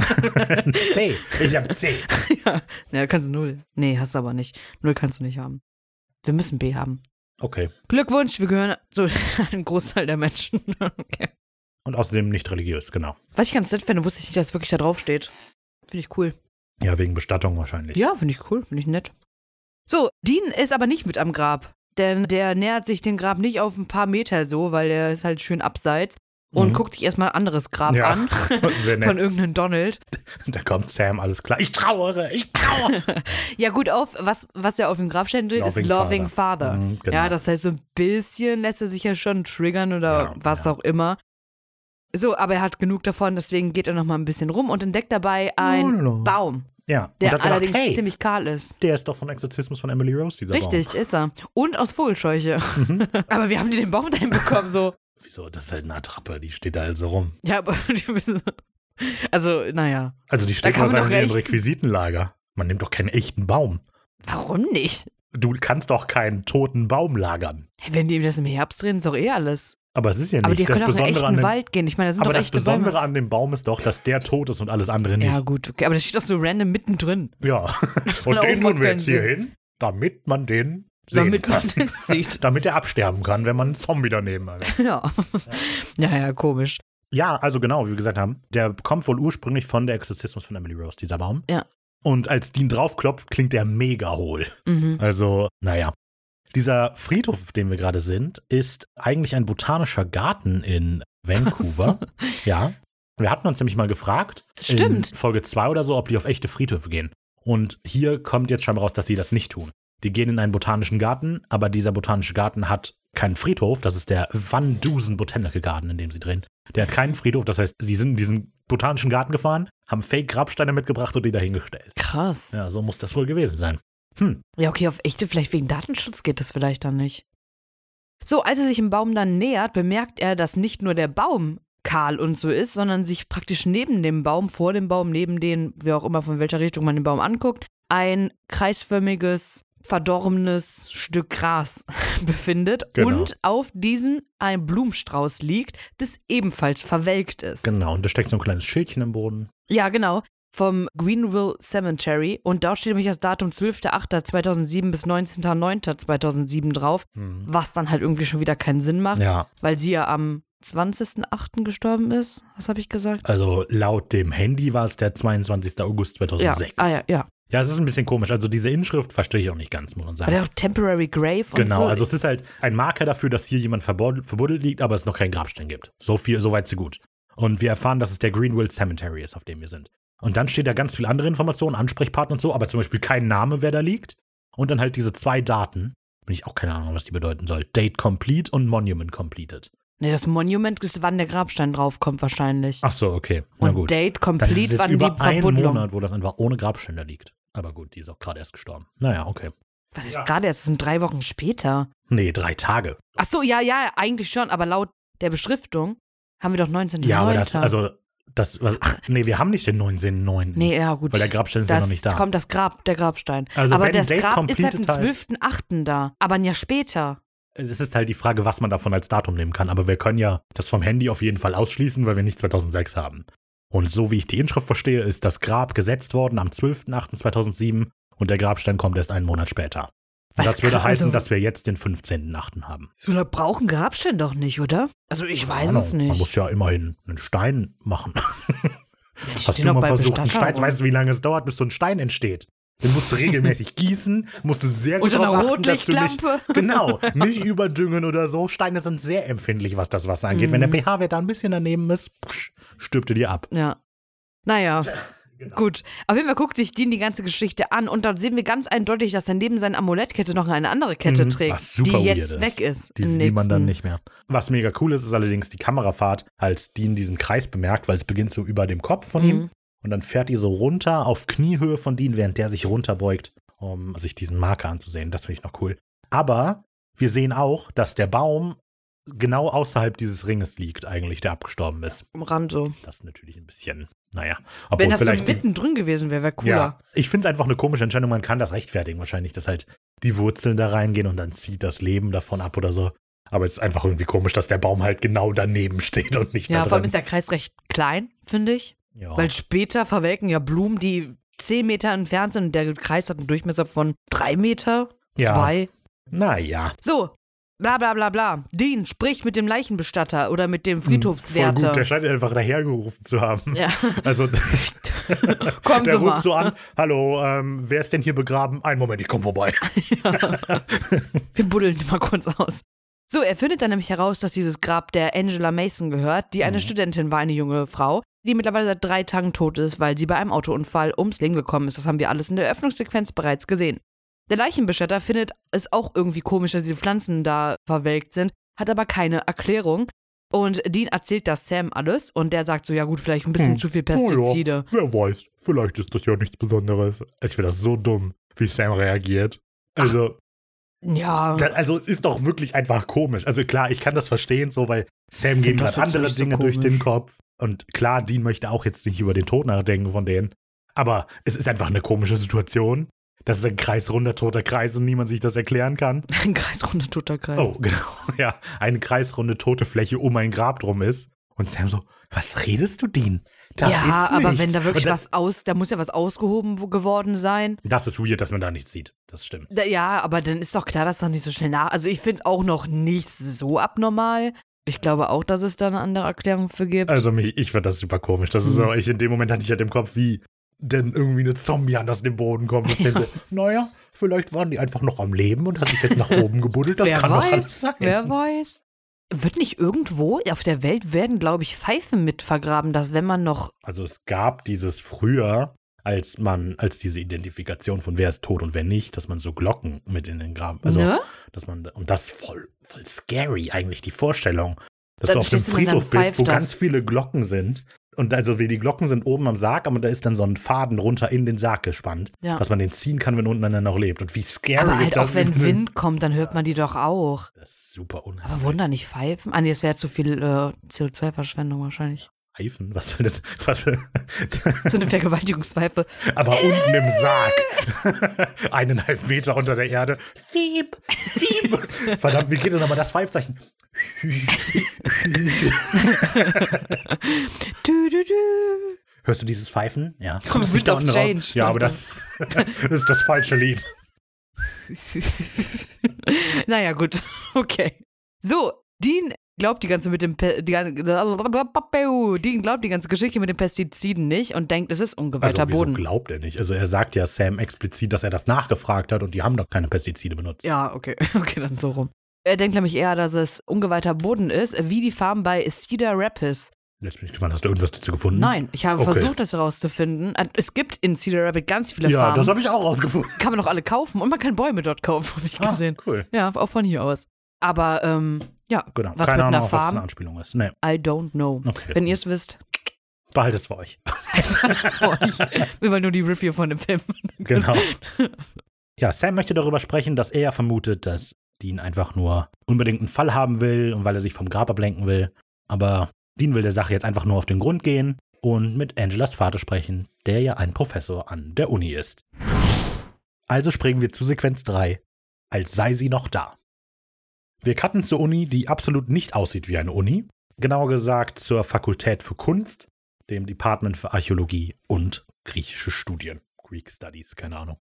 [SPEAKER 1] C. Ich habe C.
[SPEAKER 2] ja, ja, kannst du null. Nee, hast du aber nicht. Null kannst du nicht haben. Wir müssen B haben.
[SPEAKER 1] Okay.
[SPEAKER 2] Glückwunsch, wir gehören zu einem Großteil der Menschen. okay.
[SPEAKER 1] Und außerdem nicht religiös, genau.
[SPEAKER 2] Was ich ganz nett finde, wusste ich nicht, dass es wirklich da drauf steht. Finde ich cool.
[SPEAKER 1] Ja, wegen Bestattung wahrscheinlich.
[SPEAKER 2] Ja, finde ich cool, finde ich nett. So, Dean ist aber nicht mit am Grab, denn der nähert sich dem Grab nicht auf ein paar Meter so, weil der ist halt schön abseits und
[SPEAKER 1] Mhm.
[SPEAKER 2] guckt sich erstmal ein anderes Grab
[SPEAKER 1] Ja,
[SPEAKER 2] an
[SPEAKER 1] Sehr
[SPEAKER 2] von
[SPEAKER 1] nett.
[SPEAKER 2] irgendeinem Donald.
[SPEAKER 1] Da kommt Sam, alles klar. Ich trauere, ich trauere.
[SPEAKER 2] Ja, gut, auf was, was ja auf dem Grabstein steht, ist
[SPEAKER 1] Loving
[SPEAKER 2] Loving Father.
[SPEAKER 1] Mhm, genau.
[SPEAKER 2] Ja, das heißt, so ein bisschen lässt er sich ja schon triggern oder
[SPEAKER 1] Ja,
[SPEAKER 2] was
[SPEAKER 1] ja.
[SPEAKER 2] auch immer. So, aber er hat genug davon, deswegen geht er noch mal ein bisschen rum und entdeckt dabei einen
[SPEAKER 1] Lalalala.
[SPEAKER 2] Baum,
[SPEAKER 1] ja.
[SPEAKER 2] der
[SPEAKER 1] und hat
[SPEAKER 2] allerdings
[SPEAKER 1] gedacht, hey,
[SPEAKER 2] ziemlich kahl ist.
[SPEAKER 1] der ist doch vom Exorzismus von Emily Rose, dieser Baum. Mhm.
[SPEAKER 2] Richtig, ist er. Und aus Vogelscheuche. aber wir haben die den Baum dahin bekommen, so.
[SPEAKER 1] Wieso? Das ist halt eine Attrappe, die steht da also rum.
[SPEAKER 2] Ja, aber die müssen. Also, naja.
[SPEAKER 1] Also die steht
[SPEAKER 2] kann man doch
[SPEAKER 1] wahrscheinlich im
[SPEAKER 2] echt-
[SPEAKER 1] Requisitenlager. Man nimmt doch keinen echten Baum.
[SPEAKER 2] Warum nicht?
[SPEAKER 1] Du kannst doch keinen toten Baum lagern.
[SPEAKER 2] Hä, Wenn die das im Herbst drehen, ist doch eh alles.
[SPEAKER 1] Aber es ist ja nicht
[SPEAKER 2] Aber die
[SPEAKER 1] das
[SPEAKER 2] können auch in
[SPEAKER 1] Besondere
[SPEAKER 2] einen
[SPEAKER 1] an
[SPEAKER 2] echten
[SPEAKER 1] dem,
[SPEAKER 2] Wald gehen. Ich meine, das sind
[SPEAKER 1] Aber
[SPEAKER 2] doch
[SPEAKER 1] das
[SPEAKER 2] echte
[SPEAKER 1] Besondere
[SPEAKER 2] Bäume.
[SPEAKER 1] an dem Baum ist doch, dass der tot ist und alles andere nicht.
[SPEAKER 2] Ja,
[SPEAKER 1] Ja.
[SPEAKER 2] gut, okay. Aber das steht doch so random mittendrin.
[SPEAKER 1] Und
[SPEAKER 2] man
[SPEAKER 1] den
[SPEAKER 2] auch
[SPEAKER 1] tun
[SPEAKER 2] mal
[SPEAKER 1] wir jetzt hier
[SPEAKER 2] können
[SPEAKER 1] hin, damit man den sehen
[SPEAKER 2] Damit
[SPEAKER 1] kann.
[SPEAKER 2] man den sieht.
[SPEAKER 1] damit er absterben kann, wenn man einen Zombie daneben hat.
[SPEAKER 2] Ja. Naja, komisch.
[SPEAKER 1] Ja, also genau, wie wir gesagt haben, der kommt wohl ursprünglich von der Exorzismus von Emily Rose, dieser Baum.
[SPEAKER 2] Ja.
[SPEAKER 1] Und als Dean draufklopft, klingt er mega hohl.
[SPEAKER 2] Mhm.
[SPEAKER 1] Also, naja. Dieser Friedhof, auf dem wir gerade sind, ist eigentlich ein botanischer Garten in Vancouver. Ja. Wir hatten uns nämlich mal gefragt,
[SPEAKER 2] Stimmt.
[SPEAKER 1] in Folge 2 oder so, ob die auf echte Friedhöfe gehen. Und hier kommt jetzt scheinbar raus, dass sie das nicht tun. Die gehen in einen botanischen Garten, aber dieser botanische Garten hat keinen Friedhof. Das ist der Van Dusen Botanical Garden, in dem sie drehen. Der hat keinen Friedhof. Das heißt, sie sind in diesen botanischen Garten gefahren, haben Fake-Grabsteine mitgebracht und die dahingestellt.
[SPEAKER 2] Krass. Ja.
[SPEAKER 1] Ja, so muss das wohl gewesen sein. Hm.
[SPEAKER 2] okay, auf echte, vielleicht wegen Datenschutz geht das vielleicht dann nicht. So, als er sich dem Baum dann nähert, bemerkt er, dass nicht nur der Baum kahl und so ist, sondern sich praktisch neben dem Baum, vor dem Baum, neben den, wie auch immer, von welcher Richtung man den Baum anguckt, ein kreisförmiges, verdorbenes Stück Gras befindet
[SPEAKER 1] Genau.
[SPEAKER 2] und auf diesem ein Blumenstrauß liegt, das ebenfalls verwelkt ist.
[SPEAKER 1] Genau, und da steckt so ein kleines Schildchen im Boden.
[SPEAKER 2] Ja, genau. Vom Greenville Cemetery. Und da steht nämlich das Datum 12.08.2007 bis 19.09.2007 drauf,
[SPEAKER 1] Hm.
[SPEAKER 2] was dann halt irgendwie schon wieder keinen Sinn macht,
[SPEAKER 1] Ja,
[SPEAKER 2] weil sie ja am 20.08. gestorben ist. Was habe ich gesagt?
[SPEAKER 1] also laut dem Handy war es der 22. August 2006.
[SPEAKER 2] Ja, ah, ja, ja.
[SPEAKER 1] Ja, es ist ein bisschen komisch. Also diese Inschrift verstehe ich auch nicht ganz, muss man
[SPEAKER 2] War
[SPEAKER 1] sagen.
[SPEAKER 2] der auch Temporary Grave und
[SPEAKER 1] Genau,
[SPEAKER 2] so?
[SPEAKER 1] also es ist halt ein Marker dafür, dass hier jemand verbod- verbuddelt liegt, aber es noch keinen Grabstein gibt. So viel, so weit, so gut. Und wir erfahren, dass es der Greenville Cemetery ist, auf dem wir sind. Und dann steht da ganz viel andere Informationen, Ansprechpartner und so, aber zum Beispiel kein Name, wer da liegt. Und dann halt diese zwei Daten. Bin ich auch keine Ahnung, was die bedeuten soll. Date complete und Monument completed.
[SPEAKER 2] Nee, das Monument ist, wann der Grabstein draufkommt wahrscheinlich.
[SPEAKER 1] Ach so, okay. Na
[SPEAKER 2] und
[SPEAKER 1] gut.
[SPEAKER 2] Date
[SPEAKER 1] das ist
[SPEAKER 2] Complete,
[SPEAKER 1] jetzt
[SPEAKER 2] wann die
[SPEAKER 1] über einen
[SPEAKER 2] Verbundlung.
[SPEAKER 1] Monat, wo das einfach ohne Grabstein da liegt. Aber gut, die ist auch gerade erst gestorben. Naja, okay.
[SPEAKER 2] Was ist
[SPEAKER 1] Ja.
[SPEAKER 2] gerade erst? Das sind drei Wochen später.
[SPEAKER 1] Nee, drei Tage.
[SPEAKER 2] Ach so, ja, ja, eigentlich schon, aber laut der Beschriftung haben wir doch 19.09.
[SPEAKER 1] Ja, aber das, also, das, was, nee, wir haben nicht den 19.9.
[SPEAKER 2] Nee, ja, gut.
[SPEAKER 1] Weil der Grabstein ist ja
[SPEAKER 2] das
[SPEAKER 1] noch nicht da.
[SPEAKER 2] kommt das Grab, der Grabstein.
[SPEAKER 1] Also
[SPEAKER 2] aber
[SPEAKER 1] wenn
[SPEAKER 2] das
[SPEAKER 1] Date
[SPEAKER 2] Grab ist halt am
[SPEAKER 1] completed heißt-
[SPEAKER 2] 12.8. da, aber ein Jahr später.
[SPEAKER 1] Es ist halt die Frage, was man davon als Datum nehmen kann. Aber wir können ja das vom Handy auf jeden Fall ausschließen, weil wir nicht 2006 haben. Und so wie ich die Inschrift verstehe, ist das Grab gesetzt worden am 12.08.2007 und der Grabstein kommt erst einen Monat später. Und
[SPEAKER 2] Was
[SPEAKER 1] das würde
[SPEAKER 2] Gra-
[SPEAKER 1] heißen,
[SPEAKER 2] also-
[SPEAKER 1] dass wir jetzt den 15.08. haben.
[SPEAKER 2] So lange braucht ein Grabstein doch nicht, oder? Also ich weiß
[SPEAKER 1] Keine
[SPEAKER 2] es
[SPEAKER 1] Ahnung, Man muss
[SPEAKER 2] nicht.
[SPEAKER 1] ja immerhin einen Stein machen.
[SPEAKER 2] Ja, die
[SPEAKER 1] Hast
[SPEAKER 2] stehen
[SPEAKER 1] du
[SPEAKER 2] doch
[SPEAKER 1] mal
[SPEAKER 2] bei
[SPEAKER 1] versucht, einen Stein,
[SPEAKER 2] Bestattungen.
[SPEAKER 1] weißt du, wie lange es dauert, bis so ein Stein entsteht? Den musst du regelmäßig gießen, musst du sehr gut
[SPEAKER 2] Unter einer
[SPEAKER 1] darauf achten, dass du nicht,
[SPEAKER 2] Rotlichtlampe.
[SPEAKER 1] Genau, nicht überdüngen oder so. Steine sind sehr empfindlich, was das Wasser angeht. Wenn der
[SPEAKER 2] Mhm.
[SPEAKER 1] pH-Wert da ein bisschen daneben ist, psch, stirbt er dir ab.
[SPEAKER 2] Ja. Naja.
[SPEAKER 1] Genau.
[SPEAKER 2] Gut. Auf jeden Fall guckt sich Dean die ganze Geschichte an und dann sehen wir ganz eindeutig, dass er neben seiner Amulettkette noch eine andere Kette
[SPEAKER 1] Mhm,
[SPEAKER 2] trägt,
[SPEAKER 1] was super
[SPEAKER 2] die jetzt
[SPEAKER 1] weird ist.
[SPEAKER 2] weg ist.
[SPEAKER 1] Die
[SPEAKER 2] im
[SPEAKER 1] sieht man dann
[SPEAKER 2] nächsten-
[SPEAKER 1] nicht mehr. Was mega cool ist, ist allerdings die Kamerafahrt, als Dean diesen Kreis bemerkt, weil es beginnt so über dem Kopf von
[SPEAKER 2] Mhm.
[SPEAKER 1] ihm. Und dann fährt die so runter auf Kniehöhe von Dean, während der sich runterbeugt, um sich diesen Marker anzusehen. Das finde ich noch cool. Aber wir sehen auch, dass der Baum genau außerhalb dieses Ringes liegt, eigentlich, der abgestorben ist.
[SPEAKER 2] Am Rand so.
[SPEAKER 1] Das ist natürlich ein bisschen, naja.
[SPEAKER 2] Wenn das so
[SPEAKER 1] vielleicht die-
[SPEAKER 2] mittendrin gewesen wäre, wäre cooler.
[SPEAKER 1] ja, ich finde es einfach eine komische Entscheidung. Man kann das rechtfertigen wahrscheinlich, dass halt die Wurzeln da reingehen und dann zieht das Leben davon ab oder so. Aber es ist einfach irgendwie komisch, dass der Baum halt genau daneben steht und nicht
[SPEAKER 2] Ja,
[SPEAKER 1] da
[SPEAKER 2] vor allem
[SPEAKER 1] drin.
[SPEAKER 2] ist der Kreis recht klein, finde ich.
[SPEAKER 1] ja.
[SPEAKER 2] Weil später verwelken ja Blumen, die 10 Meter entfernt sind und der Kreis hat einen Durchmesser von 3 Meter,
[SPEAKER 1] Ja.
[SPEAKER 2] 2.
[SPEAKER 1] naja, Hm,
[SPEAKER 2] So, bla bla bla bla. Dean spricht mit dem Leichenbestatter oder mit dem
[SPEAKER 1] Hm, voll gut. Der
[SPEAKER 2] Friedhofswärter.
[SPEAKER 1] scheint einfach dahergerufen zu haben.
[SPEAKER 2] Ja.
[SPEAKER 1] Also
[SPEAKER 2] Kommen
[SPEAKER 1] der
[SPEAKER 2] Sie mal.
[SPEAKER 1] ruft so an, hallo, ähm, wer ist denn hier begraben? Einen Moment, ich komme vorbei. Oh,
[SPEAKER 2] Wir buddeln die mal kurz aus. So, er findet dann nämlich heraus, dass dieses Grab der Angela Mason gehört, die
[SPEAKER 1] Mhm.
[SPEAKER 2] eine Studentin war, eine junge Frau, die mittlerweile seit drei Tagen tot ist, weil sie bei einem Autounfall ums Leben gekommen ist. Das haben wir alles in der Eröffnungssequenz bereits gesehen. Der Leichenbestatter findet es auch irgendwie komisch, dass diese Pflanzen da verwelkt sind, hat aber keine Erklärung. Und Dean erzählt das Sam alles und der sagt so, ja gut, vielleicht ein bisschen
[SPEAKER 1] Hm.
[SPEAKER 2] zu viel
[SPEAKER 1] Oh ja,
[SPEAKER 2] Pestizide.
[SPEAKER 1] wer weiß, vielleicht ist das ja nichts Besonderes. Ich finde das so dumm, wie Sam reagiert. Also,
[SPEAKER 2] äh. Ja.
[SPEAKER 1] Da- also es ist doch wirklich einfach komisch. Also klar, ich kann das verstehen, so weil Sam gehen
[SPEAKER 2] das
[SPEAKER 1] gerade
[SPEAKER 2] jetzt
[SPEAKER 1] andere
[SPEAKER 2] nicht so
[SPEAKER 1] Dinge durch den
[SPEAKER 2] komisch.
[SPEAKER 1] Kopf. Und klar, Dean möchte auch jetzt nicht über den Tod nachdenken von denen. Aber es ist einfach eine komische Situation. Das ist ein kreisrunder, toter Kreis und niemand sich das erklären kann.
[SPEAKER 2] Ein kreisrunder toter Kreis.
[SPEAKER 1] Oh, genau. Ja, eine kreisrunde, tote Fläche um ein Grab drum ist. Und Sam so, was redest du, Dean? Da
[SPEAKER 2] ja,
[SPEAKER 1] ist
[SPEAKER 2] aber
[SPEAKER 1] nichts.
[SPEAKER 2] wenn da wirklich
[SPEAKER 1] Und das,
[SPEAKER 2] was aus, da muss ja was ausgehoben wo- geworden sein.
[SPEAKER 1] Das ist weird, dass man da nichts sieht. Das stimmt.
[SPEAKER 2] Da, ja, aber dann ist doch klar, dass das nicht so schnell nach. Also ich finde es auch noch nicht so abnormal. Ich glaube auch, dass es da eine andere Erklärung für gibt.
[SPEAKER 1] Also mich, ich fand das super komisch. Das ist
[SPEAKER 2] Mhm.
[SPEAKER 1] so, ich in dem Moment hatte ich halt im Kopf, wie denn irgendwie eine Zombie an das dem Boden kommt. Und ja. so, naja, vielleicht waren die einfach noch am Leben und hat sich jetzt nach oben gebuddelt. Das
[SPEAKER 2] wer
[SPEAKER 1] kann doch alles
[SPEAKER 2] weiß?
[SPEAKER 1] sein.
[SPEAKER 2] Wer weiß? Wird nicht irgendwo auf der Welt werden, glaube ich, Pfeifen mit vergraben, dass wenn man noch.
[SPEAKER 1] Also es gab dieses früher, als man, als diese Identifikation von wer ist tot und wer nicht, dass man so Glocken mit in den Graben, also
[SPEAKER 2] ne?
[SPEAKER 1] dass man, und das ist voll, voll scary eigentlich, die Vorstellung. Dass
[SPEAKER 2] Dann
[SPEAKER 1] du auf dem
[SPEAKER 2] stehst du mit
[SPEAKER 1] Friedhof
[SPEAKER 2] deinem
[SPEAKER 1] bist, wo
[SPEAKER 2] Pfeifdach.
[SPEAKER 1] ganz viele Glocken sind. Und also wie die Glocken sind oben am Sarg, aber da ist dann so ein Faden runter in den Sarg gespannt,
[SPEAKER 2] Ja.
[SPEAKER 1] dass man den ziehen kann, wenn unten einer noch lebt. Und wie scary
[SPEAKER 2] Aber
[SPEAKER 1] ist
[SPEAKER 2] halt
[SPEAKER 1] also das?
[SPEAKER 2] auch wenn Wind kommt, dann hört man die doch auch.
[SPEAKER 1] Das ist super
[SPEAKER 2] Aber
[SPEAKER 1] unheimlich.
[SPEAKER 2] Wunder nicht pfeifen? Ah, nee, das wäre zu viel äh, CO2-Verschwendung wahrscheinlich.
[SPEAKER 1] Pfeifen, was soll das? Was soll
[SPEAKER 2] So eine Vergewaltigungspfeife.
[SPEAKER 1] aber unten im Sarg. Eineinhalb Meter unter der Erde. Fiep, fiep. Verdammt, wie geht denn aber das Pfeifzeichen?
[SPEAKER 2] Dü, dü, dü.
[SPEAKER 1] Hörst du dieses Pfeifen? Ja.
[SPEAKER 2] Kommt
[SPEAKER 1] Das
[SPEAKER 2] Wind
[SPEAKER 1] da
[SPEAKER 2] of
[SPEAKER 1] unten
[SPEAKER 2] Change.
[SPEAKER 1] Ja, aber das ist das falsche Lied.
[SPEAKER 2] naja, gut. Okay. So, Dean glaubt die ganze mit dem Pe die, gan- Dean glaubt die ganze Geschichte mit den Pestiziden nicht und denkt, es ist ungeweihter
[SPEAKER 1] wieso
[SPEAKER 2] Boden.
[SPEAKER 1] glaubt er nicht? Also er sagt ja Sam explizit, dass er das nachgefragt hat und die haben doch keine Pestizide benutzt.
[SPEAKER 2] Ja, okay. Okay, dann so rum. Er denkt nämlich eher, dass es ungeweihter Boden ist, wie die Farm bei Cedar Rapids.
[SPEAKER 1] Jetzt bin ich gespannt, hast du irgendwas dazu gefunden?
[SPEAKER 2] Nein, ich habe
[SPEAKER 1] Okay.
[SPEAKER 2] versucht, das herauszufinden. Es gibt in Cedar Rapids ganz viele
[SPEAKER 1] Ja, das
[SPEAKER 2] Farmen.
[SPEAKER 1] habe ich auch rausgefunden.
[SPEAKER 2] Kann man doch alle kaufen und man kann Bäume dort kaufen, habe ich gesehen.
[SPEAKER 1] Ah, cool.
[SPEAKER 2] Ja, auch von hier aus. Aber, ähm, ja,
[SPEAKER 1] Genau.
[SPEAKER 2] Was
[SPEAKER 1] keine
[SPEAKER 2] mit einer
[SPEAKER 1] Ahnung, auf was das
[SPEAKER 2] Farm?
[SPEAKER 1] eine Anspielung ist. Nee,
[SPEAKER 2] I don't know.
[SPEAKER 1] okay.
[SPEAKER 2] Wenn ihr es wisst,
[SPEAKER 1] Behaltet es für euch.
[SPEAKER 2] Platz für euch. Wir wollen nur die Review von dem Film.
[SPEAKER 1] Genau. Ja, Sam möchte darüber sprechen, dass er ja vermutet, dass Dean einfach nur unbedingt einen Fall haben will und weil er sich vom Grab ablenken will. Aber Dean will der Sache jetzt einfach nur auf den Grund gehen und mit Angelas Vater sprechen, der ja ein Professor an der Uni ist. Also springen wir zu Sequenz 3, als sei sie noch da. Wir cutten zur Uni, die absolut nicht aussieht wie eine Uni. Genauer gesagt zur Fakultät für Kunst, dem Department für Archäologie und griechische Studien. Greek Studies, keine Ahnung.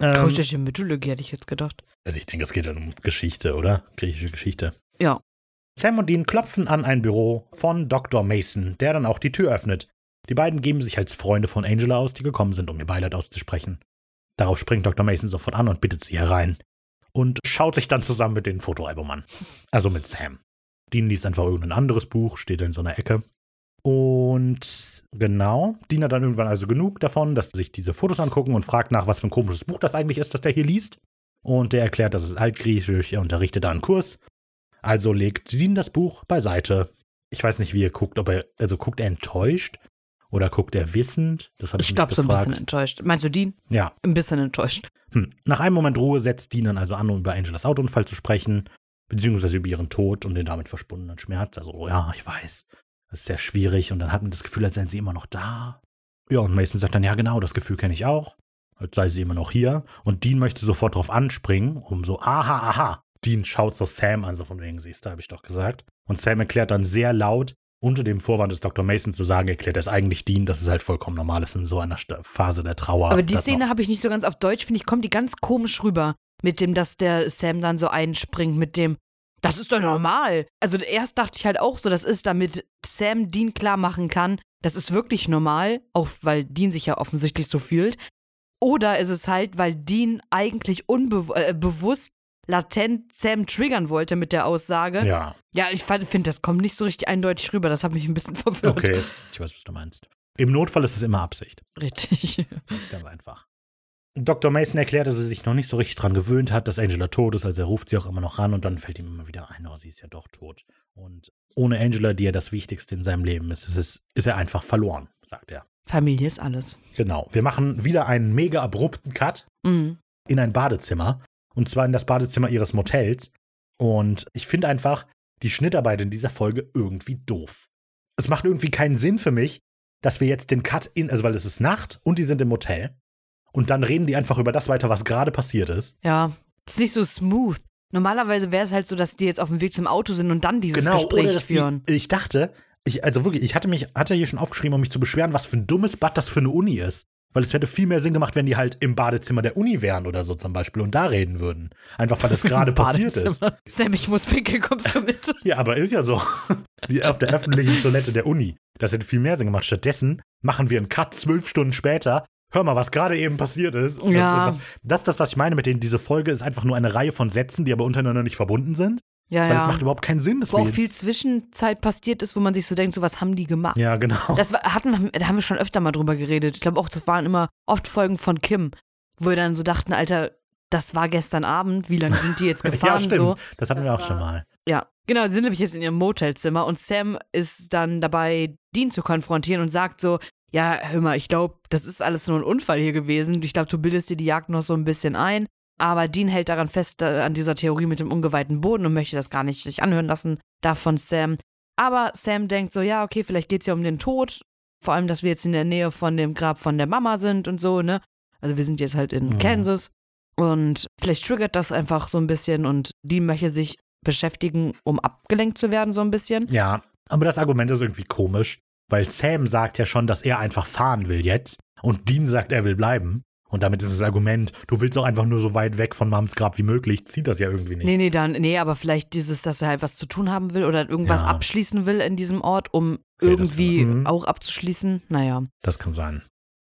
[SPEAKER 1] Ähm,
[SPEAKER 2] Griechische Mythologie hätte ich jetzt gedacht.
[SPEAKER 1] also ich denke, es geht dann um Geschichte, oder? Griechische Geschichte.
[SPEAKER 2] Ja.
[SPEAKER 1] Sam und Dean klopfen an ein Büro von Dr. Mason, der dann auch die Tür öffnet. Die beiden geben sich als Freunde von Angela aus, die gekommen sind, um ihr Beileid auszusprechen. Darauf springt Dr. Mason sofort an und bittet sie herein. Und schaut sich dann zusammen mit dem Fotoalbum an. Also mit Sam. Dean liest einfach irgendein anderes Buch, steht in so einer Ecke. Und genau, Dean hat dann irgendwann also genug davon, dass sie sich diese Fotos angucken und fragt nach, was für ein komisches Buch das eigentlich ist, das der hier liest. Und der erklärt, das ist altgriechisch, er unterrichtet da einen Kurs. Also legt Dean das Buch beiseite. Ich weiß nicht, wie er guckt, ob er, also guckt er enttäuscht oder guckt er wissend? Das habe ich,
[SPEAKER 2] Ich
[SPEAKER 1] mich
[SPEAKER 2] glaube, so ein
[SPEAKER 1] gefragt.
[SPEAKER 2] bisschen enttäuscht. Meinst du Dean?
[SPEAKER 1] Ja,
[SPEAKER 2] Ein bisschen enttäuscht.
[SPEAKER 1] hm. Nach einem Moment Ruhe setzt Dean dann also an, um über Angelas Autounfall zu sprechen, beziehungsweise über ihren Tod und den damit verbundenen Schmerz. Also, oh ja, ich weiß, das ist sehr schwierig und dann hat man das Gefühl, als seien sie immer noch da. Ja, und Mason sagt dann, ja genau, das Gefühl kenne ich auch, als sei sie immer noch hier. Und Dean möchte sofort drauf anspringen, um so, aha, aha. Dean schaut so Sam an, so von wegen, siehst du, habe ich doch gesagt. Und Sam erklärt dann sehr laut, unter dem Vorwand des Dr. Mason zu sagen, erklärt es eigentlich Dean, dass es halt vollkommen normal ist in so einer Sta- Phase der Trauer.
[SPEAKER 2] Aber die
[SPEAKER 1] dass noch-
[SPEAKER 2] Szene habe ich nicht so ganz auf Deutsch, finde ich, kommt die ganz komisch rüber. Mit dem, dass der Sam dann so einspringt, mit dem, das ist doch normal. Also erst dachte ich halt auch so, das ist, damit Sam Dean klar machen kann, das ist wirklich normal, auch weil Dean sich ja offensichtlich so fühlt. Oder ist es halt, weil Dean eigentlich unbewusst äh, bewusst latent Sam triggern wollte mit der Aussage,
[SPEAKER 1] Ja.
[SPEAKER 2] Ja, ich finde, das kommt nicht so richtig eindeutig rüber. Das hat mich ein bisschen verwirrt.
[SPEAKER 1] Okay, ich weiß, was du meinst. Im Notfall ist es immer Absicht.
[SPEAKER 2] Richtig.
[SPEAKER 1] Das ist ganz einfach. Dr. Mason erklärt, dass er sich noch nicht so richtig dran gewöhnt hat, dass Angela tot ist, also er ruft sie auch immer noch ran und dann fällt ihm immer wieder ein, oh, sie ist ja doch tot. Und ohne Angela, die ja das Wichtigste in seinem Leben ist, ist, es, ist er einfach verloren, sagt er.
[SPEAKER 2] Familie ist alles.
[SPEAKER 1] Genau. Wir machen wieder einen mega abrupten Cut
[SPEAKER 2] Mhm.
[SPEAKER 1] in ein Badezimmer. Und zwar in das Badezimmer ihres Motels. Und ich finde einfach die Schnittarbeit in dieser Folge irgendwie doof. Es macht irgendwie keinen Sinn für mich, dass wir jetzt den Cut in, also weil es ist Nacht und die sind im Motel. Und dann reden die einfach über das weiter, was gerade passiert ist.
[SPEAKER 2] Ja, ist nicht so smooth. Normalerweise wäre es halt so, dass die jetzt auf dem Weg zum Auto sind und dann dieses Gespräch
[SPEAKER 1] Genau, dass die,
[SPEAKER 2] führen.
[SPEAKER 1] ich dachte, ich, also wirklich, ich hatte mich, hatte hier schon aufgeschrieben, um mich zu beschweren, was für ein dummes Bad das für eine Uni ist. Weil es hätte viel mehr Sinn gemacht, wenn die halt im Badezimmer der Uni wären oder so zum Beispiel und da reden würden. Einfach weil das gerade passiert ist.
[SPEAKER 2] Badezimmer. Sam, ich muss pinkeln, kommst du mit?
[SPEAKER 1] Ja, aber ist ja so. Wie auf der öffentlichen Toilette der Uni. Das hätte viel mehr Sinn gemacht. Stattdessen machen wir einen Cut zwölf Stunden später. Hör mal, was gerade eben passiert ist. Und
[SPEAKER 2] Ja.
[SPEAKER 1] Das, ist einfach- das ist das, was ich meine mit denen. Diese Folge ist einfach nur eine Reihe von Sätzen, die aber untereinander nicht verbunden sind.
[SPEAKER 2] Ja,
[SPEAKER 1] Weil es
[SPEAKER 2] ja.
[SPEAKER 1] macht überhaupt keinen Sinn, dass
[SPEAKER 2] Wo
[SPEAKER 1] wir
[SPEAKER 2] auch
[SPEAKER 1] jetzt,
[SPEAKER 2] viel Zwischenzeit passiert ist, wo man sich so denkt, so was haben die gemacht?
[SPEAKER 1] Ja, genau.
[SPEAKER 2] Das war, hatten wir, da haben wir schon öfter mal drüber geredet. Ich glaube auch, das waren immer oft Folgen von Kim, wo wir dann so dachten, Alter, das war gestern Abend, wie lange sind die jetzt
[SPEAKER 1] ja,
[SPEAKER 2] gefahren?
[SPEAKER 1] stimmt.
[SPEAKER 2] so.
[SPEAKER 1] das hatten
[SPEAKER 2] Das
[SPEAKER 1] wir auch
[SPEAKER 2] war-
[SPEAKER 1] schon mal.
[SPEAKER 2] Ja, genau, sie sind nämlich jetzt in ihrem Motelzimmer und Sam ist dann dabei, Dean zu konfrontieren und sagt so, ja, hör mal, ich glaube, das ist alles nur ein Unfall hier gewesen. Ich glaube, du bildest dir die Jagd noch so ein bisschen ein. Aber Dean hält daran fest, äh, an dieser Theorie mit dem ungeweihten Boden und möchte das gar nicht sich anhören lassen, davon Sam. Aber Sam denkt so, ja, okay, vielleicht geht es ja um den Tod. Vor allem, dass wir jetzt in der Nähe von dem Grab von der Mama sind und so, ne? Also wir sind jetzt halt in
[SPEAKER 1] Mhm.
[SPEAKER 2] Kansas. Und vielleicht triggert das einfach so ein bisschen und Dean möchte sich beschäftigen, um abgelenkt zu werden, so ein bisschen.
[SPEAKER 1] Ja, aber das Argument ist irgendwie komisch, weil Sam sagt ja schon, dass er einfach fahren will jetzt und Dean sagt, er will bleiben. Und damit ist das Argument, du willst doch einfach nur so weit weg von Mams Grab wie möglich, zieht das ja irgendwie nicht.
[SPEAKER 2] Nee, nee, dann, nee, aber vielleicht dieses, dass er halt was zu tun haben will oder irgendwas
[SPEAKER 1] Ja.
[SPEAKER 2] abschließen will in diesem Ort, um
[SPEAKER 1] das
[SPEAKER 2] irgendwie
[SPEAKER 1] kann- Mhm.
[SPEAKER 2] auch abzuschließen. Naja.
[SPEAKER 1] Das kann sein.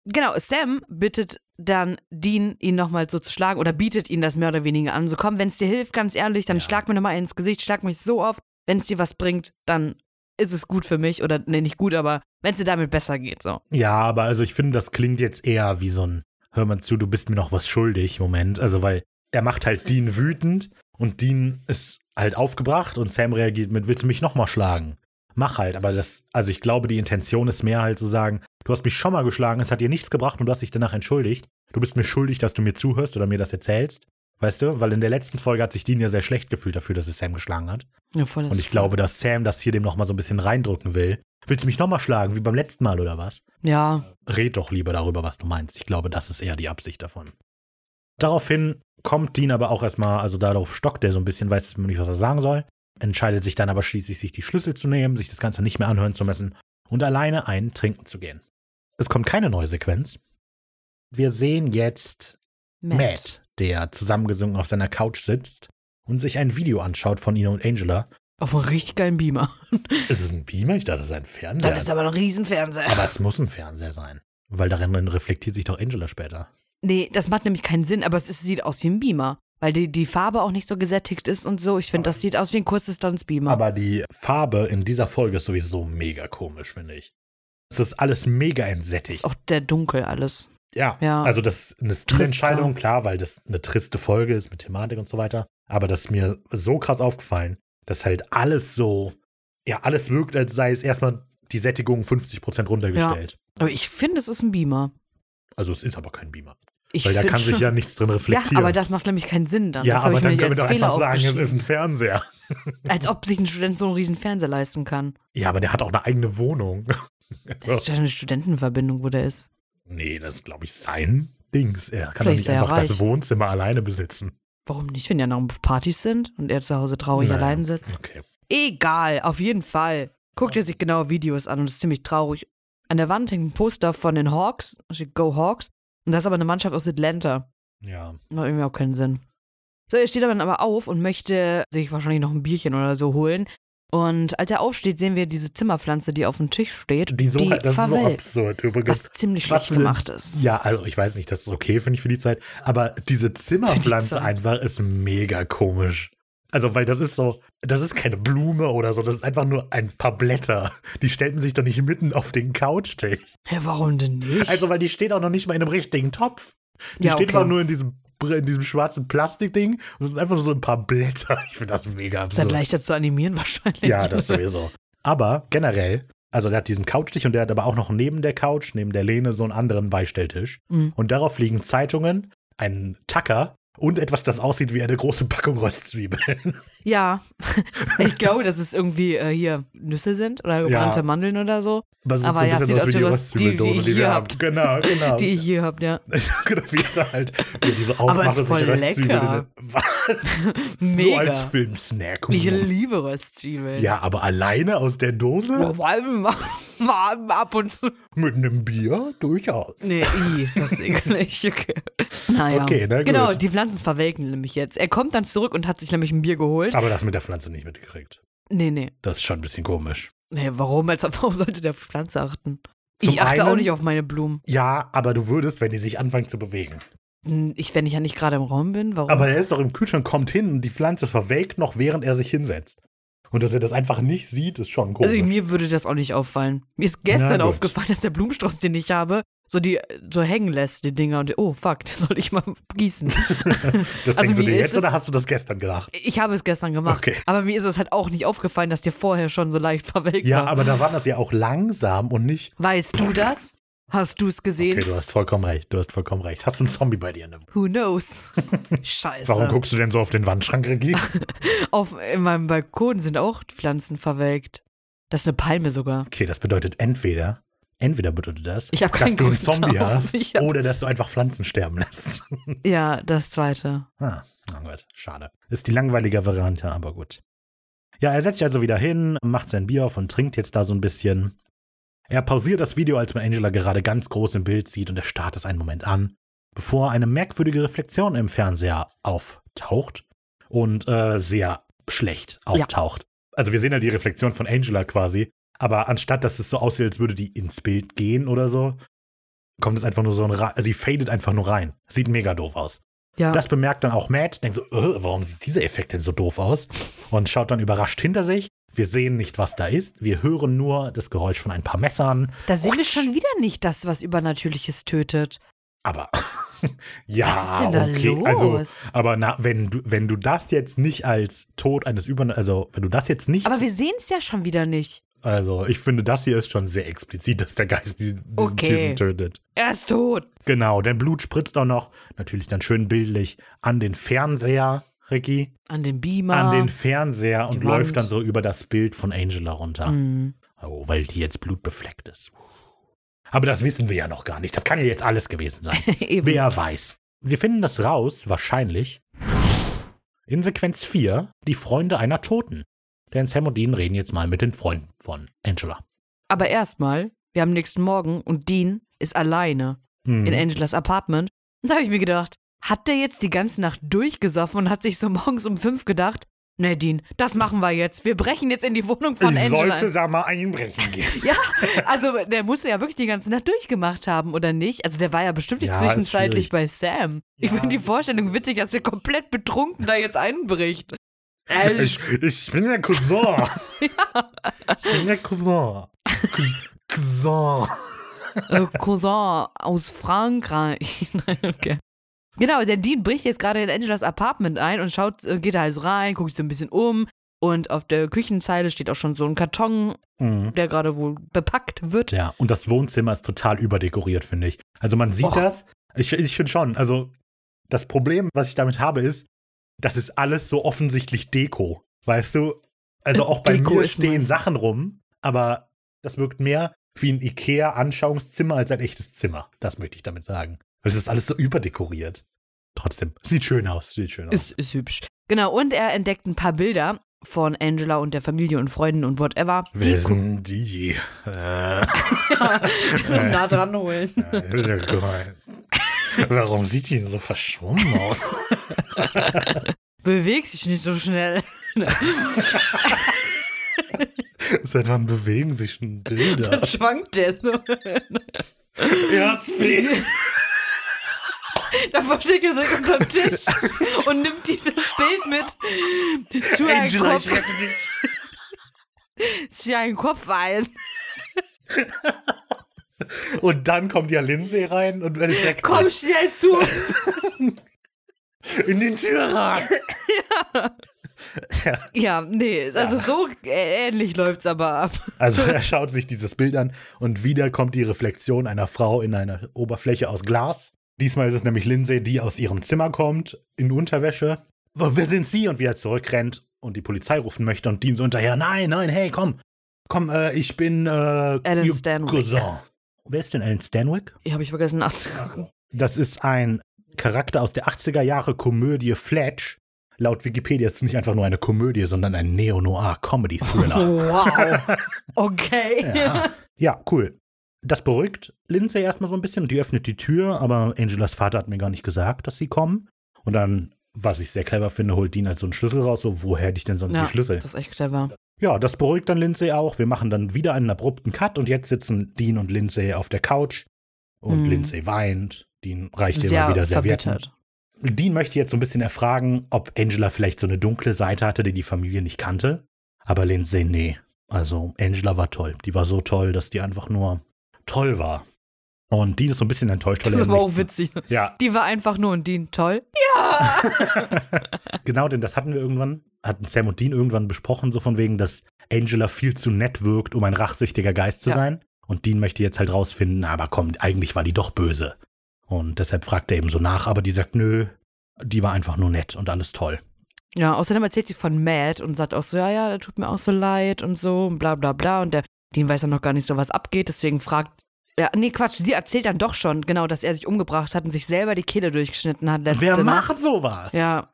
[SPEAKER 2] Genau, Sam bittet dann Dean, ihn nochmal so zu schlagen oder bietet ihn das mehr oder weniger an. So, komm, wenn es dir hilft, ganz ehrlich, dann
[SPEAKER 1] Ja.
[SPEAKER 2] schlag mir nochmal ins Gesicht, schlag mich so oft. Wenn es dir was bringt, dann ist es gut für mich oder, nee, nicht gut, aber wenn es dir damit besser geht, so.
[SPEAKER 1] Ja, aber also ich finde, das klingt jetzt eher wie so ein Hör mal zu, du bist mir noch was schuldig, Moment. Also, weil er macht halt Dean wütend und Dean ist halt aufgebracht und Sam reagiert mit, willst du mich nochmal schlagen? Mach halt, aber das, also ich glaube, die Intention ist mehr halt zu sagen, du hast mich schon mal geschlagen, es hat dir nichts gebracht und du hast dich danach entschuldigt. Du bist mir schuldig, dass du mir zuhörst oder mir das erzählst. Weißt du? Weil in der letzten Folge hat sich Dean ja sehr schlecht gefühlt dafür, dass es Sam geschlagen hat.
[SPEAKER 2] Ja, voll das-
[SPEAKER 1] Und ich glaube, dass Sam das hier dem nochmal so ein bisschen reindrücken will. Willst du mich nochmal schlagen, wie beim letzten Mal oder was?
[SPEAKER 2] Ja,
[SPEAKER 1] red doch lieber darüber, was du meinst. Ich glaube, das ist eher die Absicht davon. Daraufhin kommt Dean aber auch erstmal, also darauf stockt er so ein bisschen, weiß jetzt nicht, was er sagen soll, entscheidet sich dann aber schließlich, sich die Schlüssel zu nehmen, sich das Ganze nicht mehr anhören zu müssen und alleine einen trinken zu gehen. Es kommt keine neue Sequenz. Wir sehen jetzt
[SPEAKER 2] Matt.
[SPEAKER 1] Matt, der zusammengesunken auf seiner Couch sitzt und sich ein Video anschaut von Ina und Angela.
[SPEAKER 2] Auf einem richtig geilen Beamer.
[SPEAKER 1] Ist es ein Beamer? Ich dachte, das ist ein Fernseher.
[SPEAKER 2] Dann ist aber noch ein Riesenfernseher.
[SPEAKER 1] aber es muss ein Fernseher sein, weil darin reflektiert sich doch Angela später.
[SPEAKER 2] Nee, das macht nämlich keinen Sinn, aber es ist, sieht aus wie ein Beamer. Weil die, die Farbe auch nicht so gesättigt ist und so. Ich finde, das sieht aus wie ein Kurzdistanz-Beamer.
[SPEAKER 1] Aber die Farbe in dieser Folge ist sowieso mega komisch, finde ich. Es ist alles mega
[SPEAKER 2] Das
[SPEAKER 1] entsättigt.
[SPEAKER 2] ist auch der dunkel alles.
[SPEAKER 1] Ja.
[SPEAKER 2] ja.
[SPEAKER 1] Also das ist eine Stilentscheidung, klar, weil das eine triste Folge ist mit Thematik und so weiter. Aber das ist mir so krass aufgefallen, dass halt alles so, ja, alles wirkt, als sei es erstmal die Sättigung 50% runtergestellt.
[SPEAKER 2] Aber ich finde, es ist ein Beamer.
[SPEAKER 1] Also es ist aber kein Beamer.
[SPEAKER 2] Ich
[SPEAKER 1] weil da
[SPEAKER 2] find
[SPEAKER 1] kann sich
[SPEAKER 2] schon-
[SPEAKER 1] ja nichts drin
[SPEAKER 2] Ja,
[SPEAKER 1] reflektieren.
[SPEAKER 2] aber das macht nämlich keinen Sinn dann.
[SPEAKER 1] Ja,
[SPEAKER 2] das hab
[SPEAKER 1] aber
[SPEAKER 2] ich
[SPEAKER 1] dann
[SPEAKER 2] mir
[SPEAKER 1] können wir
[SPEAKER 2] als
[SPEAKER 1] doch
[SPEAKER 2] Fehler
[SPEAKER 1] einfach sagen, es
[SPEAKER 2] aufgeschrieben.
[SPEAKER 1] ist ein Fernseher.
[SPEAKER 2] Als ob sich ein Student so einen riesen Fernseher leisten kann.
[SPEAKER 1] Ja, aber der hat auch eine eigene Wohnung. Also.
[SPEAKER 2] Das ist ja eine Studentenverbindung, wo der ist.
[SPEAKER 1] Nee, das ist, glaube ich, sein Dings. Er kann doch
[SPEAKER 2] Vielleicht
[SPEAKER 1] nicht
[SPEAKER 2] ist er ja
[SPEAKER 1] einfach das
[SPEAKER 2] reich.
[SPEAKER 1] Wohnzimmer alleine besitzen.
[SPEAKER 2] Warum nicht, wenn ja noch Partys sind und er zu Hause traurig
[SPEAKER 1] Naja,
[SPEAKER 2] allein sitzt?
[SPEAKER 1] Okay.
[SPEAKER 2] Egal, auf jeden Fall. Guckt ihr sich genau Videos an und ist ziemlich traurig. An der Wand hängt ein Poster von den Hawks, da steht Go Hawks. Und das ist aber eine Mannschaft aus Atlanta.
[SPEAKER 1] Ja.
[SPEAKER 2] Macht irgendwie auch keinen Sinn. So, er steht dann aber auf und möchte sich wahrscheinlich noch ein Bierchen oder so holen. Und als er aufsteht, sehen wir diese Zimmerpflanze, die auf dem Tisch steht.
[SPEAKER 1] Die so, halt, das ist so
[SPEAKER 2] verwelkt,
[SPEAKER 1] absurd übrigens.
[SPEAKER 2] was ziemlich
[SPEAKER 1] was
[SPEAKER 2] schlecht
[SPEAKER 1] für eine-
[SPEAKER 2] gemacht ist.
[SPEAKER 1] Ja, also ich weiß nicht, das ist okay, finde ich, für die Zeit. Aber diese Zimmerpflanze
[SPEAKER 2] Zeit.
[SPEAKER 1] einfach ist mega komisch. Also, weil das ist so, das ist keine Blume oder so, das ist einfach nur ein paar Blätter. Die stellten sich doch nicht mitten auf den Couchtisch.
[SPEAKER 2] Hä, warum denn nicht?
[SPEAKER 1] Also, weil die steht auch noch nicht mal in einem richtigen Topf. Die
[SPEAKER 2] Ja,
[SPEAKER 1] steht
[SPEAKER 2] okay.
[SPEAKER 1] einfach nur in diesem, in diesem schwarzen Plastikding und es sind einfach nur so ein paar Blätter. Ich finde das mega
[SPEAKER 2] ist dann
[SPEAKER 1] absurd.
[SPEAKER 2] leichter zu animieren wahrscheinlich.
[SPEAKER 1] Ja, das sowieso. Aber generell, also der hat diesen Couchtisch und der hat aber auch noch neben der Couch, neben der Lehne, so einen anderen Beistelltisch.
[SPEAKER 2] Mhm.
[SPEAKER 1] Und darauf liegen Zeitungen, ein Tacker und etwas, das aussieht wie eine große Packung Röstzwiebeln.
[SPEAKER 2] ja. ich glaube, dass es irgendwie äh, hier Nüsse sind oder gebrannte Mandeln oder so,
[SPEAKER 1] Aber, es sieht
[SPEAKER 2] Aber
[SPEAKER 1] so ein
[SPEAKER 2] ja,
[SPEAKER 1] bisschen
[SPEAKER 2] sieht
[SPEAKER 1] aus
[SPEAKER 2] aus
[SPEAKER 1] wie die
[SPEAKER 2] wie was- die- die
[SPEAKER 1] Röstzwiebeldose, die,
[SPEAKER 2] ihr
[SPEAKER 1] wir haben.
[SPEAKER 2] habt.
[SPEAKER 1] Genau, genau.
[SPEAKER 2] die ihr hier habt, ja.
[SPEAKER 1] genau, wie er halt, wie er diese
[SPEAKER 2] Aber
[SPEAKER 1] aufmacht
[SPEAKER 2] ist
[SPEAKER 1] und
[SPEAKER 2] voll
[SPEAKER 1] sich Röstzwiebeln. in
[SPEAKER 2] lecker.
[SPEAKER 1] den- Was? So
[SPEAKER 2] Mega.
[SPEAKER 1] als Filmsnack.
[SPEAKER 2] ich liebe Röstzwiebeln.
[SPEAKER 1] Ja, aber alleine aus der Dose?
[SPEAKER 2] Oh, Vor allem warm ab und zu.
[SPEAKER 1] Mit einem Bier? Durchaus.
[SPEAKER 2] Nee, i, das ist eklig. Okay. Naja.
[SPEAKER 1] Okay, na gut.
[SPEAKER 2] Genau, die Pflanzen verwelken nämlich jetzt. Er kommt dann zurück und hat sich nämlich ein Bier geholt.
[SPEAKER 1] Aber das mit der Pflanze nicht mitgekriegt.
[SPEAKER 2] Nee, nee.
[SPEAKER 1] Das ist schon ein bisschen komisch.
[SPEAKER 2] Nee, warum? Als, warum sollte der auf die Pflanze achten?
[SPEAKER 1] Zum
[SPEAKER 2] ich achte
[SPEAKER 1] einen-
[SPEAKER 2] auch nicht auf meine Blumen.
[SPEAKER 1] Ja, aber du würdest, wenn die sich anfangen zu bewegen.
[SPEAKER 2] Hm, Ich, wenn ich ja nicht gerade im Raum bin, warum?
[SPEAKER 1] Aber er ist doch im Kühlschrank, kommt hin und die Pflanze verwelkt noch, während er sich hinsetzt. Und dass er das einfach nicht sieht, ist schon komisch.
[SPEAKER 2] also mir würde das auch nicht auffallen. Mir ist
[SPEAKER 1] Na
[SPEAKER 2] gestern
[SPEAKER 1] gut.
[SPEAKER 2] aufgefallen, dass der Blumenstrauß, den ich habe, so die so hängen lässt, die Dinger. Und die- oh, fuck, das soll ich mal gießen.
[SPEAKER 1] Das
[SPEAKER 2] Also
[SPEAKER 1] denkst du
[SPEAKER 2] wie
[SPEAKER 1] dir
[SPEAKER 2] ist
[SPEAKER 1] jetzt
[SPEAKER 2] es-
[SPEAKER 1] oder hast du das gestern gedacht?
[SPEAKER 2] ich habe es gestern gemacht.
[SPEAKER 1] Okay.
[SPEAKER 2] Aber mir ist es halt auch nicht aufgefallen, dass dir vorher schon so leicht verwelkt
[SPEAKER 1] Ja,
[SPEAKER 2] war.
[SPEAKER 1] aber da war das ja auch langsam und nicht.
[SPEAKER 2] Weißt du das? Hast du es gesehen?
[SPEAKER 1] Okay, du hast vollkommen recht. Du hast vollkommen recht. Hast du einen Zombie bei dir in der Wohnung?
[SPEAKER 2] Who knows? Scheiße.
[SPEAKER 1] Warum guckst du denn so auf den Wandschrank, Regie?
[SPEAKER 2] Auf, in meinem Balkon sind auch Pflanzen verwelkt. Das ist eine Palme sogar.
[SPEAKER 1] Okay, das bedeutet entweder, entweder bedeutet das,
[SPEAKER 2] Ich hab
[SPEAKER 1] dass
[SPEAKER 2] keinen
[SPEAKER 1] du einen
[SPEAKER 2] Grund
[SPEAKER 1] Zombie
[SPEAKER 2] darauf.
[SPEAKER 1] hast
[SPEAKER 2] Ich hab-
[SPEAKER 1] oder dass du einfach Pflanzen sterben lässt.
[SPEAKER 2] Ja, das zweite.
[SPEAKER 1] Ah, oh Gott, schade. Ist die langweilige Variante, aber gut. Ja, er setzt sich also wieder hin, macht sein Bier auf und trinkt jetzt da so ein bisschen. Er pausiert das Video, als man Angela gerade ganz groß im Bild sieht und er starrt es einen Moment an, bevor eine merkwürdige Reflexion im Fernseher auftaucht und äh, sehr schlecht auftaucht. Also wir sehen ja die Reflexion von Angela quasi, aber anstatt, dass es so aussieht, als würde die ins Bild gehen oder so, kommt es einfach nur so ein, Ra also die fadet einfach nur rein. Sieht mega doof aus.
[SPEAKER 2] Ja.
[SPEAKER 1] Das bemerkt dann auch Matt, denkt so, "Äh, warum sieht dieser Effekt denn so doof aus? Und schaut dann überrascht hinter sich. Wir sehen nicht, was da ist. Wir hören nur das Geräusch von ein paar Messern.
[SPEAKER 2] da sehen wir schon wieder nicht das, was Übernatürliches tötet.
[SPEAKER 1] Aber
[SPEAKER 2] Was
[SPEAKER 1] ja,
[SPEAKER 2] ist denn da
[SPEAKER 1] okay.
[SPEAKER 2] los?
[SPEAKER 1] Also, aber na, wenn du, wenn du das jetzt nicht als Tod eines Über, also wenn du das jetzt nicht,
[SPEAKER 2] Aber wir sehen es ja schon wieder nicht.
[SPEAKER 1] also ich finde, das hier ist schon sehr explizit, dass der Geist diesen, diesen
[SPEAKER 2] Okay.
[SPEAKER 1] Typen tötet.
[SPEAKER 2] Er ist tot.
[SPEAKER 1] Genau, denn Blut spritzt auch noch, natürlich dann schön bildlich an den Fernseher, Ricky.
[SPEAKER 2] An den Beamer.
[SPEAKER 1] an den Fernseher und
[SPEAKER 2] Ah, die
[SPEAKER 1] läuft
[SPEAKER 2] Wand.
[SPEAKER 1] dann so über das Bild von Angela runter.
[SPEAKER 2] Mhm.
[SPEAKER 1] Oh, weil die jetzt blutbefleckt ist. Aber das wissen wir ja noch gar nicht. Das kann ja jetzt alles gewesen sein.
[SPEAKER 2] Eben.
[SPEAKER 1] Wer weiß. Wir finden das raus, wahrscheinlich, in Sequenz 4, die Freunde einer Toten. Denn Sam und Dean reden jetzt mal mit den Freunden von Angela.
[SPEAKER 2] Aber erstmal, wir haben nächsten Morgen und Dean ist alleine
[SPEAKER 1] Mhm.
[SPEAKER 2] in Angelas Apartment. Und da habe ich mir gedacht, hat der jetzt die ganze Nacht durchgesoffen und hat sich so morgens um fünf gedacht, ne Dean, das machen wir jetzt. Wir brechen jetzt in die Wohnung von Angela.
[SPEAKER 1] da mal einbrechen gehen.
[SPEAKER 2] Ja, also der musste ja wirklich die ganze Nacht durchgemacht haben, oder nicht? Also der war ja bestimmt nicht
[SPEAKER 1] Ja, ist
[SPEAKER 2] zwischenzeitlich
[SPEAKER 1] schwierig.
[SPEAKER 2] bei Sam. Ich
[SPEAKER 1] Ja.
[SPEAKER 2] finde die Vorstellung witzig, dass der komplett betrunken da jetzt einbricht. Äh,
[SPEAKER 1] ich bin der Cousin. Ich bin der Cousin. Cousin.
[SPEAKER 2] äh, Cousin aus Frankreich. Nein, okay. Genau, der Dean bricht jetzt gerade in Angelas Apartment ein und schaut, äh, geht da also rein, guckt sich so ein bisschen um. Und auf der Küchenzeile steht auch schon so ein Karton,
[SPEAKER 1] Mhm.
[SPEAKER 2] der gerade wohl bepackt wird.
[SPEAKER 1] Ja, und das Wohnzimmer ist total überdekoriert, finde ich. Also man sieht
[SPEAKER 2] Och.
[SPEAKER 1] das. Ich, ich finde schon, also das Problem, was ich damit habe, ist, das ist alles so offensichtlich Deko. Weißt du? Also auch bei
[SPEAKER 2] Äh, Deko
[SPEAKER 1] mir
[SPEAKER 2] ist
[SPEAKER 1] stehen
[SPEAKER 2] mein-
[SPEAKER 1] Sachen rum, aber das wirkt mehr wie ein IKEA-Anschauungszimmer als ein echtes Zimmer. Das möchte ich damit sagen. Weil es ist alles so überdekoriert. Trotzdem, sieht schön aus, sieht schön aus.
[SPEAKER 2] Ist, ist hübsch. Genau, und er entdeckt ein paar Bilder von Angela und der Familie und Freunden und whatever.
[SPEAKER 1] Wer sind die? Äh,
[SPEAKER 2] so nah dran holen.
[SPEAKER 1] warum sieht die so verschwommen aus?
[SPEAKER 2] Bewegst dich nicht so schnell.
[SPEAKER 1] Seit wann bewegen sich denn Bilder?
[SPEAKER 2] Dann schwankt der so. Dann versteckt er sich unter Tisch und nimmt die das Bild mit. Zu einen Kopf,
[SPEAKER 1] dich.
[SPEAKER 2] zu einen Kopf ein.
[SPEAKER 1] Und dann kommt ja Lindsay rein und erschreckt
[SPEAKER 2] Komm
[SPEAKER 1] sich
[SPEAKER 2] schnell zu uns.
[SPEAKER 1] in den Türrahmen. ja.
[SPEAKER 2] Ja, nee, also so äh, ähnlich läuft's aber ab.
[SPEAKER 1] Also er schaut sich dieses Bild an und wieder kommt die Reflexion einer Frau in einer Oberfläche aus Glas. Diesmal ist es nämlich Lindsay, die aus ihrem Zimmer kommt, in Unterwäsche. Wo- Wer sind Sie? Und wieder zurückrennt und die Polizei rufen möchte und Dean so hinterher. Nein, nein, hey, komm. Komm, äh, ich bin äh,
[SPEAKER 2] Alan
[SPEAKER 1] Ihr
[SPEAKER 2] Stanwyck.
[SPEAKER 1] Cousin. Wer ist denn Alan Stanwyck?
[SPEAKER 2] Hier habe ich vergessen nachzugucken.
[SPEAKER 1] Das ist ein Charakter aus der 80er Jahre Komödie Fletch. Laut Wikipedia ist es nicht einfach nur eine Komödie, sondern ein Neo-Noir-Comedy-Thriller.
[SPEAKER 2] Wow. Okay.
[SPEAKER 1] ja, cool. Das beruhigt Lindsay erstmal so ein bisschen und die öffnet die Tür, aber Angelas Vater hat mir gar nicht gesagt, dass sie kommen. Und dann, was ich sehr clever finde, holt Dean halt so einen Schlüssel raus, so, woher hätte ich denn sonst
[SPEAKER 2] Ja,
[SPEAKER 1] die Schlüssel?
[SPEAKER 2] Das ist echt clever.
[SPEAKER 1] Ja, das beruhigt dann Lindsay auch. Wir machen dann wieder einen abrupten Cut und jetzt sitzen Dean und Lindsay auf der Couch und
[SPEAKER 2] Mhm.
[SPEAKER 1] Lindsay weint. Dean reicht ihr
[SPEAKER 2] Sehr
[SPEAKER 1] mal wieder Servietten.
[SPEAKER 2] verbittert.
[SPEAKER 1] Dean möchte jetzt so ein bisschen erfragen, ob Angela vielleicht so eine dunkle Seite hatte, die die Familie nicht kannte. Aber Lindsay, nee. Also Angela war toll. Die war so toll, dass die einfach nur toll war. Und Dean ist so ein bisschen enttäuscht. weil
[SPEAKER 2] Das ist
[SPEAKER 1] er
[SPEAKER 2] aber auch
[SPEAKER 1] nichts-
[SPEAKER 2] witzig.
[SPEAKER 1] Ja,
[SPEAKER 2] Die war einfach nur und Dean, toll.
[SPEAKER 1] genau, denn das hatten wir irgendwann, hatten Sam und Dean irgendwann besprochen, so von wegen, dass Angela viel zu nett wirkt, um ein rachsüchtiger Geist zu
[SPEAKER 2] Ja.
[SPEAKER 1] sein. Und Dean möchte jetzt halt rausfinden, aber komm, eigentlich war die doch böse. Und deshalb fragt er eben so nach, aber die sagt, nö, die war einfach nur nett und alles toll.
[SPEAKER 2] Ja, außerdem erzählt sie von Matt und sagt auch so, ja, ja, der tut mir auch so leid und so und bla bla bla. Und der Dean weiß dann noch gar nicht so, was abgeht, deswegen fragt. Ja, nee, Quatsch, sie erzählt dann doch schon, genau, dass er sich umgebracht hat und sich selber die Kehle durchgeschnitten hat. Letzte
[SPEAKER 1] Wer
[SPEAKER 2] Nacht.
[SPEAKER 1] macht sowas?
[SPEAKER 2] ne? Ja,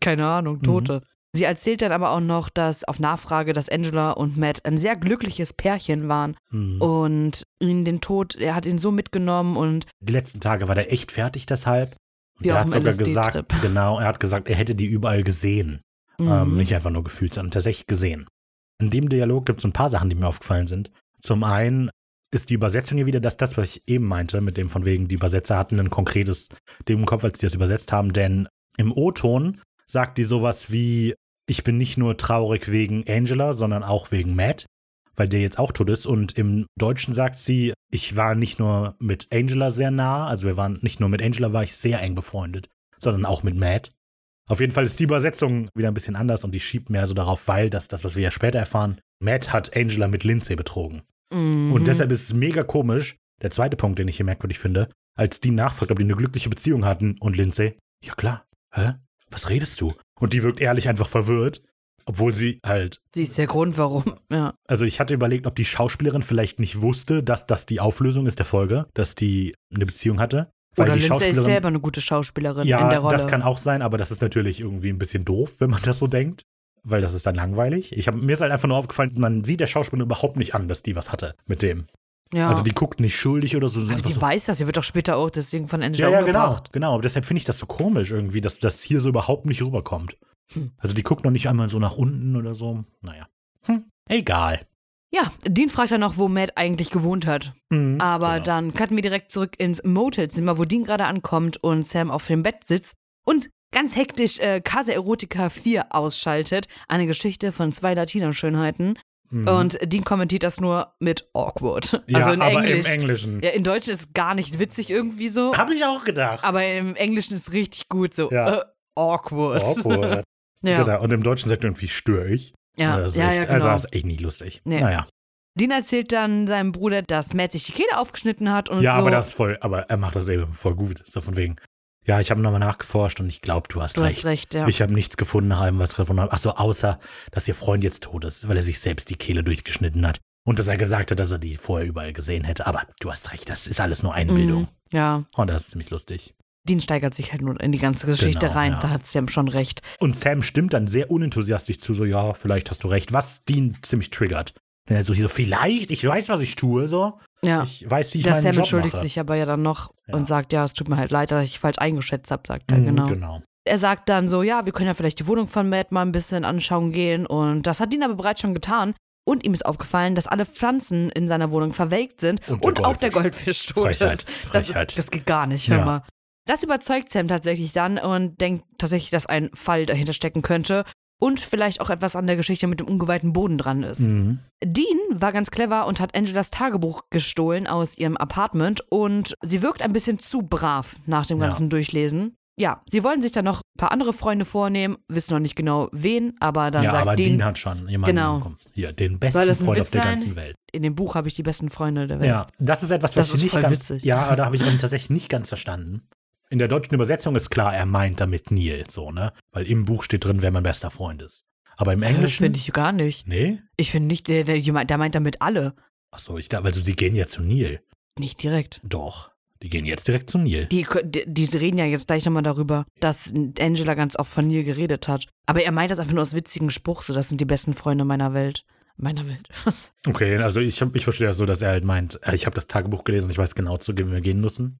[SPEAKER 2] keine
[SPEAKER 1] Mhm.
[SPEAKER 2] Ahnung, Tote. Sie erzählt dann aber auch noch, dass auf Nachfrage, dass Angela und Matt ein sehr glückliches Pärchen waren
[SPEAKER 1] Hm.
[SPEAKER 2] Oh. und ihn den Tod, er hat ihn so mitgenommen und
[SPEAKER 1] Die letzten Tage war der echt fertig deshalb. Und
[SPEAKER 2] Wie
[SPEAKER 1] er
[SPEAKER 2] auf
[SPEAKER 1] hat
[SPEAKER 2] dem
[SPEAKER 1] sogar
[SPEAKER 2] LSD-Trip.
[SPEAKER 1] gesagt, genau, er hat gesagt, er hätte die überall gesehen. Ähm,
[SPEAKER 2] mhm.
[SPEAKER 1] nicht einfach nur gefühlt, sondern tatsächlich gesehen. In dem Dialog gibt es ein paar Sachen, die mir aufgefallen sind. Zum einen ist die Übersetzung hier wieder das, das, was ich eben meinte, mit dem von wegen, die Übersetzer hatten ein konkretes Ding im Kopf, als die das übersetzt haben, denn im O-Ton sagt die sowas wie, ich bin nicht nur traurig wegen Angela, sondern auch wegen Matt, weil der jetzt auch tot ist. Und im Deutschen sagt sie, ich war nicht nur mit Angela sehr nah, also wir waren nicht nur mit Angela war ich sehr eng befreundet, sondern auch mit Matt. Auf jeden Fall ist die Übersetzung wieder ein bisschen anders und die schiebt mehr so darauf, weil das, das was wir ja später erfahren, Matt hat Angela mit Lindsay betrogen.
[SPEAKER 2] Mhm.
[SPEAKER 1] Und deshalb ist es mega komisch, der zweite Punkt, den ich hier merkwürdig finde, als die nachfragt, ob die eine glückliche Beziehung hatten und Lindsay, ja klar, hä? Was redest du? Und die wirkt ehrlich einfach verwirrt, obwohl sie halt,
[SPEAKER 2] Sie ist der Grund, warum. Ja.
[SPEAKER 1] also ich hatte überlegt, ob die Schauspielerin vielleicht nicht wusste, dass das die Auflösung ist der Folge, dass die eine Beziehung hatte. Weil
[SPEAKER 2] Oder
[SPEAKER 1] die
[SPEAKER 2] Lindsay ist
[SPEAKER 1] Schauspielerin,
[SPEAKER 2] selber eine gute Schauspielerin
[SPEAKER 1] ja,
[SPEAKER 2] in der Rolle.
[SPEAKER 1] das kann auch sein, aber das ist natürlich irgendwie ein bisschen doof, wenn man das so denkt, weil das ist dann langweilig. Ich hab, mir ist halt einfach nur aufgefallen, man sieht der Schauspielerin überhaupt nicht an, dass die was hatte mit dem.
[SPEAKER 2] ja.
[SPEAKER 1] Also die guckt nicht schuldig oder so.
[SPEAKER 2] Aber
[SPEAKER 1] sondern
[SPEAKER 2] die
[SPEAKER 1] einfach
[SPEAKER 2] weiß das, sie wird auch später auch deswegen von
[SPEAKER 1] so ja,
[SPEAKER 2] Angela
[SPEAKER 1] ja, genau,
[SPEAKER 2] umgebracht.
[SPEAKER 1] genau. Deshalb finde ich das so komisch irgendwie, dass das hier so überhaupt nicht rüberkommt.
[SPEAKER 2] Hm.
[SPEAKER 1] Also die guckt noch nicht einmal so nach unten oder so. Naja. Hm, egal.
[SPEAKER 2] Ja, Dean fragt dann noch, wo Matt eigentlich gewohnt hat.
[SPEAKER 1] Mhm,
[SPEAKER 2] Aber
[SPEAKER 1] genau.
[SPEAKER 2] dann cutten wir direkt zurück ins Motelzimmer, wo Dean gerade ankommt und Sam auf dem Bett sitzt und ganz hektisch äh, Casa Erotica 4 ausschaltet. Eine Geschichte von zwei Latino-Schönheiten.
[SPEAKER 1] Mhm.
[SPEAKER 2] Und Dean kommentiert das nur mit awkward.
[SPEAKER 1] ja,
[SPEAKER 2] also in
[SPEAKER 1] aber im
[SPEAKER 2] Englisch.
[SPEAKER 1] Englischen.
[SPEAKER 2] ja, in Deutsch ist es gar nicht witzig irgendwie so,
[SPEAKER 1] Habe ich auch gedacht.
[SPEAKER 2] aber im Englischen ist es richtig gut so.
[SPEAKER 1] Ja.
[SPEAKER 2] Äh, awkward.
[SPEAKER 1] Awkward.
[SPEAKER 2] Ja,
[SPEAKER 1] Genau. Und im Deutschen sagt irgendwie störe ich.
[SPEAKER 2] ja,
[SPEAKER 1] Also,
[SPEAKER 2] ja,
[SPEAKER 1] echt,
[SPEAKER 2] ja,
[SPEAKER 1] also
[SPEAKER 2] genau.
[SPEAKER 1] das ist echt nicht lustig.
[SPEAKER 2] Nee.
[SPEAKER 1] Naja.
[SPEAKER 2] Dean erzählt dann seinem Bruder, dass Matt sich die Kehle aufgeschnitten hat und
[SPEAKER 1] Ja,
[SPEAKER 2] so.
[SPEAKER 1] aber das ist voll, aber er macht das eben voll gut. So von wegen, ja, ich habe nochmal nachgeforscht und ich glaube, du hast
[SPEAKER 2] du
[SPEAKER 1] recht.
[SPEAKER 2] hast recht, ja.
[SPEAKER 1] Ich habe nichts gefunden nach allem, was ich gefunden habe. Ach so, außer, dass ihr Freund jetzt tot ist, weil er sich selbst die Kehle durchgeschnitten hat. Und dass er gesagt hat, dass er die vorher überall gesehen hätte. Aber du hast recht, das ist alles nur Einbildung.
[SPEAKER 2] Mhm, ja,
[SPEAKER 1] Und das ist ziemlich lustig.
[SPEAKER 2] Dean steigert sich halt nur in die ganze Geschichte
[SPEAKER 1] Genau,
[SPEAKER 2] rein.
[SPEAKER 1] ja.
[SPEAKER 2] Da hat Sam schon recht.
[SPEAKER 1] Und Sam stimmt dann sehr unenthusiastisch zu, so, ja, vielleicht hast du recht, was Dean ziemlich triggert. Wenn er so hier so, vielleicht, ich weiß, was ich tue, so.
[SPEAKER 2] Ja.
[SPEAKER 1] Ich weiß, wie ich
[SPEAKER 2] Der
[SPEAKER 1] meinen
[SPEAKER 2] Sam
[SPEAKER 1] Job
[SPEAKER 2] entschuldigt
[SPEAKER 1] mache.
[SPEAKER 2] sich aber ja dann noch
[SPEAKER 1] Ja.
[SPEAKER 2] und sagt, ja, es tut mir halt leid, dass ich falsch eingeschätzt habe, sagt er,
[SPEAKER 1] Mhm,
[SPEAKER 2] genau.
[SPEAKER 1] genau.
[SPEAKER 2] Er sagt dann so, ja, wir können ja vielleicht die Wohnung von Matt mal ein bisschen anschauen gehen. Und das hat Dean aber bereits schon getan. Und ihm ist aufgefallen, dass alle Pflanzen in seiner Wohnung verwelkt sind
[SPEAKER 1] Und
[SPEAKER 2] und,
[SPEAKER 1] der
[SPEAKER 2] auch der Goldfisch tot
[SPEAKER 1] Frechheit,
[SPEAKER 2] ist. Das,
[SPEAKER 1] Frechheit.
[SPEAKER 2] ist, das geht gar nicht, hör
[SPEAKER 1] Ja.
[SPEAKER 2] mal. Das überzeugt Sam tatsächlich dann und denkt tatsächlich, dass ein Fall dahinter stecken könnte und vielleicht auch etwas an der Geschichte mit dem ungeweihten Boden dran ist.
[SPEAKER 1] Mhm.
[SPEAKER 2] Dean war ganz clever und hat Angelas Tagebuch gestohlen aus ihrem Apartment und sie wirkt ein bisschen zu brav nach dem
[SPEAKER 1] Ja.
[SPEAKER 2] ganzen Durchlesen. Ja, sie wollen sich dann noch ein paar andere Freunde vornehmen, wissen noch nicht genau wen, aber dann
[SPEAKER 1] ja,
[SPEAKER 2] sagt
[SPEAKER 1] aber
[SPEAKER 2] Dean,
[SPEAKER 1] Dean hat schon jemanden
[SPEAKER 2] Genau.
[SPEAKER 1] bekommen. Hier, den besten
[SPEAKER 2] Soll
[SPEAKER 1] Freund
[SPEAKER 2] das ein
[SPEAKER 1] auf
[SPEAKER 2] Witz
[SPEAKER 1] der
[SPEAKER 2] sein?
[SPEAKER 1] ganzen Welt.
[SPEAKER 2] in dem Buch habe ich die besten Freunde der Welt.
[SPEAKER 1] Ja, das ist etwas,
[SPEAKER 2] Das
[SPEAKER 1] was
[SPEAKER 2] ist
[SPEAKER 1] ich nicht
[SPEAKER 2] voll
[SPEAKER 1] ganz,
[SPEAKER 2] witzig.
[SPEAKER 1] ja, aber da habe ich eben tatsächlich nicht ganz verstanden. In der deutschen Übersetzung ist klar, er meint damit Neil, so, ne? Weil im Buch steht drin, wer mein bester Freund ist. Aber im Englischen.
[SPEAKER 2] Finde Äh, ich gar nicht.
[SPEAKER 1] nee?
[SPEAKER 2] Ich finde nicht, der, der, jemand- der meint damit alle.
[SPEAKER 1] Achso, ich dachte, also die gehen ja zu Neil.
[SPEAKER 2] Nicht direkt.
[SPEAKER 1] Doch. Die gehen jetzt direkt zu Neil.
[SPEAKER 2] Die, die, die reden ja jetzt gleich nochmal darüber, dass Angela ganz oft von Neil geredet hat. Aber er meint das einfach nur aus witzigen Spruch, so das sind die besten Freunde meiner Welt. Meiner Welt. Was?
[SPEAKER 1] Okay, also ich, hab, ich verstehe das so, dass er halt meint, äh, ich habe das Tagebuch gelesen und ich weiß genau, zu wem wir gehen müssen.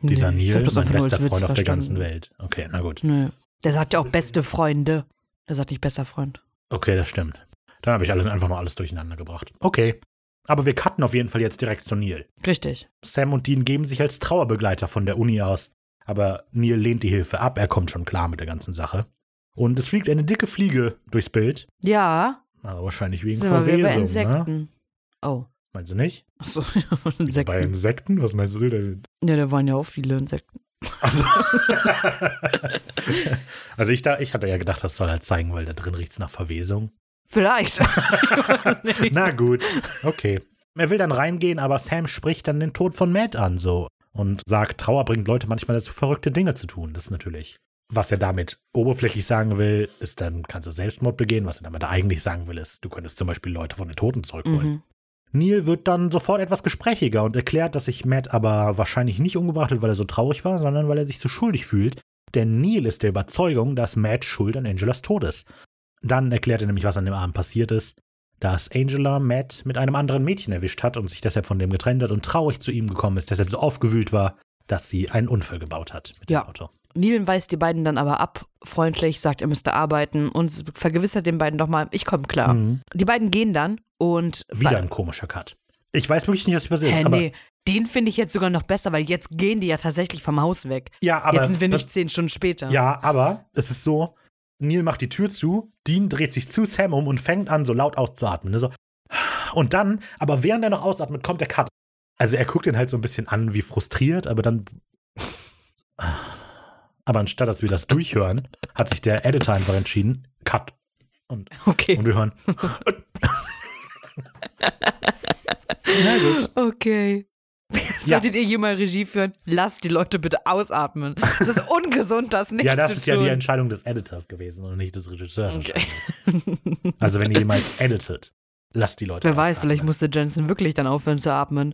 [SPEAKER 1] Dieser
[SPEAKER 2] Nee, ich
[SPEAKER 1] Neil,
[SPEAKER 2] hab das
[SPEAKER 1] mein
[SPEAKER 2] einfach nur als
[SPEAKER 1] bester
[SPEAKER 2] Witz
[SPEAKER 1] Freund auf der ganzen
[SPEAKER 2] verstanden.
[SPEAKER 1] Welt. Okay, na gut.
[SPEAKER 2] Nö. Der sagt ja auch beste Freunde. Der sagt nicht bester Freund.
[SPEAKER 1] Okay, das stimmt. Dann habe ich alles, einfach mal alles durcheinander gebracht. Okay. Aber wir cutten auf jeden Fall jetzt direkt zu Neil.
[SPEAKER 2] Richtig.
[SPEAKER 1] Sam und Dean geben sich als Trauerbegleiter von der Uni aus. Aber Neil lehnt die Hilfe ab, er kommt schon klar mit der ganzen Sache. Und es fliegt eine dicke Fliege durchs Bild.
[SPEAKER 2] Ja,
[SPEAKER 1] Aber wahrscheinlich wegen
[SPEAKER 2] sind wir wieder bei
[SPEAKER 1] Verwesung. Ne?
[SPEAKER 2] Insekten. Oh.
[SPEAKER 1] Meinst du nicht?
[SPEAKER 2] Achso,
[SPEAKER 1] Bei
[SPEAKER 2] Insekten.
[SPEAKER 1] Insekten? Was meinst du denn?
[SPEAKER 2] Ja, da waren ja auch viele Insekten.
[SPEAKER 1] Also, also ich, da, ich hatte ja gedacht, das soll halt zeigen, weil da drin riecht es nach Verwesung.
[SPEAKER 2] Vielleicht. Ich weiß nicht.
[SPEAKER 1] Na gut, okay. Er will dann reingehen, aber Sam spricht dann den Tod von Matt an so und sagt, Trauer bringt Leute manchmal dazu, verrückte Dinge zu tun. Das ist natürlich, was er damit oberflächlich sagen will, ist dann kannst du Selbstmord begehen. Was er damit eigentlich sagen will, ist, du könntest zum Beispiel Leute von den Toten zurückholen.
[SPEAKER 2] Mhm.
[SPEAKER 1] Neil wird dann sofort etwas gesprächiger und erklärt, dass sich Matt aber wahrscheinlich nicht umgebracht hat, weil er so traurig war, sondern weil er sich so schuldig fühlt. Denn Neil ist der Überzeugung, dass Matt schuld an Angelas Tod ist. Dann erklärt er nämlich, was an dem Abend passiert ist, dass Angela Matt mit einem anderen Mädchen erwischt hat und sich deshalb von dem getrennt hat und traurig zu ihm gekommen ist, deshalb so aufgewühlt war, dass sie einen Unfall gebaut hat mit
[SPEAKER 2] Ja.
[SPEAKER 1] dem Auto.
[SPEAKER 2] Neil weist die beiden dann aber ab, freundlich, sagt, er müsste arbeiten und vergewissert den beiden doch mal, ich komme klar.
[SPEAKER 1] Mhm.
[SPEAKER 2] Die beiden gehen dann und
[SPEAKER 1] Wieder ein komischer Cut. Ich weiß wirklich nicht, was passiert ist.
[SPEAKER 2] Hä,
[SPEAKER 1] aber,
[SPEAKER 2] nee, den finde ich jetzt sogar noch besser, weil jetzt gehen die ja tatsächlich vom Haus weg.
[SPEAKER 1] ja, aber
[SPEAKER 2] jetzt sind wir
[SPEAKER 1] das-
[SPEAKER 2] nicht zehn Stunden später.
[SPEAKER 1] Ja, aber es ist so, Neil macht die Tür zu, Dean dreht sich zu Sam um und fängt an, so laut auszuatmen. Ne? So. Und dann, aber während er noch ausatmet, kommt der Cut. Also er guckt ihn halt so ein bisschen an, wie frustriert, aber dann. Aber anstatt, dass wir das durchhören, hat sich der Editor einfach entschieden, Cut.
[SPEAKER 2] Okay.
[SPEAKER 1] Und wir hören. Na gut.
[SPEAKER 2] Okay. Solltet ihr hier mal Regie führen, lasst die Leute bitte ausatmen. Es ist ungesund, das nicht
[SPEAKER 1] Ja, das
[SPEAKER 2] zu
[SPEAKER 1] ist ja
[SPEAKER 2] tun.
[SPEAKER 1] die Entscheidung des Editors gewesen und nicht des Regisseurs.
[SPEAKER 2] Okay.
[SPEAKER 1] Also wenn ihr jemals editet, lasst die Leute
[SPEAKER 2] Wer weiß,
[SPEAKER 1] ausatmen.
[SPEAKER 2] vielleicht musste Jensen wirklich dann aufhören zu atmen.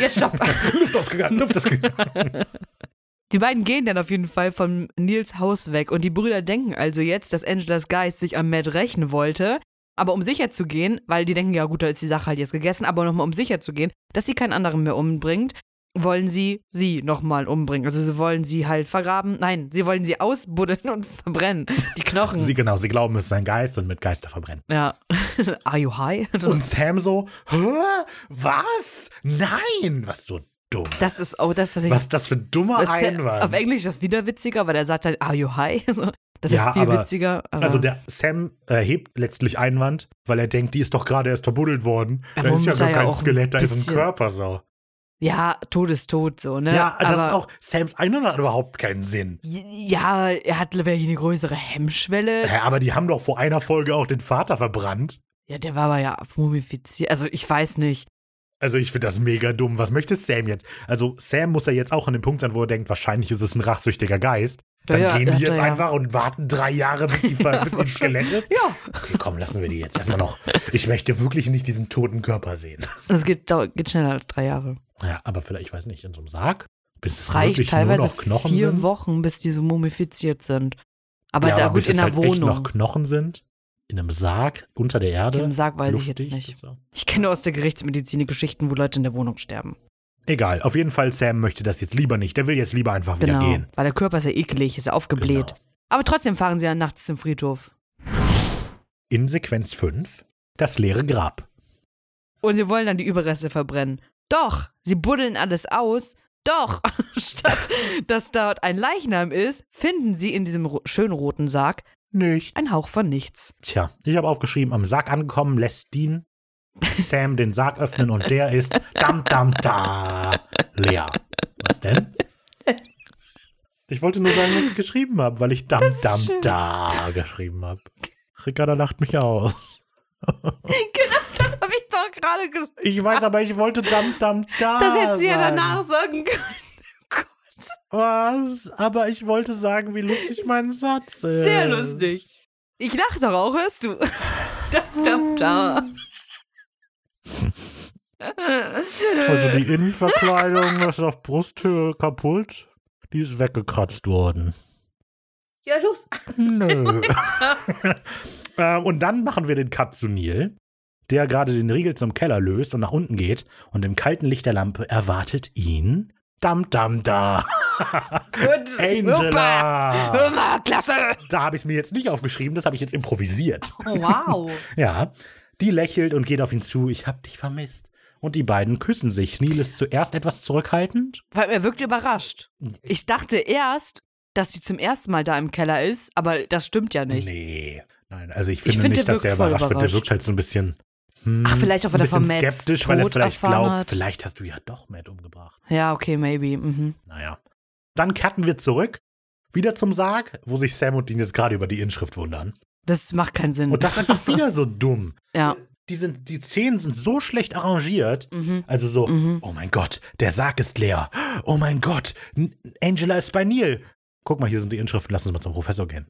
[SPEAKER 2] Jetzt stopp!
[SPEAKER 1] Luft ausgegangen, Luft ausgegangen.
[SPEAKER 2] Die beiden gehen dann auf jeden Fall von Nils Haus weg und die Brüder denken also jetzt, dass Angelas Geist sich an Matt rächen wollte. Aber um sicher zu gehen, weil die denken, ja gut, da ist die Sache halt jetzt gegessen, aber nochmal um sicher zu gehen, dass sie keinen anderen mehr umbringt, wollen sie sie nochmal umbringen. Also sie wollen sie halt vergraben. Nein, sie wollen sie ausbuddeln und verbrennen. Die Knochen.
[SPEAKER 1] Sie, genau, sie glauben, es ist ein Geist und mit Geister verbrennen.
[SPEAKER 2] ja. Are you high?
[SPEAKER 1] Und Sam so, Hä? was? Nein! Was so dumm.
[SPEAKER 2] Das ist, oh, das ist tatsächlich
[SPEAKER 1] was das für ein dummer
[SPEAKER 2] Das ist ja-
[SPEAKER 1] Einwand.
[SPEAKER 2] Auf Englisch ist das wieder witziger, weil er sagt halt, are you high? So, Das ist
[SPEAKER 1] Ja,
[SPEAKER 2] viel
[SPEAKER 1] aber-
[SPEAKER 2] witziger. Aber
[SPEAKER 1] also der Sam erhebt letztlich Einwand, weil er denkt, die ist doch gerade erst verbuddelt worden.
[SPEAKER 2] Ja,
[SPEAKER 1] Da ist ja
[SPEAKER 2] womit
[SPEAKER 1] gar
[SPEAKER 2] er ja
[SPEAKER 1] kein
[SPEAKER 2] auch ein
[SPEAKER 1] Skelett, da ist ein
[SPEAKER 2] bisschen-
[SPEAKER 1] Körper so.
[SPEAKER 2] ja, Tod ist tot, so, ne?
[SPEAKER 1] ja, das
[SPEAKER 2] aber,
[SPEAKER 1] ist auch, Sams Einwand hat überhaupt keinen Sinn.
[SPEAKER 2] J- Ja, er hat vielleicht eine größere Hemmschwelle.
[SPEAKER 1] Hä, aber die haben doch vor einer Folge auch den Vater verbrannt.
[SPEAKER 2] Ja, der war aber ja mumifiziert. Also, ich weiß nicht.
[SPEAKER 1] Also ich finde das mega dumm. Was möchte Sam jetzt? Also Sam muss ja jetzt auch an dem Punkt sein, wo er denkt, wahrscheinlich ist es ein rachsüchtiger Geist. Dann
[SPEAKER 2] Ja, ja,
[SPEAKER 1] gehen
[SPEAKER 2] hat
[SPEAKER 1] die jetzt
[SPEAKER 2] er ja.
[SPEAKER 1] einfach und warten drei Jahre, bis, die,
[SPEAKER 2] Ja,
[SPEAKER 1] bis die ein Skelett ist.
[SPEAKER 2] Ja.
[SPEAKER 1] Okay, komm, lassen wir die jetzt erstmal noch. Ich möchte wirklich nicht diesen toten Körper sehen.
[SPEAKER 2] Das geht, dau- geht schneller als drei Jahre.
[SPEAKER 1] Ja, aber vielleicht, ich weiß nicht, in so einem Sarg, bis es
[SPEAKER 2] Es reicht
[SPEAKER 1] wirklich nur
[SPEAKER 2] teilweise
[SPEAKER 1] noch Knochen
[SPEAKER 2] vier
[SPEAKER 1] sind.
[SPEAKER 2] Wochen, bis die so mumifiziert sind. Aber
[SPEAKER 1] ja,
[SPEAKER 2] da
[SPEAKER 1] aber
[SPEAKER 2] gut
[SPEAKER 1] bis
[SPEAKER 2] in
[SPEAKER 1] es
[SPEAKER 2] der
[SPEAKER 1] halt echt noch
[SPEAKER 2] Wohnung.
[SPEAKER 1] Knochen sind, in einem Sarg, unter der Erde.
[SPEAKER 2] Im Sarg weiß ich jetzt
[SPEAKER 1] luftdicht
[SPEAKER 2] nicht.
[SPEAKER 1] und So.
[SPEAKER 2] Ich kenne aus der Gerichtsmedizin Geschichten, wo Leute in der Wohnung sterben.
[SPEAKER 1] Egal, auf jeden Fall, Sam möchte das jetzt lieber nicht. Der will jetzt lieber einfach
[SPEAKER 2] Genau.
[SPEAKER 1] wieder gehen.
[SPEAKER 2] Weil der Körper ist ja eklig, ist ja aufgebläht.
[SPEAKER 1] Genau.
[SPEAKER 2] Aber trotzdem fahren sie ja nachts zum Friedhof.
[SPEAKER 1] In Sequenz 5, das leere Grab.
[SPEAKER 2] Und sie wollen dann die Überreste verbrennen. Doch, sie buddeln alles aus. Doch, statt dass dort ein Leichnam ist, finden sie in diesem ro schönen roten Sarg
[SPEAKER 1] Nicht.
[SPEAKER 2] einen Hauch von nichts.
[SPEAKER 1] Tja, ich habe aufgeschrieben, am Sarg angekommen lässt Dean Sam den Sarg öffnen und der ist dam dam da leer. Was denn? Ich wollte nur sagen, was ich geschrieben habe, weil ich dam
[SPEAKER 2] ist
[SPEAKER 1] dam
[SPEAKER 2] schön.
[SPEAKER 1] da geschrieben habe. Ricarda lacht mich aus.
[SPEAKER 2] Das habe ich doch gerade gesagt.
[SPEAKER 1] Ich weiß, aber ich wollte dam dam da.
[SPEAKER 2] Das hätte sie ja
[SPEAKER 1] sagen.
[SPEAKER 2] danach sagen können.
[SPEAKER 1] Was? Aber ich wollte sagen, wie lustig mein Satz ist.
[SPEAKER 2] Sehr lustig. Ich lache doch auch, hörst du? Da, da, da.
[SPEAKER 1] Also die Innenverkleidung ist auf Brusthöhe kaputt. Die ist weggekratzt worden.
[SPEAKER 2] Ja, los.
[SPEAKER 1] Nö. ähm, und dann machen wir den Cut zu Neil, der gerade den Riegel zum Keller löst und nach unten geht. Und im kalten Licht der Lampe erwartet ihn. Dam, dam, da.
[SPEAKER 2] Gut. Super.
[SPEAKER 1] Angela.
[SPEAKER 2] Hör klasse.
[SPEAKER 1] Da habe ich es mir jetzt nicht aufgeschrieben, das habe ich jetzt improvisiert.
[SPEAKER 2] Oh, Wow.
[SPEAKER 1] Ja. Die lächelt und geht auf ihn zu. Ich hab dich vermisst. Und die beiden küssen sich. Neil ist zuerst etwas zurückhaltend.
[SPEAKER 2] Weil er wirkt überrascht. Ich dachte erst, dass sie zum ersten Mal da im Keller ist, aber das stimmt ja nicht.
[SPEAKER 1] Nee. Nein, also ich finde
[SPEAKER 2] finde,
[SPEAKER 1] nicht,
[SPEAKER 2] der
[SPEAKER 1] dass er
[SPEAKER 2] wirkt voll
[SPEAKER 1] überrascht wird. Der
[SPEAKER 2] überrascht.
[SPEAKER 1] wirkt halt so ein bisschen. hm,
[SPEAKER 2] Ach, vielleicht auch, weil
[SPEAKER 1] ein
[SPEAKER 2] er von
[SPEAKER 1] bisschen
[SPEAKER 2] Mads
[SPEAKER 1] skeptisch, weil er
[SPEAKER 2] Tod
[SPEAKER 1] vielleicht
[SPEAKER 2] erfahren
[SPEAKER 1] glaubt,
[SPEAKER 2] hat.
[SPEAKER 1] vielleicht hast du ja doch Matt umgebracht.
[SPEAKER 2] Ja, okay, maybe. Mhm.
[SPEAKER 1] Naja. Dann cutten wir zurück, wieder zum Sarg, wo sich Sam und Dean jetzt gerade über die Inschrift wundern.
[SPEAKER 2] Das macht keinen Sinn.
[SPEAKER 1] Und das ist einfach wieder so dumm.
[SPEAKER 2] ja.
[SPEAKER 1] Die, sind, die Szenen sind so schlecht arrangiert.
[SPEAKER 2] Mhm.
[SPEAKER 1] Also so,
[SPEAKER 2] Mhm.
[SPEAKER 1] oh mein Gott, der Sarg ist leer. Oh mein Gott, N Angela ist bei Neil. Guck mal, hier sind die Inschriften, lass uns mal zum Professor gehen.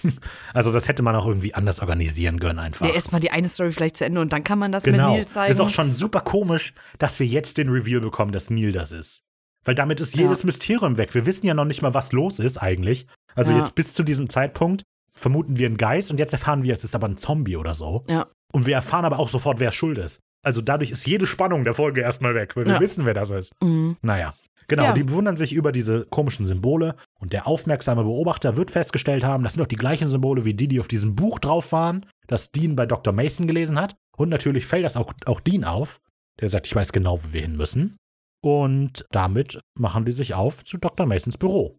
[SPEAKER 1] also das hätte man auch irgendwie anders organisieren können einfach.
[SPEAKER 2] Ja, erstmal die eine Story vielleicht zu Ende und dann kann man das
[SPEAKER 1] genau.
[SPEAKER 2] mit Neil zeigen.
[SPEAKER 1] Ist auch schon super komisch, dass wir jetzt den Reveal bekommen, dass Neil das ist. Weil damit ist jedes Mysterium weg. Wir wissen ja noch nicht mal, was los ist eigentlich. Also
[SPEAKER 2] Ja.
[SPEAKER 1] jetzt bis zu diesem Zeitpunkt vermuten wir einen Geist und jetzt erfahren wir, es ist aber ein Zombie oder so.
[SPEAKER 2] Ja.
[SPEAKER 1] Und wir erfahren aber auch sofort, wer schuld ist. Also dadurch ist jede Spannung der Folge erstmal weg, weil wir
[SPEAKER 2] Ja.
[SPEAKER 1] wissen, wer das ist.
[SPEAKER 2] mhm.
[SPEAKER 1] Naja, genau,
[SPEAKER 2] Ja.
[SPEAKER 1] die bewundern sich über diese komischen Symbole und der aufmerksame Beobachter wird festgestellt haben, das sind doch die gleichen Symbole wie die, die auf diesem Buch drauf waren, das Dean bei Dr. Mason gelesen hat. Und natürlich fällt das auch, auch Dean auf, der sagt, ich weiß genau, wo wir hin müssen. Und damit machen die sich auf zu Dr. Masons Büro.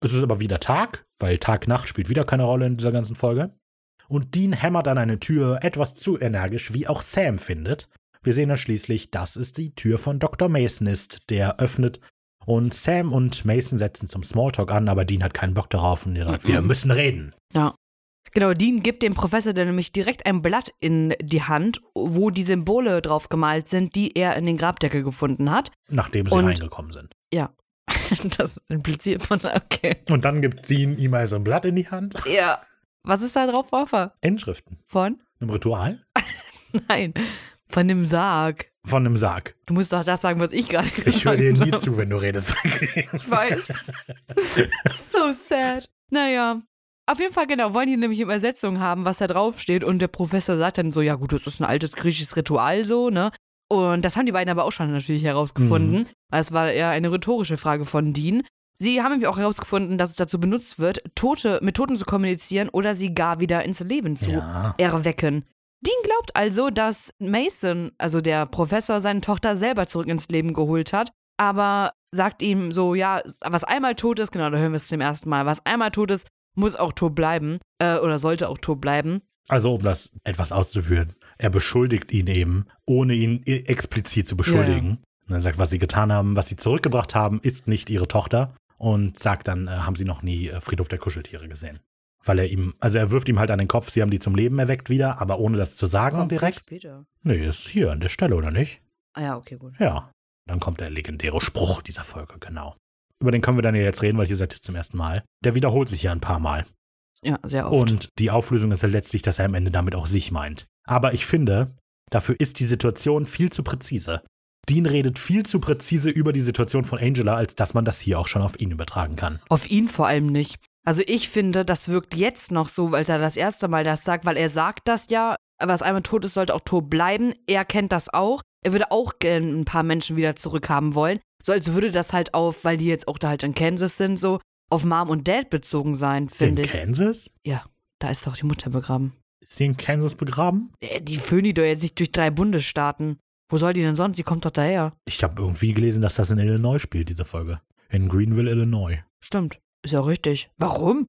[SPEAKER 1] Es ist aber wieder Tag, weil Tag-Nacht spielt wieder keine Rolle in dieser ganzen Folge. Und Dean hämmert an eine Tür etwas zu energisch, wie auch Sam findet. Wir sehen dann schließlich, dass es die Tür von Dr. Mason ist, der öffnet. Und Sam und Mason setzen zum Smalltalk an, aber Dean hat keinen Bock darauf und er sagt, wir müssen reden.
[SPEAKER 2] Genau, Dean gibt dem Professor dann nämlich direkt ein Blatt in die Hand, wo die Symbole drauf gemalt sind, die er in den Grabdeckel gefunden hat.
[SPEAKER 1] Nachdem sie
[SPEAKER 2] Und-
[SPEAKER 1] reingekommen sind.
[SPEAKER 2] Das impliziert man, okay.
[SPEAKER 1] Und dann gibt Dean ihm also ein Blatt in die Hand.
[SPEAKER 2] Ja. Was ist da drauf, Waffe?
[SPEAKER 1] Inschriften.
[SPEAKER 2] Von?
[SPEAKER 1] Einem Ritual?
[SPEAKER 2] Nein. Von dem Sarg.
[SPEAKER 1] Von einem Sarg.
[SPEAKER 2] Du musst doch das sagen, was ich gerade gesagt habe.
[SPEAKER 1] Ich höre dir nie zu, wenn du redest.
[SPEAKER 2] Ich weiß. so sad. Naja. Auf jeden Fall, genau, wollen die nämlich in Ersetzung haben, was da draufsteht. Und der Professor sagt dann so: Ja, gut, das ist ein altes griechisches Ritual, so, ne? Und das haben die beiden aber auch schon natürlich herausgefunden. Weil es war eher eine rhetorische Frage von Dean. Sie haben nämlich auch herausgefunden, dass es dazu benutzt wird, Tote mit Toten zu kommunizieren oder sie gar wieder ins Leben zu
[SPEAKER 1] Ja.
[SPEAKER 2] erwecken. Dean glaubt also, dass Mason, also der Professor, seine Tochter selber zurück ins Leben geholt hat, aber sagt ihm so, ja, was einmal tot ist, genau, da hören wir es zum ersten Mal, was einmal tot ist, muss auch tot bleiben äh, oder sollte auch tot bleiben.
[SPEAKER 1] Also, um das etwas auszuführen, er beschuldigt ihn eben, ohne ihn i- explizit zu beschuldigen. Und er sagt, was sie getan haben, was sie zurückgebracht haben, ist nicht ihre Tochter. Und sagt dann, äh, haben sie noch nie äh, Friedhof der Kuscheltiere gesehen. Weil er ihm, also er wirft ihm halt an den Kopf, sie haben die zum Leben erweckt wieder, aber ohne das zu sagen direkt.
[SPEAKER 2] Später.
[SPEAKER 1] Nee, ist hier an der Stelle, oder nicht?
[SPEAKER 2] Ah ja, okay, gut.
[SPEAKER 1] Ja. Dann kommt der legendäre Spruch dieser Folge, genau. Über den können wir dann ja jetzt reden, weil hier seid ihr zum ersten Mal. Der wiederholt sich ja ein paar Mal.
[SPEAKER 2] Ja, sehr oft.
[SPEAKER 1] Und die Auflösung ist ja letztlich, dass er am Ende damit auch sich meint. Aber ich finde, dafür ist die Situation viel zu präzise. Dean redet viel zu präzise über die Situation von Angela, als dass man das hier auch schon auf ihn übertragen kann.
[SPEAKER 2] Auf ihn vor allem nicht. Also ich finde, das wirkt jetzt noch so, als er das erste Mal das sagt, weil er sagt das ja, was einmal tot ist, sollte auch tot bleiben. Er kennt das auch. Er würde auch gerne ein paar Menschen wieder zurückhaben wollen. So als würde das halt auf, weil die jetzt auch da halt in Kansas sind, so auf Mom und Dad bezogen sein,
[SPEAKER 1] Ist sie in
[SPEAKER 2] finde ich.
[SPEAKER 1] Kansas?
[SPEAKER 2] Da ist doch die Mutter begraben.
[SPEAKER 1] Ist sie in Kansas begraben?
[SPEAKER 2] Äh, Die föhnen die doch jetzt nicht durch drei Bundesstaaten. Wo soll die denn sonst? Die kommt doch daher.
[SPEAKER 1] Ich habe irgendwie gelesen, dass das in Illinois spielt, diese Folge. In Greenville, Illinois.
[SPEAKER 2] Stimmt. Ist ja richtig. Warum?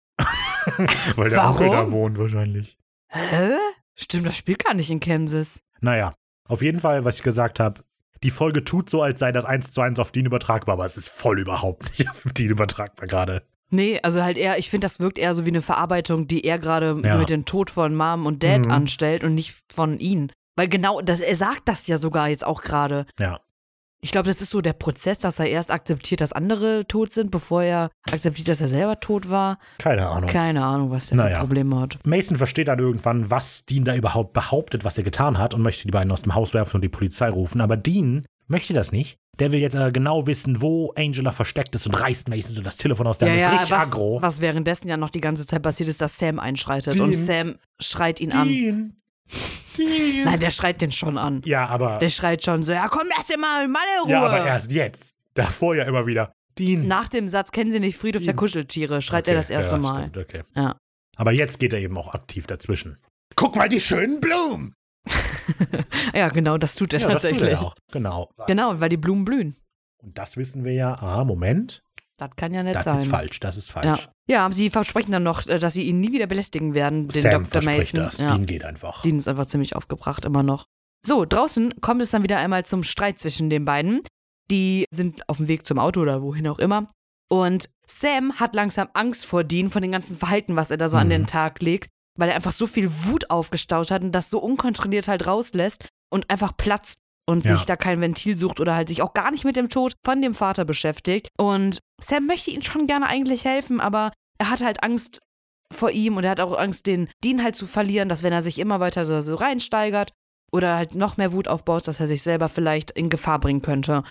[SPEAKER 1] Weil
[SPEAKER 2] der Onkel Warum? da
[SPEAKER 1] wohnt wahrscheinlich.
[SPEAKER 2] Hä? Stimmt, das spielt gar nicht in Kansas.
[SPEAKER 1] Naja, auf jeden Fall, was ich gesagt habe, die Folge tut so, als sei das eins zu eins auf Dean übertragbar, aber es ist voll überhaupt nicht auf Dean übertragbar gerade.
[SPEAKER 2] Nee, also halt eher, ich finde, das wirkt eher so wie eine Verarbeitung, die er gerade
[SPEAKER 1] Ja.
[SPEAKER 2] mit dem Tod von Mom und Dad
[SPEAKER 1] Mhm.
[SPEAKER 2] anstellt und nicht von ihnen. Weil genau, das, er sagt das ja sogar jetzt auch gerade.
[SPEAKER 1] Ja.
[SPEAKER 2] Ich glaube, das ist so der Prozess, dass er erst akzeptiert, dass andere tot sind, bevor er akzeptiert, dass er selber tot war.
[SPEAKER 1] Keine Ahnung.
[SPEAKER 2] Keine Ahnung, was der
[SPEAKER 1] Naja.
[SPEAKER 2] für Probleme hat.
[SPEAKER 1] Mason versteht dann irgendwann, was Dean da überhaupt behauptet, was er getan hat und möchte die beiden aus dem Haus werfen und die Polizei rufen. Aber Dean möchte das nicht. Der will jetzt äh, genau wissen, wo Angela versteckt ist und reißt Mason so das Telefon aus der Hand. Das ist richtig
[SPEAKER 2] was,
[SPEAKER 1] aggro.
[SPEAKER 2] was währenddessen ja noch die ganze Zeit passiert ist, dass Sam einschreitet
[SPEAKER 1] Dean.
[SPEAKER 2] und Sam schreit ihn an.
[SPEAKER 1] Dean. Dean.
[SPEAKER 2] Nein, der schreit den schon an.
[SPEAKER 1] ja, aber,
[SPEAKER 2] Der schreit schon so, ja komm, lass den mal, Mann in Ruhe.
[SPEAKER 1] ja, aber erst jetzt. Davor ja immer wieder. Dean.
[SPEAKER 2] Nach dem Satz, kennen Sie nicht Friedhof der
[SPEAKER 1] Dean.
[SPEAKER 2] Kuscheltiere, schreit
[SPEAKER 1] Okay,
[SPEAKER 2] er das erste
[SPEAKER 1] ja,
[SPEAKER 2] Mal.
[SPEAKER 1] Stimmt, okay.
[SPEAKER 2] Ja.
[SPEAKER 1] Aber jetzt geht er eben auch aktiv dazwischen. Guck mal die schönen Blumen.
[SPEAKER 2] Ja, genau, das tut er
[SPEAKER 1] Ja, das tut
[SPEAKER 2] tatsächlich.
[SPEAKER 1] er auch. Genau.
[SPEAKER 2] Genau, weil die Blumen blühen.
[SPEAKER 1] Und das wissen wir ja. Ah, Moment.
[SPEAKER 2] Das kann ja nicht
[SPEAKER 1] Das
[SPEAKER 2] sein.
[SPEAKER 1] ist falsch. Das ist falsch.
[SPEAKER 2] Ja. ja, sie versprechen dann noch, äh, dass sie ihn nie wieder belästigen werden, den
[SPEAKER 1] Sam
[SPEAKER 2] Dr.
[SPEAKER 1] verspricht
[SPEAKER 2] Mason.
[SPEAKER 1] das.
[SPEAKER 2] Ja.
[SPEAKER 1] Dean geht einfach.
[SPEAKER 2] Dean ist einfach ziemlich aufgebracht, immer noch. So, draußen kommt es dann wieder einmal zum Streit zwischen den beiden. Die sind auf dem Weg zum Auto oder wohin auch immer. Und Sam hat langsam Angst vor Dean, von dem ganzen Verhalten, was er da so an
[SPEAKER 1] Mhm.
[SPEAKER 2] den Tag legt, weil er einfach so viel Wut aufgestaut hat und das so unkontrolliert halt rauslässt und einfach platzt und
[SPEAKER 1] Ja.
[SPEAKER 2] sich da kein Ventil sucht oder halt sich auch gar nicht mit dem Tod von dem Vater beschäftigt. Und Sam möchte ihn schon gerne eigentlich helfen, aber er hat halt Angst vor ihm und er hat auch Angst, den Dean halt zu verlieren, dass wenn er sich immer weiter da so reinsteigert oder halt noch mehr Wut aufbaut, dass er sich selber vielleicht in Gefahr bringen könnte.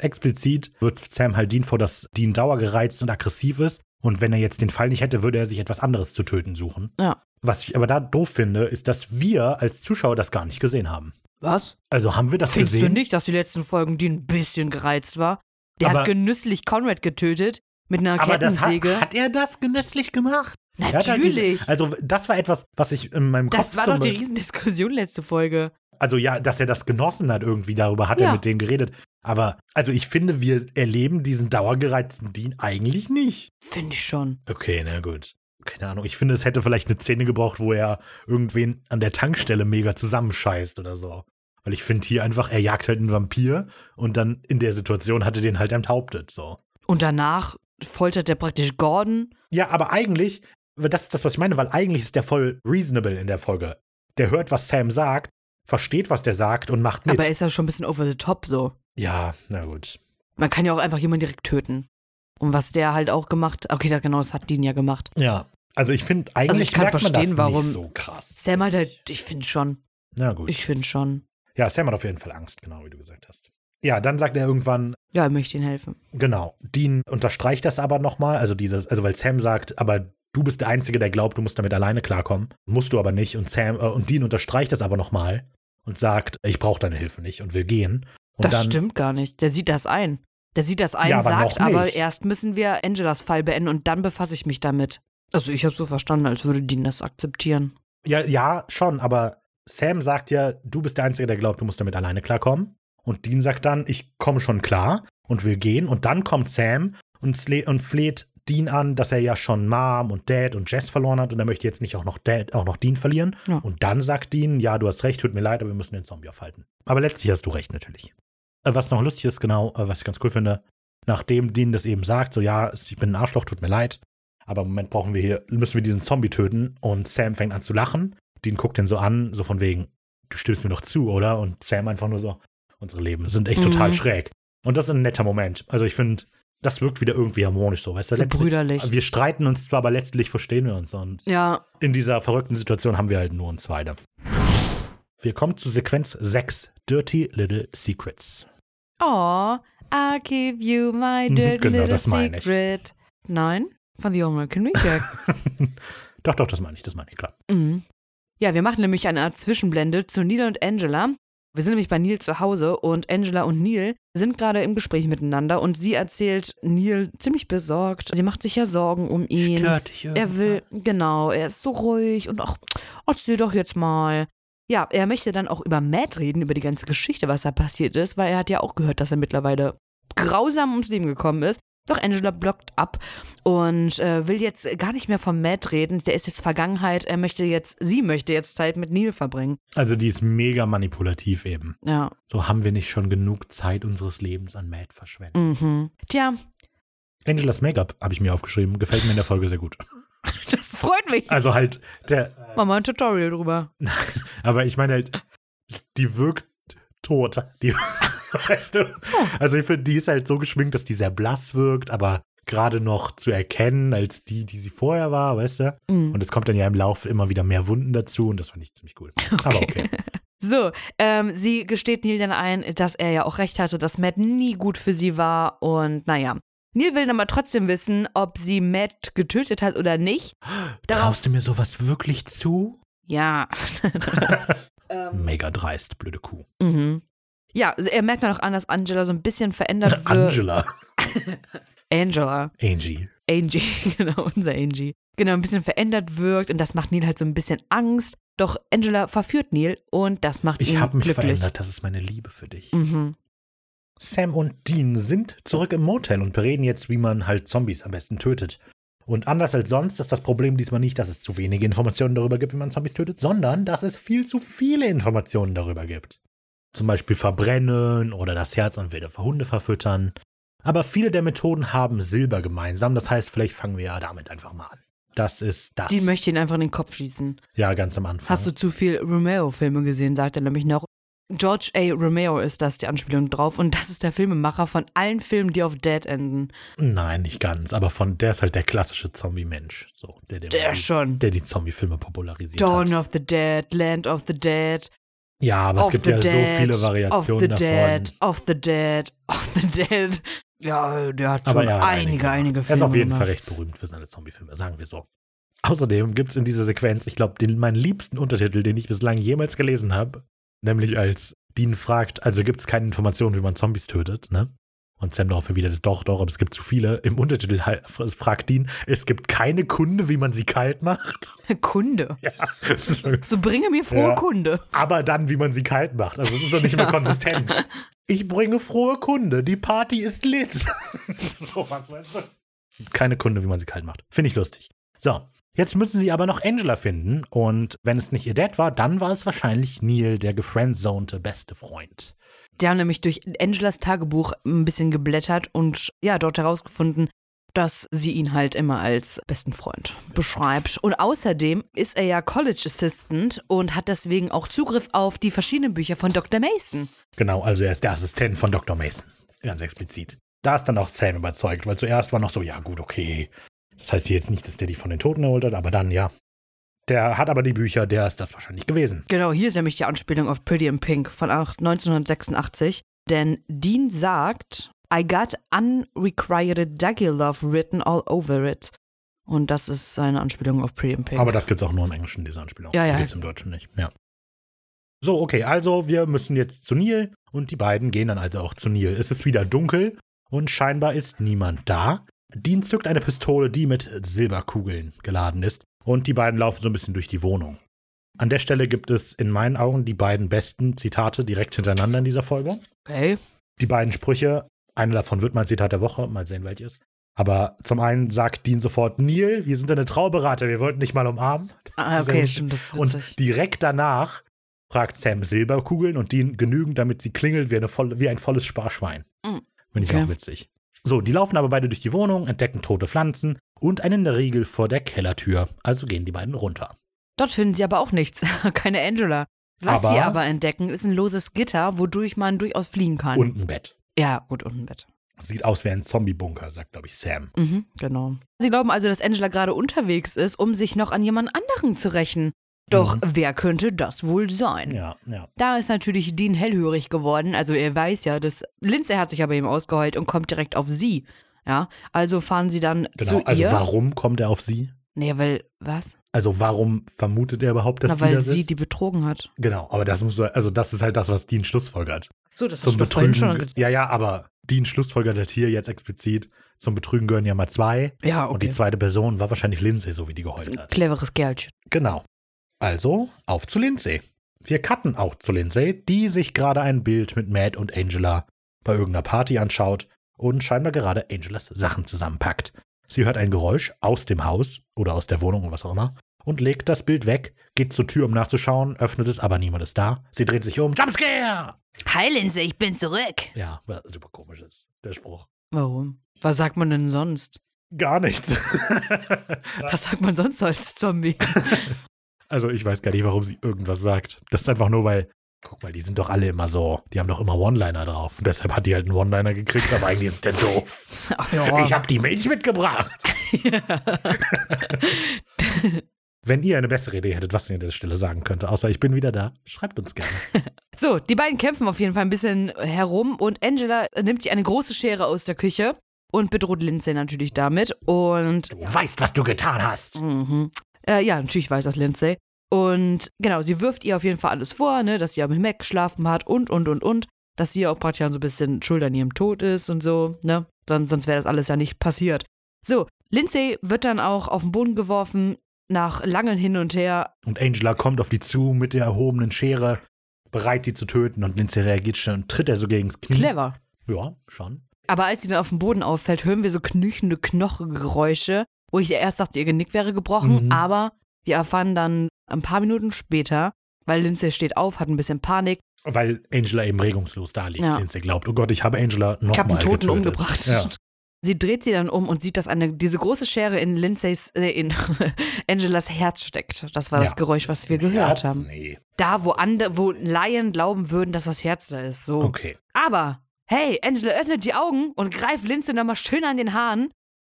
[SPEAKER 1] Explizit wird Sam halt Dean vor, dass Dean Dauer gereizt und aggressiv ist. Und wenn er jetzt den Fall nicht hätte, würde er sich etwas anderes zu töten suchen.
[SPEAKER 2] Ja.
[SPEAKER 1] Was ich aber da doof finde, ist, dass wir als Zuschauer das gar nicht gesehen haben.
[SPEAKER 2] Was?
[SPEAKER 1] Also haben wir das
[SPEAKER 2] Findest
[SPEAKER 1] gesehen?
[SPEAKER 2] du nicht, dass die letzten Folgen Dean ein bisschen gereizt war? Der
[SPEAKER 1] Aber-
[SPEAKER 2] hat genüsslich Conrad getötet mit einer
[SPEAKER 1] Aber das hat,
[SPEAKER 2] Kettensäge.
[SPEAKER 1] hat er das genüsslich gemacht? Er hat halt
[SPEAKER 2] Natürlich.
[SPEAKER 1] diese, also das war etwas, was ich in meinem
[SPEAKER 2] das
[SPEAKER 1] Kopf
[SPEAKER 2] war doch
[SPEAKER 1] zum-
[SPEAKER 2] die Riesendiskussion letzte Folge.
[SPEAKER 1] Also ja, dass er das genossen hat irgendwie, darüber hat er
[SPEAKER 2] Ja.
[SPEAKER 1] mit denen geredet. Aber also ich finde, wir erleben diesen dauergereizten Dean eigentlich nicht.
[SPEAKER 2] Finde ich schon.
[SPEAKER 1] Okay, na gut. Keine Ahnung. Ich finde, es hätte vielleicht eine Szene gebraucht, wo er irgendwen an der Tankstelle mega zusammenscheißt oder so. Weil ich finde hier einfach, er jagt halt einen Vampir und dann in der Situation hatte den halt enthauptet, so.
[SPEAKER 2] Und danach foltert er praktisch Gordon.
[SPEAKER 1] Ja, aber eigentlich, das ist das, was ich meine, weil eigentlich ist der voll reasonable in der Folge. Der hört, was Sam sagt, versteht, was der sagt und macht mit.
[SPEAKER 2] Aber er ist ja schon ein bisschen over the top so.
[SPEAKER 1] ja, na gut.
[SPEAKER 2] Man kann ja auch einfach jemanden direkt töten. Und was der halt auch gemacht, okay, das genau, das hat Dean ja gemacht.
[SPEAKER 1] Ja. Also ich finde, eigentlich
[SPEAKER 2] Also ich kann
[SPEAKER 1] merkt man das
[SPEAKER 2] verstehen, warum
[SPEAKER 1] nicht so krass.
[SPEAKER 2] Sam hat halt, ich finde schon,
[SPEAKER 1] Na gut.
[SPEAKER 2] ich finde schon.
[SPEAKER 1] ja, Sam hat auf jeden Fall Angst, genau wie du gesagt hast. Ja, dann sagt er irgendwann,
[SPEAKER 2] Ja, er möchte ihnen helfen.
[SPEAKER 1] Genau. Dean unterstreicht das aber nochmal, also dieses, also weil Sam sagt, aber du bist der Einzige, der glaubt, du musst damit alleine klarkommen. Musst du aber nicht. Und Sam, äh, und Dean unterstreicht das aber nochmal und sagt, ich brauche deine Hilfe nicht und will gehen. Und
[SPEAKER 2] das
[SPEAKER 1] dann,
[SPEAKER 2] stimmt gar nicht. Der sieht das ein. Der sieht das ein,
[SPEAKER 1] Ja, aber
[SPEAKER 2] sagt,
[SPEAKER 1] noch nicht.
[SPEAKER 2] aber erst müssen wir Angelas Fall beenden und dann befasse ich mich damit. Also ich habe so verstanden, als würde Dean das akzeptieren.
[SPEAKER 1] Ja, ja, schon, aber Sam sagt ja, du bist der Einzige, der glaubt, du musst damit alleine klarkommen. Und Dean sagt dann, ich komme schon klar und will gehen. Und dann kommt Sam und, sle- und fleht Dean an, dass er ja schon Mom und Dad und Jess verloren hat und er möchte jetzt nicht auch noch, Dad, auch noch Dean verlieren.
[SPEAKER 2] Ja.
[SPEAKER 1] Und dann sagt Dean, ja, du hast recht, tut mir leid, aber wir müssen den Zombie aufhalten. Aber letztlich hast du recht, natürlich. Äh, Was noch lustig ist, genau, äh, was ich ganz cool finde, nachdem Dean das eben sagt, so, ja, ich bin ein Arschloch, tut mir leid, aber im Moment brauchen wir hier, müssen wir diesen Zombie töten. Und Sam fängt an zu lachen. Dean guckt ihn so an, so von wegen, du stimmst mir doch zu, oder? Und Sam einfach nur so, unsere Leben sind echt
[SPEAKER 2] Mhm.
[SPEAKER 1] total schräg. Und das ist ein netter Moment. Also ich finde, das wirkt wieder irgendwie harmonisch so, weißt du?
[SPEAKER 2] So
[SPEAKER 1] Letztlich-
[SPEAKER 2] brüderlich.
[SPEAKER 1] wir streiten uns zwar, aber letztlich verstehen wir uns. Und
[SPEAKER 2] Ja,
[SPEAKER 1] in dieser verrückten Situation haben wir halt nur uns beide. Wir kommen zu Sequenz 6, Dirty Little Secrets.
[SPEAKER 2] oh, I give you my
[SPEAKER 1] Mhm,
[SPEAKER 2] dirty
[SPEAKER 1] genau,
[SPEAKER 2] little
[SPEAKER 1] das meine ich.
[SPEAKER 2] secret. Nein, von The American Reject.
[SPEAKER 1] doch, doch, das meine ich, das meine ich, klar.
[SPEAKER 2] Mhm. Ja, wir machen nämlich eine Art Zwischenblende zu Neil und Angela. Wir sind nämlich bei Neil zu Hause und Angela und Neil sind gerade im Gespräch miteinander und sie erzählt Neil ziemlich besorgt. Sie macht sich ja Sorgen um ihn.
[SPEAKER 1] Stört
[SPEAKER 2] Er will, genau, er ist so ruhig und auch, erzähl doch jetzt mal. Ja, er möchte dann auch über Matt reden, über die ganze Geschichte, was da passiert ist, weil er hat ja auch gehört, dass er mittlerweile grausam ums Leben gekommen ist. Doch Angela blockt ab und äh, will jetzt gar nicht mehr von Matt reden. Der ist jetzt Vergangenheit. Er möchte jetzt, sie möchte jetzt Zeit mit Neil verbringen.
[SPEAKER 1] Also die ist mega manipulativ eben.
[SPEAKER 2] Ja.
[SPEAKER 1] So haben wir nicht schon genug Zeit unseres Lebens an Matt verschwendet.
[SPEAKER 2] Mhm. Tja,
[SPEAKER 1] Angelas Make-up habe ich mir aufgeschrieben, gefällt mir in der Folge sehr gut.
[SPEAKER 2] das freut mich.
[SPEAKER 1] Also halt, der,
[SPEAKER 2] Mach mal ein Tutorial drüber.
[SPEAKER 1] aber ich meine halt, die wirkt tot. Die, weißt du? Also ich finde, die ist halt so geschminkt, dass die sehr blass wirkt, aber gerade noch zu erkennen als die, die sie vorher war, weißt du?
[SPEAKER 2] Mhm.
[SPEAKER 1] Und es kommt dann ja im Lauf immer wieder mehr Wunden dazu und das fand ich ziemlich cool. Aber okay.
[SPEAKER 2] So, ähm, sie gesteht Neil dann ein, dass er ja auch recht hatte, dass Matt nie gut für sie war und naja. Neil will dann aber trotzdem wissen, ob sie Matt getötet hat oder nicht. Darauf,
[SPEAKER 1] Traust du mir sowas wirklich zu?
[SPEAKER 2] ja. Ähm,
[SPEAKER 1] Mega dreist, blöde Kuh.
[SPEAKER 2] Mhm. Ja, er merkt dann auch an, dass Angela so ein bisschen verändert wird.
[SPEAKER 1] Angela.
[SPEAKER 2] Angela.
[SPEAKER 1] Angie.
[SPEAKER 2] Angie, genau, unser Angie, genau, ein bisschen verändert wirkt und das macht Neil halt so ein bisschen Angst. Doch Angela verführt Neil und das macht
[SPEAKER 1] Ich
[SPEAKER 2] ihn
[SPEAKER 1] habe mich
[SPEAKER 2] glücklich.
[SPEAKER 1] verändert, das ist meine Liebe für dich.
[SPEAKER 2] Mhm.
[SPEAKER 1] Sam und Dean sind zurück im Motel und bereden jetzt, wie man halt Zombies am besten tötet. Und anders als sonst ist das Problem diesmal nicht, dass es zu wenige Informationen darüber gibt, wie man Zombies tötet, sondern dass es viel zu viele Informationen darüber gibt. Zum Beispiel verbrennen oder das Herz an wilde Hunde verfüttern. Aber viele der Methoden haben Silber gemeinsam, das heißt, vielleicht fangen wir ja damit einfach mal an. Das ist das.
[SPEAKER 2] Die möchte ihn einfach in den Kopf schießen.
[SPEAKER 1] ja, ganz am Anfang.
[SPEAKER 2] Hast du zu viel Romeo-Filme gesehen, sagt er nämlich noch. George A. Romeo ist das, die Anspielung drauf. Und das ist der Filmemacher von allen Filmen, die auf Dead enden.
[SPEAKER 1] Nein, nicht ganz, aber von der ist halt der klassische Zombie-Mensch. So, der, der,
[SPEAKER 2] Der schon.
[SPEAKER 1] der die Zombie-Filme popularisiert
[SPEAKER 2] Dawn
[SPEAKER 1] hat.
[SPEAKER 2] of the Dead, Land of the Dead,
[SPEAKER 1] Ja, aber es
[SPEAKER 2] of
[SPEAKER 1] gibt
[SPEAKER 2] the
[SPEAKER 1] ja
[SPEAKER 2] Dead,
[SPEAKER 1] so viele
[SPEAKER 2] of the
[SPEAKER 1] Variationen davon.
[SPEAKER 2] Dead, of the Dead, of the Dead. Ja, der hat schon
[SPEAKER 1] Aber er hat
[SPEAKER 2] einige, einige
[SPEAKER 1] gemacht.
[SPEAKER 2] Filme
[SPEAKER 1] Er ist auf jeden
[SPEAKER 2] gemacht.
[SPEAKER 1] Fall recht berühmt für seine Zombie-Filme, sagen wir so. Außerdem gibt es in dieser Sequenz, ich glaube, den meinen liebsten Untertitel, den ich bislang jemals gelesen habe, nämlich als Dean fragt, also gibt es keine Informationen, wie man Zombies tötet, ne? Und Sam daraufhin wieder, doch, doch, aber es gibt zu viele. Im Untertitel hei- fragt Dean, es gibt keine Kunde, wie man sie kalt macht.
[SPEAKER 2] Kunde.
[SPEAKER 1] Ja, das ist schon
[SPEAKER 2] So bringe mir frohe
[SPEAKER 1] Ja.
[SPEAKER 2] Kunde.
[SPEAKER 1] aber dann, wie man sie kalt macht. Also es ist doch nicht mehr konsistent. Ich bringe frohe Kunde, die Party ist lit. so, was weißt du? Keine Kunde, wie man sie kalt macht. Finde ich lustig. So, jetzt müssen sie aber noch Angela finden und wenn es nicht ihr Dad war, dann war es wahrscheinlich Neil, der gefriendzonte beste Freund.
[SPEAKER 2] Die haben nämlich durch Angelas Tagebuch ein bisschen geblättert und ja, dort herausgefunden, dass sie ihn halt immer als besten Freund beschreibt. Und außerdem ist er ja College Assistant und hat deswegen auch Zugriff auf die verschiedenen Bücher von Dr. Mason.
[SPEAKER 1] Genau, also er ist der Assistent von Dr. Mason. Ganz explizit. Da ist dann auch Sam überzeugt, weil zuerst war noch so, ja gut, okay. Das heißt jetzt nicht, dass der die von den Toten erholt hat, aber dann ja. Der hat aber die Bücher, der ist das wahrscheinlich gewesen.
[SPEAKER 2] Genau, hier ist nämlich die Anspielung auf Pretty in Pink von auch 1986. Denn Dean sagt, I got unrequited Dougie Love written all over it. Und das ist seine Anspielung auf Pretty in Pink.
[SPEAKER 1] Aber das gibt es auch nur im Englischen, diese Anspielung.
[SPEAKER 2] Ja, ja.
[SPEAKER 1] Gibt es im Deutschen nicht. Ja. So, okay, also wir müssen jetzt zu Neil und die beiden gehen dann also auch zu Neil. Es ist wieder dunkel und scheinbar ist niemand da. Dean zückt eine Pistole, die mit Silberkugeln geladen ist und die beiden laufen so ein bisschen durch die Wohnung. An der Stelle gibt es in meinen Augen die beiden besten Zitate direkt hintereinander in dieser Folge.
[SPEAKER 2] okay.
[SPEAKER 1] Die beiden Sprüche, einer davon wird mein Zitat der Woche, mal sehen welches. Aber zum einen sagt Dean sofort, Neil, wir sind deine Trauberater, wir wollten dich mal umarmen.
[SPEAKER 2] Ah,
[SPEAKER 1] Das ist
[SPEAKER 2] okay,
[SPEAKER 1] ein-
[SPEAKER 2] stimmt, das ist witzig.
[SPEAKER 1] Und direkt danach fragt Sam Silberkugeln und denen genügen, damit sie klingelt wie, eine volle, wie ein volles Sparschwein.
[SPEAKER 2] Mm,
[SPEAKER 1] Finde ich
[SPEAKER 2] okay.
[SPEAKER 1] auch witzig. So, die laufen aber beide durch die Wohnung, entdecken tote Pflanzen und einen Riegel vor der Kellertür. Also gehen die beiden runter.
[SPEAKER 2] Dort finden sie aber auch nichts. Keine Angela. Was sie
[SPEAKER 1] Aber-
[SPEAKER 2] aber entdecken, ist ein loses Gitter, wodurch man durchaus fliehen kann.
[SPEAKER 1] Und ein Bett.
[SPEAKER 2] ja, gut, und ein Bett.
[SPEAKER 1] Sieht aus wie ein Zombie-Bunker, sagt, glaube ich, Sam.
[SPEAKER 2] Mhm, genau. Sie glauben also, dass Angela gerade unterwegs ist, um sich noch an jemand anderen zu rächen. Doch wer könnte das wohl sein?
[SPEAKER 1] Mhm. Ja, ja.
[SPEAKER 2] Da ist natürlich Dean hellhörig geworden. Also er weiß ja, dass Lindsay hat sich aber ihm ausgeheult und kommt direkt auf sie. Ja, also fahren sie dann
[SPEAKER 1] Genau.
[SPEAKER 2] zu
[SPEAKER 1] Also,
[SPEAKER 2] ihr.
[SPEAKER 1] warum kommt er auf sie?
[SPEAKER 2] Nee, weil, was?
[SPEAKER 1] Also, warum vermutet er überhaupt, dass
[SPEAKER 2] Na,
[SPEAKER 1] die
[SPEAKER 2] weil
[SPEAKER 1] das
[SPEAKER 2] sie
[SPEAKER 1] ist?
[SPEAKER 2] die betrogen hat.
[SPEAKER 1] genau, aber das muss, also, das ist halt das, was Dean schlussfolgert.
[SPEAKER 2] So, das
[SPEAKER 1] zum
[SPEAKER 2] hast du doch vorhin
[SPEAKER 1] Betrügen.
[SPEAKER 2] schon
[SPEAKER 1] ge- ja, ja, aber Dean schlussfolgert hat hier jetzt explizit, zum Betrügen gehören ja mal zwei.
[SPEAKER 2] Ja,
[SPEAKER 1] Und die
[SPEAKER 2] okay.
[SPEAKER 1] zweite Person war wahrscheinlich Lindsay, so wie die
[SPEAKER 2] Das
[SPEAKER 1] geheult
[SPEAKER 2] ist ein
[SPEAKER 1] hat.
[SPEAKER 2] cleveres Kerlchen.
[SPEAKER 1] Genau. Also, auf zu Lindsay. Wir cutten auch zu Lindsay, die sich gerade ein Bild mit Matt und Angela bei irgendeiner Party anschaut und scheinbar gerade Angelas Sachen zusammenpackt. Sie hört ein Geräusch aus dem Haus oder aus der Wohnung oder was auch immer und legt das Bild weg, geht zur Tür, um nachzuschauen, öffnet es, aber niemand ist da. Sie dreht sich um. Jumpscare!
[SPEAKER 2] Hi Linse, ich bin zurück.
[SPEAKER 1] Ja, was super komisch ist, der Spruch.
[SPEAKER 2] Warum? Was sagt man denn sonst?
[SPEAKER 1] Gar nichts.
[SPEAKER 2] Was sagt man sonst als Zombie?
[SPEAKER 1] also ich weiß gar nicht, warum sie irgendwas sagt. Das ist einfach nur, weil, guck mal, die sind doch alle immer so, die haben doch immer One-Liner drauf. Und deshalb hat die halt einen One-Liner gekriegt, aber eigentlich ist der doof.
[SPEAKER 2] Ach, ja.
[SPEAKER 1] Ich habe die Milch mitgebracht. Wenn ihr eine bessere Idee hättet, was ihr an der Stelle sagen könnte, außer ich bin wieder da, schreibt uns gerne.
[SPEAKER 2] so, die beiden kämpfen auf jeden Fall ein bisschen herum und Angela nimmt sich eine große Schere aus der Küche und bedroht Lindsay natürlich damit. Und
[SPEAKER 1] Du weißt, was du getan hast.
[SPEAKER 2] Mhm. Äh, ja, natürlich weiß das Lindsay. Und genau, sie wirft ihr auf jeden Fall alles vor, ne, dass sie am Mac geschlafen hat und, und, und, und. Dass sie ja auch praktisch so ein bisschen schuld an ihrem Tod ist und so, ne? Sonst, sonst wäre das alles ja nicht passiert. So, Lindsay wird dann auch auf den Boden geworfen, nach langem Hin und Her.
[SPEAKER 1] Und Angela kommt auf die zu mit der erhobenen Schere, bereit, die zu töten. Und Lindsay reagiert schnell und tritt er so gegen das Knie.
[SPEAKER 2] Clever.
[SPEAKER 1] Ja, schon.
[SPEAKER 2] Aber als sie dann auf dem Boden auffällt, hören wir so knüchende Knochengeräusche wo ich erst dachte, ihr Genick wäre gebrochen,
[SPEAKER 1] Mhm.
[SPEAKER 2] aber wir erfahren dann ein paar Minuten später, weil Lindsay steht auf, hat ein bisschen Panik,
[SPEAKER 1] Weil Angela eben regungslos da liegt.
[SPEAKER 2] Ja.
[SPEAKER 1] Lindsay glaubt, oh Gott, ich habe Angela
[SPEAKER 2] ich
[SPEAKER 1] nochmal
[SPEAKER 2] habe einen
[SPEAKER 1] getötet.
[SPEAKER 2] Toten umgebracht.
[SPEAKER 1] Ja.
[SPEAKER 2] Sie dreht sie dann um und sieht, dass eine, diese große Schere in Lindsays, äh, in Angelas Herz steckt. Das war das
[SPEAKER 1] Ja.
[SPEAKER 2] Geräusch, was wir gehört
[SPEAKER 1] Herz?
[SPEAKER 2] haben.
[SPEAKER 1] Nee.
[SPEAKER 2] Da, wo, ande, wo Laien glauben würden, dass das Herz da ist. So.
[SPEAKER 1] Okay.
[SPEAKER 2] Aber, hey, Angela öffnet die Augen und greift Lindsay nochmal schön an den Haaren.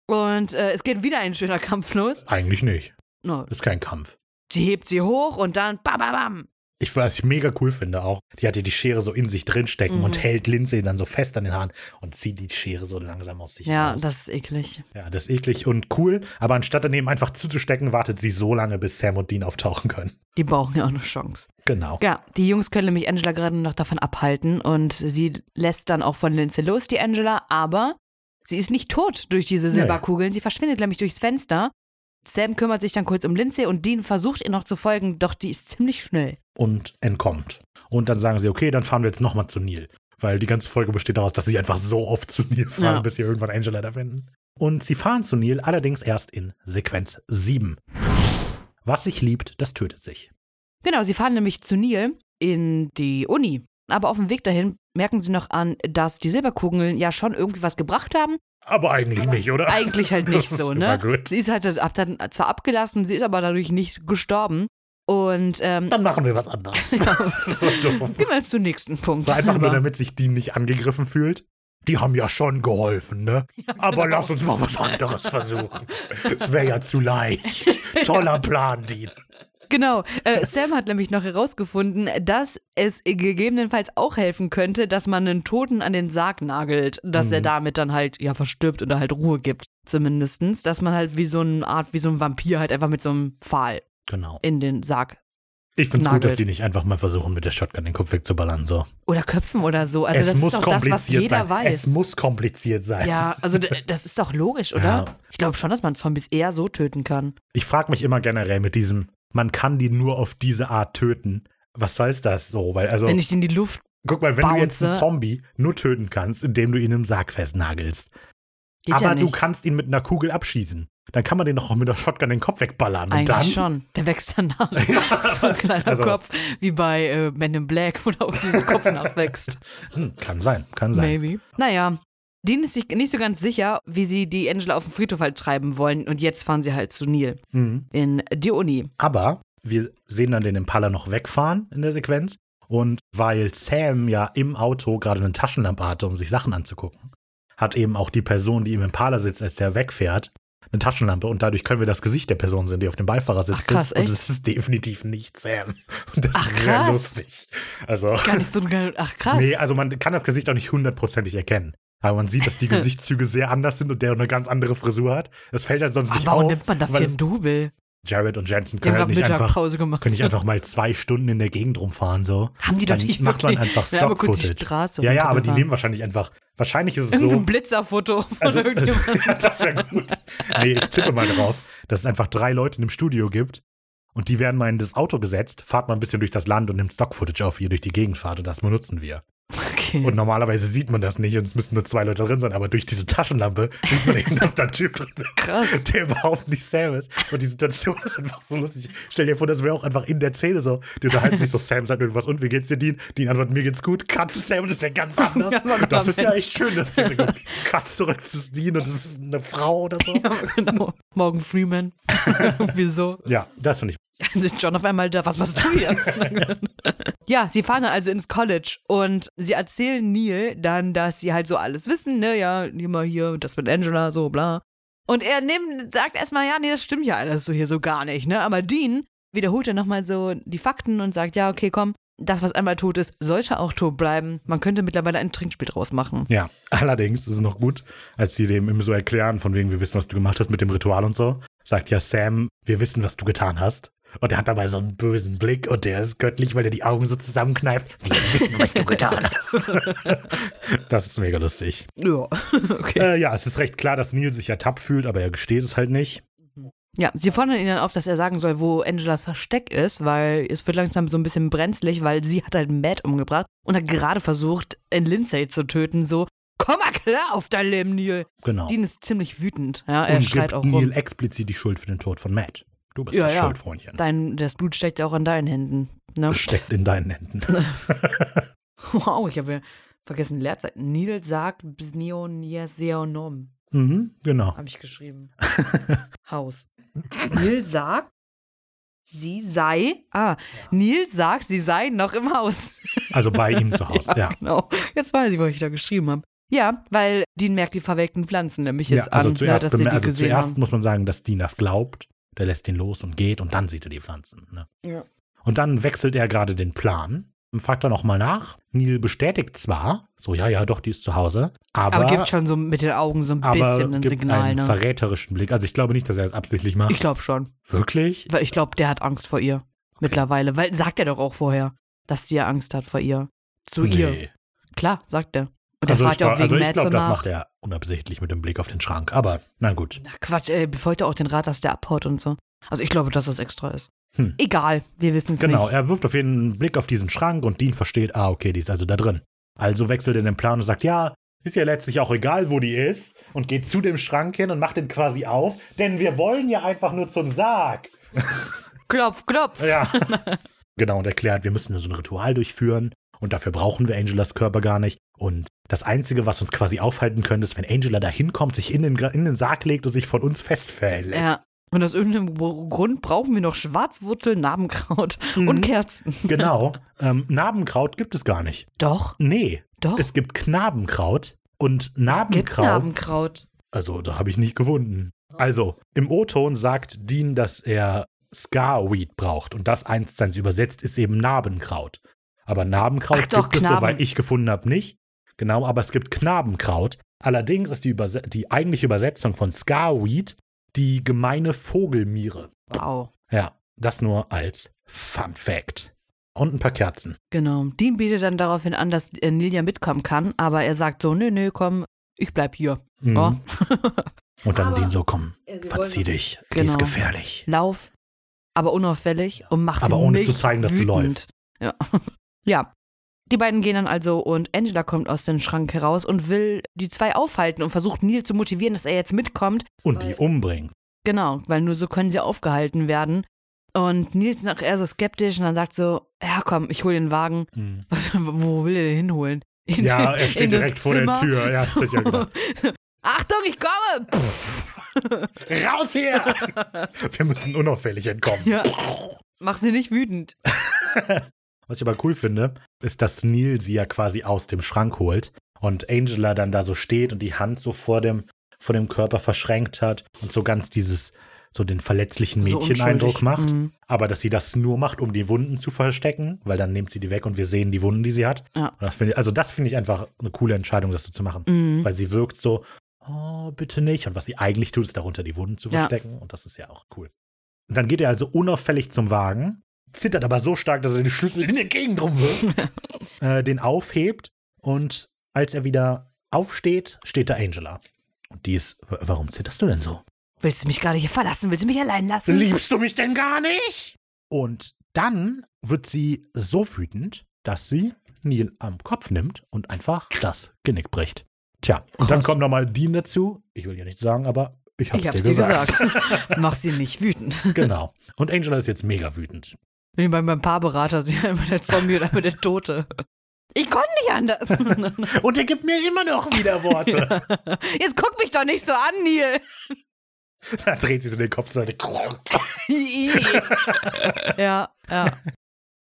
[SPEAKER 2] Und äh, es geht wieder ein schöner Kampf los.
[SPEAKER 1] Eigentlich nicht.
[SPEAKER 2] No,
[SPEAKER 1] Ist kein Kampf.
[SPEAKER 2] sie hebt sie hoch und dann bam, bam, bam.
[SPEAKER 1] Ich, was ich mega cool finde auch, die hat ja die Schere so in sich drinstecken
[SPEAKER 2] Mhm.
[SPEAKER 1] und hält Lindsay dann so fest an den Haaren und zieht die Schere so langsam aus sich
[SPEAKER 2] Ja,
[SPEAKER 1] raus.
[SPEAKER 2] das ist eklig.
[SPEAKER 1] ja, das ist eklig und cool, aber anstatt daneben einfach zuzustecken, wartet sie so lange, bis Sam und Dean auftauchen können.
[SPEAKER 2] Die brauchen ja auch eine Chance.
[SPEAKER 1] Genau.
[SPEAKER 2] Ja, die Jungs können nämlich Angela gerade noch davon abhalten und sie lässt dann auch von Lindsay los, die Angela, aber sie ist nicht tot durch diese
[SPEAKER 1] Nee.
[SPEAKER 2] Silberkugeln. Sie verschwindet nämlich durchs Fenster. Sam kümmert sich dann kurz um Lindsay und Dean versucht ihr noch zu folgen, doch die ist ziemlich schnell.
[SPEAKER 1] Und entkommt. Und dann sagen sie, okay, dann fahren wir jetzt nochmal zu Neil. Weil die ganze Folge besteht daraus, dass sie einfach so oft zu Neil fahren,
[SPEAKER 2] Ja.
[SPEAKER 1] bis sie irgendwann Angela da finden. Und sie fahren zu Neil, allerdings erst in Sequenz 7. Was sich liebt, das tötet sich.
[SPEAKER 2] Genau, sie fahren nämlich zu Neil in die Uni. Aber auf dem Weg dahin merken sie noch an, dass die Silberkugeln ja schon irgendwie was gebracht haben.
[SPEAKER 1] Aber eigentlich nicht, oder?
[SPEAKER 2] Eigentlich halt nicht so,
[SPEAKER 1] War
[SPEAKER 2] ne?
[SPEAKER 1] gut.
[SPEAKER 2] Sie ist halt ab- dann zwar abgelassen, sie ist aber dadurch nicht gestorben. Und ähm,
[SPEAKER 1] Dann machen wir was anderes. Das ist so doof.
[SPEAKER 2] Gehen wir zum nächsten Punkt.
[SPEAKER 1] So einfach nur,
[SPEAKER 2] Aber-
[SPEAKER 1] damit sich Dean nicht angegriffen fühlt. Die haben ja schon geholfen, ne?
[SPEAKER 2] genau.
[SPEAKER 1] Aber lass uns mal was anderes versuchen. Es wäre ja zu leicht. Toller Plan, Dean.
[SPEAKER 2] Genau. Äh, Sam hat nämlich noch herausgefunden, dass es gegebenenfalls auch helfen könnte, dass man einen Toten an den Sarg nagelt, dass
[SPEAKER 1] Mhm.
[SPEAKER 2] er damit dann halt ja verstirbt oder halt Ruhe gibt. Zumindestens, dass man halt wie so eine Art, wie so ein Vampir halt einfach mit so einem Pfahl
[SPEAKER 1] Genau.
[SPEAKER 2] in den Sarg
[SPEAKER 1] Ich finde es gut,
[SPEAKER 2] Nagelt.
[SPEAKER 1] dass die nicht einfach mal versuchen, mit der Shotgun den Kopf wegzuballern. So.
[SPEAKER 2] oder Köpfen oder so. Also
[SPEAKER 1] es
[SPEAKER 2] das
[SPEAKER 1] muss
[SPEAKER 2] ist doch das,
[SPEAKER 1] kompliziert
[SPEAKER 2] was jeder
[SPEAKER 1] sein.
[SPEAKER 2] weiß.
[SPEAKER 1] Es muss kompliziert sein.
[SPEAKER 2] ja, also d- das ist doch logisch, oder?
[SPEAKER 1] Ja.
[SPEAKER 2] Ich glaube schon, dass man Zombies eher so töten kann.
[SPEAKER 1] Ich frage mich immer generell mit diesem, man kann die nur auf diese Art töten. Was heißt das so? Weil, also,
[SPEAKER 2] Wenn ich in die Luft.
[SPEAKER 1] guck mal, wenn du jetzt einen
[SPEAKER 2] bounce.
[SPEAKER 1] Zombie nur töten kannst, indem du ihn im Sarg festnagelst.
[SPEAKER 2] Geht
[SPEAKER 1] aber
[SPEAKER 2] ja nicht.
[SPEAKER 1] du kannst ihn mit einer Kugel abschießen. Dann kann man den noch mit der Shotgun den Kopf wegballern.
[SPEAKER 2] Eigentlich
[SPEAKER 1] und dann,
[SPEAKER 2] schon. Der wächst dann nach. so ein kleiner
[SPEAKER 1] Also-
[SPEAKER 2] Kopf, wie bei äh, Men in Black, wo da auch dieser Kopf nachwächst.
[SPEAKER 1] Hm, kann sein, kann sein.
[SPEAKER 2] Maybe. Naja, Dean ist sich nicht so ganz sicher, wie sie die Angela auf den Friedhof halt treiben wollen. Und jetzt fahren sie halt zu Neil
[SPEAKER 1] Mhm.
[SPEAKER 2] in die Uni.
[SPEAKER 1] Aber wir sehen dann den Impala noch wegfahren in der Sequenz. Und weil Sam ja im Auto gerade eine Taschenlampe hatte, um sich Sachen anzugucken, hat eben auch die Person, die im Impala sitzt, als der wegfährt, eine Taschenlampe. Und dadach können wir das Gesicht der Person sehen, die auf dem Beifahrersitz
[SPEAKER 2] Ach, krass,
[SPEAKER 1] sitzt. Und
[SPEAKER 2] echt?
[SPEAKER 1] es ist definitiv nicht Sam. Und das
[SPEAKER 2] Ach,
[SPEAKER 1] ist sehr
[SPEAKER 2] krass.
[SPEAKER 1] lustig. Also.
[SPEAKER 2] Gar nicht so geil. Ach krass.
[SPEAKER 1] Nee, also man kann das Gesicht auch nicht hundertprozentig erkennen. Aber man sieht, dass die Gesichtszüge sehr anders sind und der eine ganz andere Frisur hat. Es fällt halt sonst
[SPEAKER 2] Aber
[SPEAKER 1] nicht
[SPEAKER 2] warum
[SPEAKER 1] auf.
[SPEAKER 2] nimmt man dafür
[SPEAKER 1] weil es-
[SPEAKER 2] ein Double?
[SPEAKER 1] Jared und Jensen
[SPEAKER 2] Die haben
[SPEAKER 1] können halt
[SPEAKER 2] gerade
[SPEAKER 1] nicht einfach,
[SPEAKER 2] Mittagpause gemacht.
[SPEAKER 1] können nicht einfach mal zwei Stunden in der Gegend rumfahren. So.
[SPEAKER 2] haben die doch
[SPEAKER 1] Dann
[SPEAKER 2] nicht
[SPEAKER 1] macht man
[SPEAKER 2] wirklich-
[SPEAKER 1] einfach
[SPEAKER 2] Ja, aber kurz die
[SPEAKER 1] Stock-Footage.
[SPEAKER 2] Straße
[SPEAKER 1] Ja, ja, aber die
[SPEAKER 2] runtergefahren.
[SPEAKER 1] nehmen wahrscheinlich einfach. Wahrscheinlich ist es
[SPEAKER 2] Irgendwie
[SPEAKER 1] so.
[SPEAKER 2] ein Blitzerfoto von
[SPEAKER 1] Also,
[SPEAKER 2] irgendjemandem.
[SPEAKER 1] ja, das wäre gut. Nee, ich tippe mal drauf, dass es einfach drei Leute in dem Studio gibt und die werden mal in das Auto gesetzt, fahrt mal ein bisschen durch das Land und nimmt Stock-Footage auf, wie ihr durch die Gegend fahrt und das benutzen wir.
[SPEAKER 2] Okay.
[SPEAKER 1] Und normalerweise sieht man das nicht und es müssen nur zwei Leute drin sein, aber durch diese Taschenlampe sieht man eben, dass da ein Typ drin sitzt,
[SPEAKER 2] Krass.
[SPEAKER 1] der überhaupt nicht Sam ist. Und die Situation ist einfach so lustig. Stell dir vor, das wäre auch einfach in der Szene so. Die unterhalten sich so, Sam sagt irgendwas und wie geht's dir, Dean? Dean antwortet, mir geht's gut. Cut zu Sam, das wäre ganz
[SPEAKER 2] Das ist ein
[SPEAKER 1] anders.
[SPEAKER 2] ganz anderer
[SPEAKER 1] das ist ja
[SPEAKER 2] Mensch.
[SPEAKER 1] echt schön, dass diese Cut zurück zu Dean und das ist eine Frau oder so.
[SPEAKER 2] Ja, genau. Morgan Freeman. Wieso?
[SPEAKER 1] Ja, das finde ich.
[SPEAKER 2] sind John auf einmal da, was machst du hier? ja, sie fahren dann also ins College und sie erzählen Neil dann, dass sie halt so alles wissen, ne, ja, immer hier, das mit Angela, so bla. Und er nimmt, sagt erstmal, ja, nee, das stimmt ja alles so hier so gar nicht, ne? Aber Dean wiederholt dann nochmal so die Fakten und sagt, ja, okay, komm, das, was einmal tot ist, sollte auch tot bleiben. Man könnte mittlerweile ein Trinkspiel draus machen.
[SPEAKER 1] Ja, allerdings ist es noch gut, als sie dem immer so erklären, von wegen, wir wissen, was du gemacht hast mit dem Ritual und so, sagt ja Sam, wir wissen, was du getan hast. Und er hat dabei so einen bösen Blick und der ist göttlich, weil er die Augen so zusammenkneift. Wir wissen, was du getan hast. das ist mega lustig.
[SPEAKER 2] Ja, okay.
[SPEAKER 1] Äh, ja, es ist recht klar, dass Neil sich ertappt fühlt, aber er gesteht es halt nicht.
[SPEAKER 2] Ja, sie fordern ihn dann auf, dass er sagen soll, wo Angelas Versteck ist, weil es wird langsam so ein bisschen brenzlig, weil sie hat halt Matt umgebracht und hat gerade versucht, in Lindsay zu töten, so. komm mal klar auf dein Leben, Neil.
[SPEAKER 1] Genau.
[SPEAKER 2] Dean ist ziemlich wütend. Ja, er
[SPEAKER 1] Und
[SPEAKER 2] schreit
[SPEAKER 1] gibt
[SPEAKER 2] auch
[SPEAKER 1] Neil
[SPEAKER 2] rum.
[SPEAKER 1] explizit die Schuld für den Tod von Matt. Du bist
[SPEAKER 2] Ja,
[SPEAKER 1] das
[SPEAKER 2] ja.
[SPEAKER 1] Schuld, Freundchen.
[SPEAKER 2] Dein, das Blut steckt ja auch an deinen Händen. Ne?
[SPEAKER 1] Das steckt in deinen Händen.
[SPEAKER 2] Wow, ich habe ja vergessen, Leerzeit. Neil sagt Bsneonieseonom,
[SPEAKER 1] mhm, genau.
[SPEAKER 2] habe ich geschrieben. Haus. Neil sagt, sie sei. Ah, Neil sagt, sie sei noch im Haus.
[SPEAKER 1] Also bei ihm zu Hause, ja.
[SPEAKER 2] Genau. Jetzt weiß ich, was ich da geschrieben habe. Ja, weil Dean merkt die verwelkten Pflanzen nämlich
[SPEAKER 1] ja
[SPEAKER 2] jetzt
[SPEAKER 1] also
[SPEAKER 2] an,
[SPEAKER 1] zuerst,
[SPEAKER 2] ne, dass sie die
[SPEAKER 1] bemer- also
[SPEAKER 2] gesehen
[SPEAKER 1] zuerst
[SPEAKER 2] haben.
[SPEAKER 1] muss man sagen, dass Dean das glaubt. Der lässt ihn los und geht und dann sieht er die Pflanzen. Ne?
[SPEAKER 2] Ja.
[SPEAKER 1] Und dann wechselt er gerade den Plan und fragt dann nochmal nach. Neil bestätigt zwar, so ja, ja, doch, die ist zu Hause, aber,
[SPEAKER 2] Aber, gibt schon so mit den Augen so ein
[SPEAKER 1] aber
[SPEAKER 2] bisschen ein
[SPEAKER 1] gibt
[SPEAKER 2] Signal,
[SPEAKER 1] einen
[SPEAKER 2] ne?
[SPEAKER 1] verräterischen Blick. Also ich glaube nicht, dass er es absichtlich macht.
[SPEAKER 2] Ich glaube schon.
[SPEAKER 1] Wirklich?
[SPEAKER 2] Weil ich glaube, der hat Angst vor ihr. Mittlerweile. Weil sagt er doch auch vorher, dass die ja Angst hat vor ihr. Zu ihr.
[SPEAKER 1] Nee.
[SPEAKER 2] Klar, sagt er. Und er
[SPEAKER 1] Also ich,
[SPEAKER 2] fragt ja auch
[SPEAKER 1] glaub-
[SPEAKER 2] wegen
[SPEAKER 1] also ich
[SPEAKER 2] Matt so
[SPEAKER 1] glaube, das
[SPEAKER 2] nach.
[SPEAKER 1] macht er unabsichtlich mit dem Blick auf den Schrank. Aber na gut.
[SPEAKER 2] Na Quatsch, äh, ey, befolgt er auch den Rat, dass der abhaut und so. Also ich glaube, dass das extra ist.
[SPEAKER 1] Hm.
[SPEAKER 2] Egal, wir wissen es
[SPEAKER 1] Genau,
[SPEAKER 2] nicht.
[SPEAKER 1] er wirft auf jeden Fall einen Blick auf diesen Schrank und Dean versteht, ah, okay, die ist also da drin. Also wechselt er den Plan und sagt, ja, ist ja letztlich auch egal, wo die ist und geht zu dem Schrank hin und macht den quasi auf, denn wir wollen ja einfach nur zum Sarg.
[SPEAKER 2] Klopf, klopf.
[SPEAKER 1] Ja. genau, und erklärt, wir müssen so ein Ritual durchführen und dafür brauchen wir Angelas Körper gar nicht. Und das Einzige, was uns quasi aufhalten könnte, ist, wenn Angela da hinkommt, sich in den, Gra- in den Sarg legt und sich von uns festfällen lässt.
[SPEAKER 2] Ja. Und aus irgendeinem Gru- Grund brauchen wir noch Schwarzwurzel, Narbenkraut
[SPEAKER 1] Mhm.
[SPEAKER 2] und Kerzen.
[SPEAKER 1] Genau. ähm, Narbenkraut gibt es gar nicht.
[SPEAKER 2] Doch,
[SPEAKER 1] Nee,
[SPEAKER 2] doch.
[SPEAKER 1] Es gibt Knabenkraut und
[SPEAKER 2] Oh. es gibt
[SPEAKER 1] Narbenkraut.
[SPEAKER 2] Narbenkraut.
[SPEAKER 1] also, da habe ich nicht gewunden. Also, im O-Ton sagt Dean, dass er Scarweed braucht und das eins seins übersetzt ist eben Narbenkraut. Aber Narbenkraut
[SPEAKER 2] Ach doch,
[SPEAKER 1] gibt es,
[SPEAKER 2] Knaben.
[SPEAKER 1] soweit ich gefunden habe, nicht. Genau, aber es gibt Knabenkraut. Allerdings ist die, Überse die eigentliche Übersetzung von Scarweed die gemeine Vogelmiere.
[SPEAKER 2] Wow.
[SPEAKER 1] Ja, das nur als Fun Fact. Und ein paar Kerzen.
[SPEAKER 2] Genau. Dean bietet dann daraufhin an, dass äh, Neil ja mitkommen kann, aber er sagt so, nö, nö, komm, ich bleib hier.
[SPEAKER 1] Mhm.
[SPEAKER 2] Oh.
[SPEAKER 1] Und dann
[SPEAKER 2] Aber-
[SPEAKER 1] Dean so, komm,
[SPEAKER 2] Sie
[SPEAKER 1] verzieh dich, die
[SPEAKER 2] Genau.
[SPEAKER 1] ist gefährlich.
[SPEAKER 2] Lauf, aber unauffällig und mach
[SPEAKER 1] Aber
[SPEAKER 2] sie
[SPEAKER 1] ohne
[SPEAKER 2] nicht
[SPEAKER 1] zu zeigen, dass du
[SPEAKER 2] wütend. Ja. ja. Die beiden gehen dann also und Angela kommt aus dem Schrank heraus und will die zwei aufhalten und versucht Neil zu motivieren, dass er jetzt mitkommt.
[SPEAKER 1] Und die umbringen.
[SPEAKER 2] Genau, weil nur so können sie aufgehalten werden. Und Neil ist nachher so skeptisch und dann sagt so, ja komm, ich hole den Wagen.
[SPEAKER 1] Mhm.
[SPEAKER 2] Was, wo will er den hinholen? In
[SPEAKER 1] Ja,
[SPEAKER 2] den-
[SPEAKER 1] er steht
[SPEAKER 2] in das
[SPEAKER 1] direkt vor der
[SPEAKER 2] Zimmer.
[SPEAKER 1] Tür. Ja,
[SPEAKER 2] So.
[SPEAKER 1] sicher, genau.
[SPEAKER 2] Achtung, ich komme! Pff.
[SPEAKER 1] Raus hier! Wir müssen unauffällig entkommen.
[SPEAKER 2] Ja. Mach sie nicht wütend.
[SPEAKER 1] Was ich aber cool finde, ist, dass Neil sie ja quasi aus dem Schrank holt und Angela dann da so steht und die Hand so vor dem, vor dem Körper verschränkt hat und so ganz dieses, so den verletzlichen
[SPEAKER 2] So
[SPEAKER 1] Mädcheneindruck
[SPEAKER 2] unschuldig.
[SPEAKER 1] macht.
[SPEAKER 2] Mhm.
[SPEAKER 1] Aber dass sie das nur macht, um die Wunden zu verstecken, weil dann nimmt sie die weg und wir sehen die Wunden, die sie hat.
[SPEAKER 2] Ja.
[SPEAKER 1] Und das finde ich, also das finde ich einfach eine coole Entscheidung, das so zu machen.
[SPEAKER 2] Mhm.
[SPEAKER 1] weil sie wirkt so, oh, bitte nicht. Und was sie eigentlich tut, ist darunter die Wunden zu
[SPEAKER 2] Ja.
[SPEAKER 1] verstecken. Und das ist ja auch cool. Und dann geht er also unauffällig zum Wagen, zittert aber so stark, dass er den Schlüssel in der Gegend rumwirft, äh, den aufhebt. Und als er wieder aufsteht, steht da Angela. Und die ist, "W- warum zitterst du denn so?
[SPEAKER 2] Willst du mich gerade hier verlassen? Willst du mich allein lassen?
[SPEAKER 1] Liebst du mich denn gar nicht? Und dann wird sie so wütend, dass sie Neil am Kopf nimmt und einfach das Genick bricht. Tja, und dann
[SPEAKER 2] Krass.
[SPEAKER 1] kommt nochmal Dean dazu. Ich will ja nichts sagen, aber ich hab's,
[SPEAKER 2] ich hab's
[SPEAKER 1] dir gesagt.
[SPEAKER 2] Mach sie nicht wütend.
[SPEAKER 1] genau. Und Angela ist jetzt mega wütend.
[SPEAKER 2] Wenn ich bei meinem Paarberater sind ja immer der Zombie und immer der Tote. Ich konnte nicht anders.
[SPEAKER 1] Und er gibt mir immer noch wieder Worte.
[SPEAKER 2] Jetzt guck mich doch nicht so an, Neil.
[SPEAKER 1] dann dreht sie so den Kopf zur Seite.
[SPEAKER 2] ja, ja.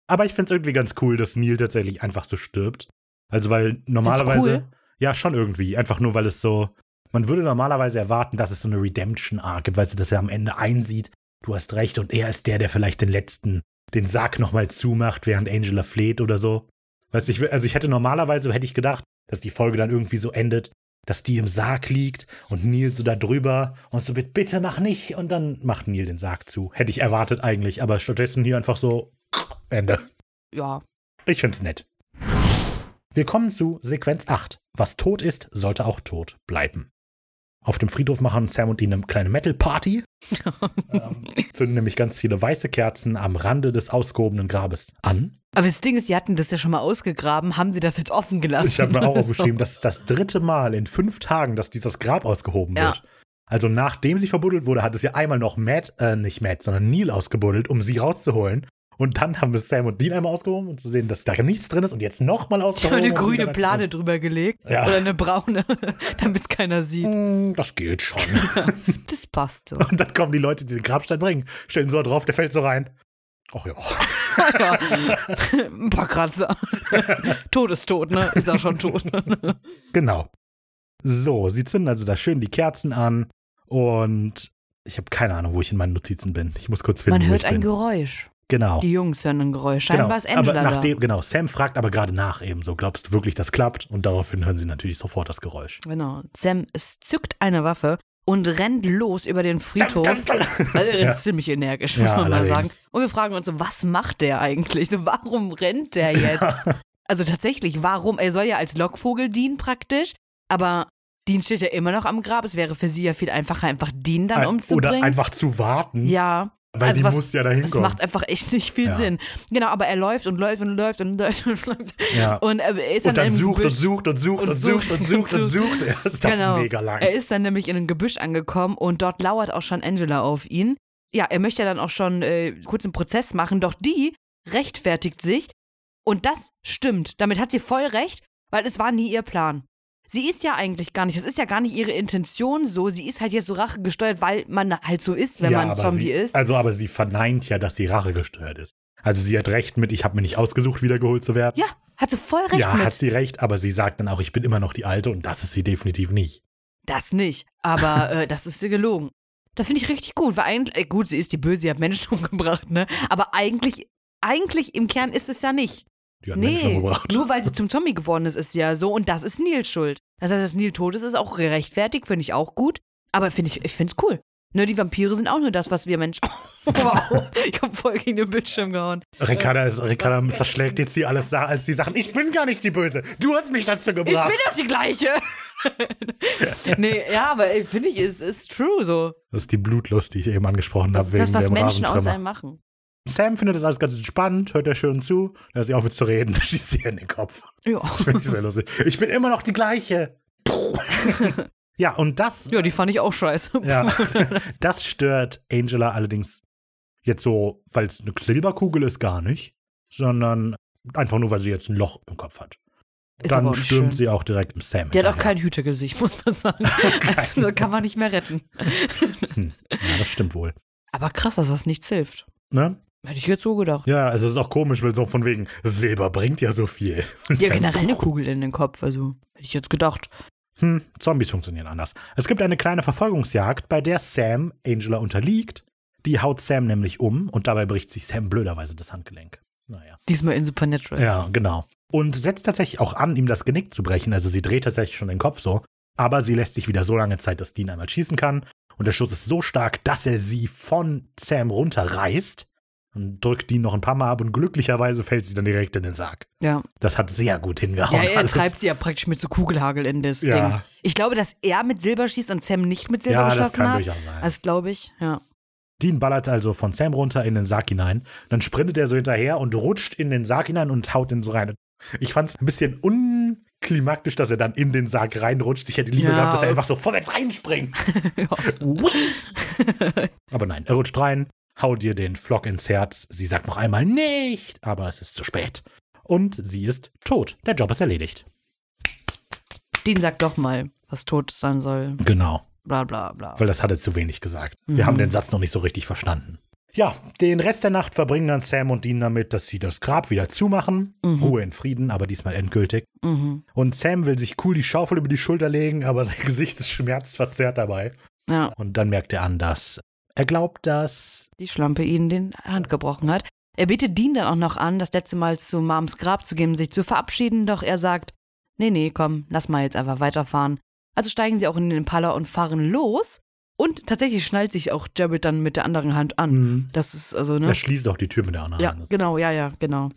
[SPEAKER 1] Aber ich find's irgendwie ganz cool, dass Neil tatsächlich einfach so stirbt. Also, weil normalerweise.
[SPEAKER 2] cool?
[SPEAKER 1] Ja, schon irgendwie. Einfach nur, weil es so. Man würde normalerweise erwarten, dass es so eine Redemption-Arc gibt, weil sie das ja am Ende einsieht. Du hast recht und er ist der, der vielleicht den letzten, den Sarg nochmal zumacht, während Angela fleht oder so. Weißt du, ich, wär- also ich hätte normalerweise, hätte ich gedacht, dass die Folge dann irgendwie so endet, dass die im Sarg liegt und Neil so da drüber und so mit, bitte mach nicht und dann macht Neil den Sarg zu. Hätte ich erwartet eigentlich, aber stattdessen hier einfach so, Ende.
[SPEAKER 2] Ja.
[SPEAKER 1] Ich find's nett. Wir kommen zu Sequenz 8. Was tot ist, sollte auch tot bleiben. Auf dem Friedhof machen Sam und Dean eine kleine Metal-Party. ähm, zünden nämlich ganz viele weiße Kerzen am Rande des ausgehobenen Grabes an.
[SPEAKER 2] Aber das Ding ist, die hatten das ja schon mal ausgegraben, haben sie das jetzt offen gelassen.
[SPEAKER 1] Ich habe mir auch aufgeschrieben, das ist das dritte Mal in fünf Tagen, dass dieses Grab ausgehoben
[SPEAKER 2] Ja.
[SPEAKER 1] wird. Also nachdem sie verbuddelt wurde, hat es ja einmal noch Matt, äh, nicht Matt, sondern Neil ausgebuddelt, um sie rauszuholen. Und dann haben wir Sam und Dean einmal ausgehoben, um zu sehen, dass da nichts drin ist und jetzt nochmal
[SPEAKER 2] Ich habe
[SPEAKER 1] ausgehoben.
[SPEAKER 2] eine
[SPEAKER 1] um zu sehen,
[SPEAKER 2] grüne
[SPEAKER 1] dass-
[SPEAKER 2] Plane drüber gelegt
[SPEAKER 1] Ja.
[SPEAKER 2] oder eine braune, damit es keiner sieht.
[SPEAKER 1] Hm, Das geht schon.
[SPEAKER 2] Das passt so.
[SPEAKER 1] und dann kommen die Leute, die den Grabstein bringen, stellen so drauf, der fällt so rein. Ach ja.
[SPEAKER 2] Ja. Ein paar Kratzer. Tod ist tot, ne? Ist ja schon tot.
[SPEAKER 1] Genau. So, sie zünden also da schön die Kerzen an und ich habe keine Ahnung, wo ich in meinen Notizen bin. Ich muss kurz finden,
[SPEAKER 2] Man
[SPEAKER 1] wo
[SPEAKER 2] hört
[SPEAKER 1] ich
[SPEAKER 2] ein
[SPEAKER 1] bin.
[SPEAKER 2] Geräusch.
[SPEAKER 1] Genau.
[SPEAKER 2] Die Jungs hören ein Geräusch. Scheinbar
[SPEAKER 1] genau.
[SPEAKER 2] ist Angela
[SPEAKER 1] aber
[SPEAKER 2] da.
[SPEAKER 1] nachdem, Genau, Sam fragt aber gerade nach eben so, glaubst du wirklich, das klappt? Und daraufhin hören sie natürlich sofort das Geräusch.
[SPEAKER 2] Genau. Sam es zückt eine Waffe und rennt los über den Friedhof. Also er rennt
[SPEAKER 1] ja.
[SPEAKER 2] ziemlich energisch, muss
[SPEAKER 1] Ja,
[SPEAKER 2] man mal sagen.
[SPEAKER 1] allerdings.
[SPEAKER 2] Und wir fragen uns so, was macht der eigentlich? So, warum rennt der jetzt? Also tatsächlich, warum? Er soll ja als Lockvogel dienen praktisch, aber Dean steht ja immer noch am Grab. Es wäre für sie ja viel einfacher, einfach Dean dann
[SPEAKER 1] Oder
[SPEAKER 2] umzubringen.
[SPEAKER 1] einfach zu warten,
[SPEAKER 2] ja,
[SPEAKER 1] weil
[SPEAKER 2] also
[SPEAKER 1] sie
[SPEAKER 2] was-
[SPEAKER 1] muss ja dahin
[SPEAKER 2] das
[SPEAKER 1] kommen.
[SPEAKER 2] macht einfach echt nicht viel
[SPEAKER 1] Ja.
[SPEAKER 2] Sinn. Genau, aber er läuft und läuft und läuft und läuft und läuft.
[SPEAKER 1] ja.
[SPEAKER 2] Und äh, er ist
[SPEAKER 1] und dann
[SPEAKER 2] im
[SPEAKER 1] sucht und
[SPEAKER 2] Gebüsch.
[SPEAKER 1] sucht und sucht
[SPEAKER 2] und
[SPEAKER 1] und sucht und sucht und sucht. Ja, das dauert
[SPEAKER 2] Genau.
[SPEAKER 1] mega lang.
[SPEAKER 2] Er ist dann nämlich in einem Gebüsch angekommen und dort lauert auch schon Angela auf ihn. Ja, er möchte ja dann auch schon äh, kurz einen Prozess machen, doch die rechtfertigt sich und das stimmt. Damit hat sie voll recht, weil es war nie ihr Plan. Sie ist ja eigentlich gar nicht, es ist ja gar nicht ihre Intention so, sie ist halt jetzt so rachegesteuert, weil man halt so ist, wenn
[SPEAKER 1] ja,
[SPEAKER 2] man
[SPEAKER 1] aber
[SPEAKER 2] Zombie
[SPEAKER 1] sie,
[SPEAKER 2] ist.
[SPEAKER 1] Also, aber sie verneint ja, dass sie Rache gesteuert ist. Also sie hat recht mit, ich habe mir nicht ausgesucht, wiedergeholt zu werden.
[SPEAKER 2] ja, hat sie voll recht
[SPEAKER 1] ja
[SPEAKER 2] mit.
[SPEAKER 1] hat sie recht, aber sie sagt dann auch, ich bin immer noch die Alte und das ist sie definitiv nicht.
[SPEAKER 2] Das nicht, aber äh, das ist ihr gelogen. Das finde ich richtig gut, weil eigentlich, äh, gut, sie ist die Böse, sie hat Menschen umgebracht, ne? Aber eigentlich, eigentlich im Kern ist es ja nicht.
[SPEAKER 1] Die hat Menschen
[SPEAKER 2] Nee,
[SPEAKER 1] umgebracht.
[SPEAKER 2] nur weil sie zum Zombie geworden ist, ist sie ja so und das ist Nils Schuld. Das heißt, dass Neil tot ist, ist auch gerechtfertigt, finde ich auch gut. Aber finde ich, ich finde es cool. Ne, die Vampire sind auch nur das, was wir Menschen. wow, ich habe voll gegen den Bildschirm gehauen.
[SPEAKER 1] Ricarda, ist, Ricarda zerschlägt jetzt hier alles sa- als die Sachen. Ich bin gar nicht die Böse. Du hast mich dazu
[SPEAKER 2] Ich bin
[SPEAKER 1] gebracht.
[SPEAKER 2] doch die gleiche. nee, ja, aber ey, finde ich, es ist true so.
[SPEAKER 1] Das ist die Blutlust, die ich eben angesprochen
[SPEAKER 2] Das
[SPEAKER 1] habe.
[SPEAKER 2] ist das,
[SPEAKER 1] wegen
[SPEAKER 2] was
[SPEAKER 1] dem
[SPEAKER 2] Menschen aus
[SPEAKER 1] Rasentrümmer.
[SPEAKER 2] einem machen.
[SPEAKER 1] Sam findet das alles ganz entspannt, hört er schön zu. Da ist sie auf mit zu reden, schießt sie in den Kopf.
[SPEAKER 2] Ja.
[SPEAKER 1] Das finde ich sehr lustig. Ich bin immer noch die gleiche. ja, und das
[SPEAKER 2] Ja, die fand ich auch scheiße.
[SPEAKER 1] Ja, das stört Angela allerdings jetzt so, weil es eine Silberkugel ist, gar nicht, sondern einfach nur, weil sie jetzt ein Loch im Kopf hat.
[SPEAKER 2] Ist aber
[SPEAKER 1] Dann
[SPEAKER 2] auch nicht
[SPEAKER 1] stürmt
[SPEAKER 2] schön.
[SPEAKER 1] sie auch direkt mit Sam.
[SPEAKER 2] Die hat auch
[SPEAKER 1] hinterher.
[SPEAKER 2] kein Hütegesicht, muss man sagen. Also das kann man nicht mehr retten.
[SPEAKER 1] Ja, das stimmt wohl.
[SPEAKER 2] Aber krass, dass das nichts hilft.
[SPEAKER 1] Ne?
[SPEAKER 2] Hätte ich jetzt so gedacht.
[SPEAKER 1] Ja, also es ist auch komisch, weil so von wegen Silber bringt ja so viel. Und
[SPEAKER 2] Ja,
[SPEAKER 1] dann-
[SPEAKER 2] generell eine Kugel in den Kopf, also hätte ich jetzt gedacht.
[SPEAKER 1] Hm, Zombies funktionieren anders. Es gibt eine kleine Verfolgungsjagd, bei der Sam Angela unterliegt. Die haut Sam nämlich um und dabei bricht sich Sam blöderweise das Handgelenk. Naja.
[SPEAKER 2] Diesmal in Supernatural.
[SPEAKER 1] Ja, genau. Und setzt tatsächlich auch an, ihm das Genick zu brechen. Also sie dreht tatsächlich schon den Kopf so. Aber sie lässt sich wieder so lange Zeit, dass Dean einmal schießen kann. Und der Schuss ist so stark, dass er sie von Sam runterreißt. Und drückt Dean noch ein paar Mal ab und glücklicherweise fällt sie dann direkt in den Sarg.
[SPEAKER 2] Ja,
[SPEAKER 1] Das hat sehr gut hingehauen.
[SPEAKER 2] ja er
[SPEAKER 1] alles.
[SPEAKER 2] treibt sie ja praktisch mit so Kugelhagel in das
[SPEAKER 1] Ja.
[SPEAKER 2] Ding. Ich glaube, dass er mit Silber schießt und Sam nicht mit Silber
[SPEAKER 1] Ja, das
[SPEAKER 2] geschossen
[SPEAKER 1] kann
[SPEAKER 2] hat. Also
[SPEAKER 1] durchaus sein.
[SPEAKER 2] Das glaube ich, ja.
[SPEAKER 1] Dean ballert also von Sam runter in den Sarg hinein. Dann sprintet er so hinterher und rutscht in den Sarg hinein und haut ihn so rein. Ich fand es ein bisschen unklimaktisch, dass er dann in den Sarg reinrutscht. Ich hätte lieber
[SPEAKER 2] Ja,
[SPEAKER 1] gehabt, dass er
[SPEAKER 2] aber-
[SPEAKER 1] einfach so vorwärts reinspringt.
[SPEAKER 2] ja.
[SPEAKER 1] Whee! aber nein, er rutscht rein, haut dir den Flock ins Herz. Sie sagt noch einmal nicht, aber es ist zu spät. Und sie ist tot. Der Job ist erledigt.
[SPEAKER 2] Dean sagt doch mal, was tot sein soll.
[SPEAKER 1] Genau,
[SPEAKER 2] Bla bla bla.
[SPEAKER 1] weil das hat er zu wenig gesagt.
[SPEAKER 2] Mhm.
[SPEAKER 1] Wir haben den Satz noch nicht so richtig verstanden. Ja, den Rest der Nacht verbringen dann Sam und Dean damit, dass sie das Grab wieder zumachen. Ruhe in Frieden, aber diesmal endgültig.
[SPEAKER 2] Mhm.
[SPEAKER 1] Und Sam will sich cool die Schaufel über die Schulter legen, aber sein Gesicht ist schmerzverzerrt dabei.
[SPEAKER 2] Ja.
[SPEAKER 1] Und dann merkt er an, dass er glaubt, dass
[SPEAKER 2] die Schlampe ihnen den Hand gebrochen hat. Er bietet Dean dann auch noch an, das letzte Mal zu Moms Grab zu gehen, um sich zu verabschieden, doch er sagt, nee, nee, komm, lass mal jetzt einfach weiterfahren. Also steigen sie auch in den Impala und fahren los. Und tatsächlich schnallt sich auch Jared dann mit der anderen Hand an.
[SPEAKER 1] Mhm.
[SPEAKER 2] Das ist also,
[SPEAKER 1] er
[SPEAKER 2] ne?
[SPEAKER 1] schließt auch die Tür mit der anderen
[SPEAKER 2] Ja,
[SPEAKER 1] Hand.
[SPEAKER 2] genau, ja, ja, genau.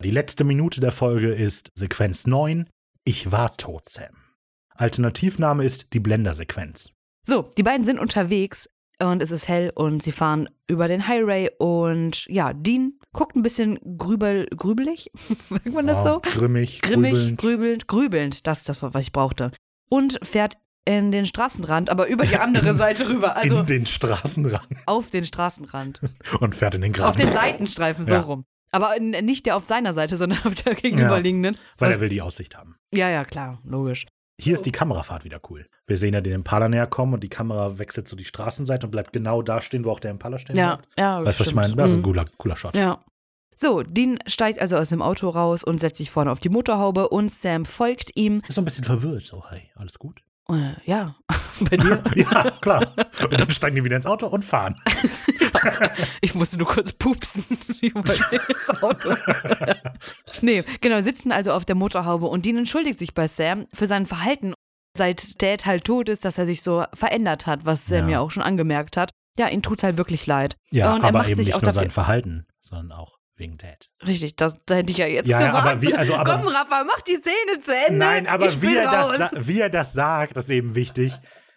[SPEAKER 1] Die letzte Minute der Folge ist Sequenz 9. Ich war tot, Sam. Alternativname ist die Blendersequenz.
[SPEAKER 2] So, die beiden sind unterwegs und es ist hell und sie fahren über den Highway und ja, Dean guckt ein bisschen grübel, grübelig, sagt man das so?
[SPEAKER 1] Wow, Oh, Grimmig,
[SPEAKER 2] Grimmig,
[SPEAKER 1] grübelnd.
[SPEAKER 2] grübelnd, grübelnd, das ist das Wort, was ich brauchte. Und fährt in den Straßenrand, aber über die andere Seite rüber, also
[SPEAKER 1] in den Straßenrand
[SPEAKER 2] auf den Straßenrand,
[SPEAKER 1] und fährt in den
[SPEAKER 2] auf
[SPEAKER 1] Graben,
[SPEAKER 2] den Seitenstreifen so
[SPEAKER 1] Ja.
[SPEAKER 2] rum. Aber n- nicht der auf seiner Seite, sondern auf der gegenüberliegenden.
[SPEAKER 1] weil
[SPEAKER 2] was-
[SPEAKER 1] er will die Aussicht haben.
[SPEAKER 2] Ja, ja, klar, logisch.
[SPEAKER 1] Hier
[SPEAKER 2] Oh.
[SPEAKER 1] ist die Kamerafahrt wieder cool. Wir sehen ja den Impala näher kommen und die Kamera wechselt zu die Straßenseite und bleibt genau da stehen, wo auch der Impala stehen
[SPEAKER 2] Ja,
[SPEAKER 1] bleibt.
[SPEAKER 2] ja,
[SPEAKER 1] Weißt du, was ich
[SPEAKER 2] stimmt.
[SPEAKER 1] meine? Also Das ist
[SPEAKER 2] Mhm.
[SPEAKER 1] ein cooler, cooler Shot.
[SPEAKER 2] Ja. So, Dean steigt also aus dem Auto raus und setzt sich vorne auf die Motorhaube und Sam folgt ihm.
[SPEAKER 1] Ist so ein bisschen verwirrt, so, hey, alles gut?
[SPEAKER 2] Äh, ja, bei dir.
[SPEAKER 1] ja, klar. Und dann steigen die wieder ins Auto und fahren.
[SPEAKER 2] Ich musste nur kurz pupsen. Ich wollte ins Auto. nee, genau, sitzen also auf der Motorhaube und Dean entschuldigt sich bei Sam für sein Verhalten, seit Dad halt tot ist, dass er sich so verändert hat, was Sam ja,
[SPEAKER 1] Ja.
[SPEAKER 2] auch schon angemerkt hat. Ja, ihm tut's halt wirklich leid.
[SPEAKER 1] Ja,
[SPEAKER 2] Und er
[SPEAKER 1] aber
[SPEAKER 2] macht
[SPEAKER 1] eben
[SPEAKER 2] sich
[SPEAKER 1] nicht
[SPEAKER 2] auch
[SPEAKER 1] nur
[SPEAKER 2] dafür-
[SPEAKER 1] sein Verhalten, sondern auch wegen Dad.
[SPEAKER 2] Richtig, das, da hätte ich ja jetzt
[SPEAKER 1] Ja, ja,
[SPEAKER 2] gesagt.
[SPEAKER 1] aber wie- also, aber-
[SPEAKER 2] Komm, Rafa, mach die Szene zu Ende.
[SPEAKER 1] Nein, aber
[SPEAKER 2] ich bin
[SPEAKER 1] wie er,
[SPEAKER 2] raus.
[SPEAKER 1] das, sa- wie er das sagt, ist eben wichtig.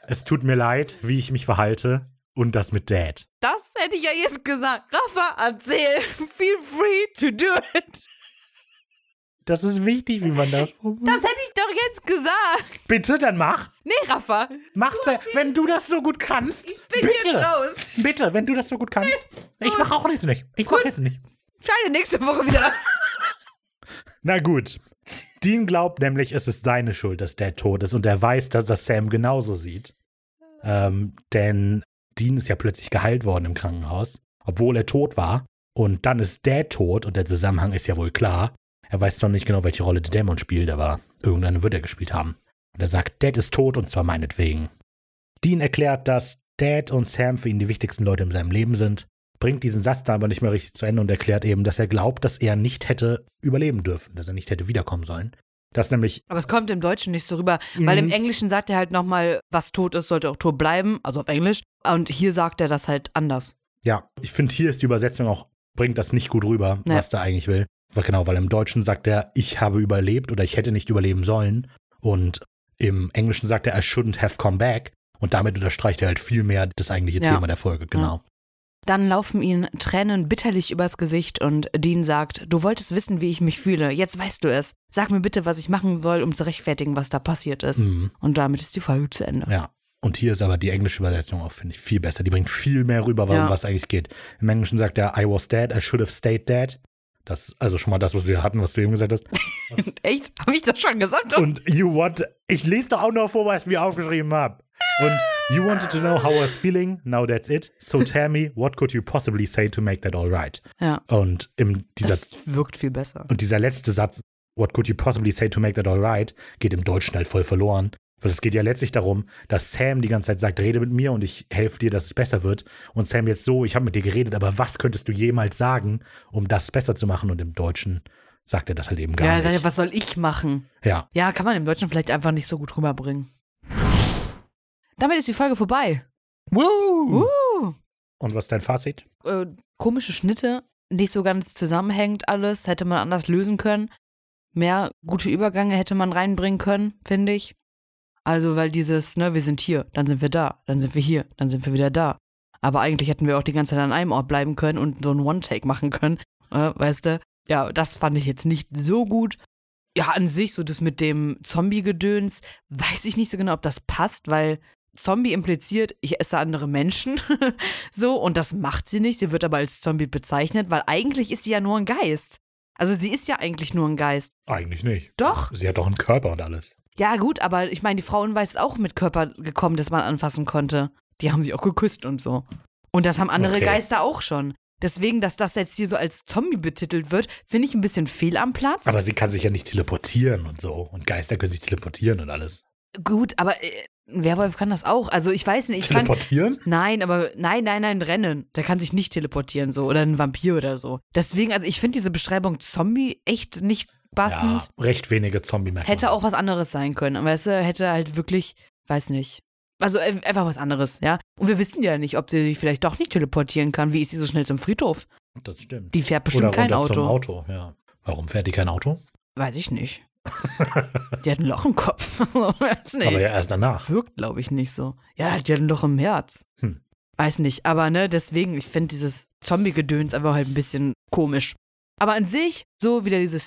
[SPEAKER 1] Es tut mir leid, wie ich mich verhalte und das mit Dad.
[SPEAKER 2] Das hätte ich ja jetzt gesagt. Rafa, erzähl. Feel free to do it.
[SPEAKER 1] Das ist wichtig, wie man das.
[SPEAKER 2] Das hätte ich doch jetzt gesagt.
[SPEAKER 1] Bitte, dann mach.
[SPEAKER 2] Nee, Rafa.
[SPEAKER 1] Mach's, wenn du das so gut kannst.
[SPEAKER 2] Bin
[SPEAKER 1] bitte,
[SPEAKER 2] jetzt raus.
[SPEAKER 1] bitte, wenn du das so gut kannst. Ich mach auch jetzt nicht. Ich mach jetzt nicht.
[SPEAKER 2] Scheine nächste Woche wieder.
[SPEAKER 1] Na gut. Dean glaubt nämlich, es ist seine Schuld, dass Dad tot ist und er weiß, dass das Sam genauso sieht. Ähm, denn Dean ist ja plötzlich geheilt worden im Krankenhaus, obwohl er tot war. Und dann ist Dad tot und der Zusammenhang ist ja wohl klar. Er weiß noch nicht genau, welche Rolle der Dämon spielt, aber irgendeine wird er gespielt haben. Und er sagt, Dad ist tot und zwar meinetwegen. Dean erklärt, dass Dad und Sam für ihn die wichtigsten Leute in seinem Leben sind, bringt diesen Satz da aber nicht mehr richtig zu Ende und erklärt eben, dass er glaubt, dass er nicht hätte überleben dürfen, dass er nicht hätte wiederkommen sollen. Dass nämlich, mm,
[SPEAKER 2] Aber es kommt im Deutschen nicht so rüber, weil im Englischen sagt er halt nochmal, was tot ist, sollte auch tot bleiben, also auf Englisch. Und hier sagt er das halt anders.
[SPEAKER 1] ja, ich finde, hier ist die Übersetzung auch, bringt das nicht gut rüber,
[SPEAKER 2] Nee.
[SPEAKER 1] was er eigentlich will. Weil genau, weil im Deutschen sagt er, ich habe überlebt oder ich hätte nicht überleben sollen. Und im Englischen sagt er, I shouldn't have come back. Und damit unterstreicht er halt viel mehr das eigentliche
[SPEAKER 2] Ja.
[SPEAKER 1] Thema der Folge, genau.
[SPEAKER 2] Dann laufen ihnen Tränen bitterlich übers Gesicht und Dean sagt, du wolltest wissen, wie ich mich fühle. Jetzt weißt du es. Sag mir bitte, was ich machen soll, um zu rechtfertigen, was da passiert ist.
[SPEAKER 1] Mhm.
[SPEAKER 2] Und damit ist die Folge zu Ende.
[SPEAKER 1] Ja. Und hier ist aber die englische Übersetzung auch, finde ich, viel besser. Die bringt viel mehr rüber, worum
[SPEAKER 2] Ja.
[SPEAKER 1] was eigentlich geht. Im Englischen sagt er, I was dead, I should have stayed dead. Das ist also schon mal das, was wir hatten, was du eben gesagt hast.
[SPEAKER 2] Echt? Habe ich das schon gesagt?
[SPEAKER 1] Und you want, ich lese doch auch noch vor, was ich mir aufgeschrieben habe. Und you wanted to know how I was feeling, now that's it. So tell me, what could you possibly say to make that all right?
[SPEAKER 2] Ja.
[SPEAKER 1] Und im, dieser,
[SPEAKER 2] Das wirkt viel besser.
[SPEAKER 1] und dieser letzte Satz, what could you possibly say to make that all right, geht im Deutschen halt voll verloren. Weil es geht ja letztlich darum, dass Sam die ganze Zeit sagt, rede mit mir und ich helfe dir, dass es besser wird. Und Sam jetzt so, ich habe mit dir geredet, aber was könntest du jemals sagen, um das besser zu machen? Und im Deutschen sagt er das halt eben
[SPEAKER 2] Ja,
[SPEAKER 1] gar
[SPEAKER 2] dann,
[SPEAKER 1] nicht.
[SPEAKER 2] was soll ich machen?
[SPEAKER 1] Ja,
[SPEAKER 2] Ja, kann man im Deutschen vielleicht einfach nicht so gut rüberbringen. Damit ist die Folge vorbei.
[SPEAKER 1] Woo!
[SPEAKER 2] Uh,
[SPEAKER 1] Und was ist dein Fazit?
[SPEAKER 2] äh, komische Schnitte, nicht so ganz zusammenhängend alles, hätte man anders lösen können. Mehr gute Übergänge hätte man reinbringen können, finde ich. Also, weil dieses, ne, wir sind hier, dann sind wir da, dann sind wir hier, dann sind wir wieder da. Aber eigentlich hätten wir auch die ganze Zeit an einem Ort bleiben können und so einen One-Take machen können, äh, weißt du? Ja, das fand ich jetzt nicht so gut. Ja, an sich, so das mit dem Zombie-Gedöns, weiß ich nicht so genau, ob das passt, weil Zombie impliziert, ich esse andere Menschen. so, und das macht sie nicht. Sie wird aber als Zombie bezeichnet, weil eigentlich ist sie ja nur ein Geist. Also sie ist ja eigentlich nur ein Geist.
[SPEAKER 1] Eigentlich nicht.
[SPEAKER 2] Doch.
[SPEAKER 1] Sie hat doch einen Körper und alles.
[SPEAKER 2] Ja, gut, aber ich meine, die Frauen weiß ist auch mit Körper gekommen, dass man anfassen konnte. Die haben sich auch geküsst und so. Und das haben andere
[SPEAKER 1] Okay.
[SPEAKER 2] Geister auch schon. Deswegen, dass das jetzt hier so als Zombie betitelt wird, finde ich ein bisschen fehl am Platz.
[SPEAKER 1] Aber sie kann sich ja nicht teleportieren und so. Und Geister können sich teleportieren und alles.
[SPEAKER 2] gut, aber äh, ein Werwolf kann das auch. Also ich weiß nicht, ich fand,
[SPEAKER 1] teleportieren?
[SPEAKER 2] Nein, aber nein, nein, nein, rennen. Der kann sich nicht teleportieren so oder ein Vampir oder so. Deswegen, also ich finde diese Beschreibung Zombie echt nicht passend.
[SPEAKER 1] Ja, also recht wenige Zombie-Merkmale.
[SPEAKER 2] Hätte auch was anderes sein können. Weißt du, hätte halt wirklich, weiß nicht. Also äh, einfach was anderes, ja. Und wir wissen ja nicht, ob sie sich vielleicht doch nicht teleportieren kann. Wie ist sie so schnell zum Friedhof?
[SPEAKER 1] Das stimmt.
[SPEAKER 2] Die fährt bestimmt
[SPEAKER 1] Oder
[SPEAKER 2] kein
[SPEAKER 1] runter
[SPEAKER 2] Auto.
[SPEAKER 1] zum Auto, ja. Warum fährt die kein Auto?
[SPEAKER 2] Weiß ich nicht. Die hat ein Loch im Kopf. nee,
[SPEAKER 1] Aber ja, erst danach.
[SPEAKER 2] wirkt, glaube ich, nicht so. Ja, die hat ein Loch im Herz.
[SPEAKER 1] Hm.
[SPEAKER 2] Weiß nicht, aber ne, deswegen, ich finde dieses Zombie-Gedöns einfach halt ein bisschen komisch. Aber an sich, so wieder diese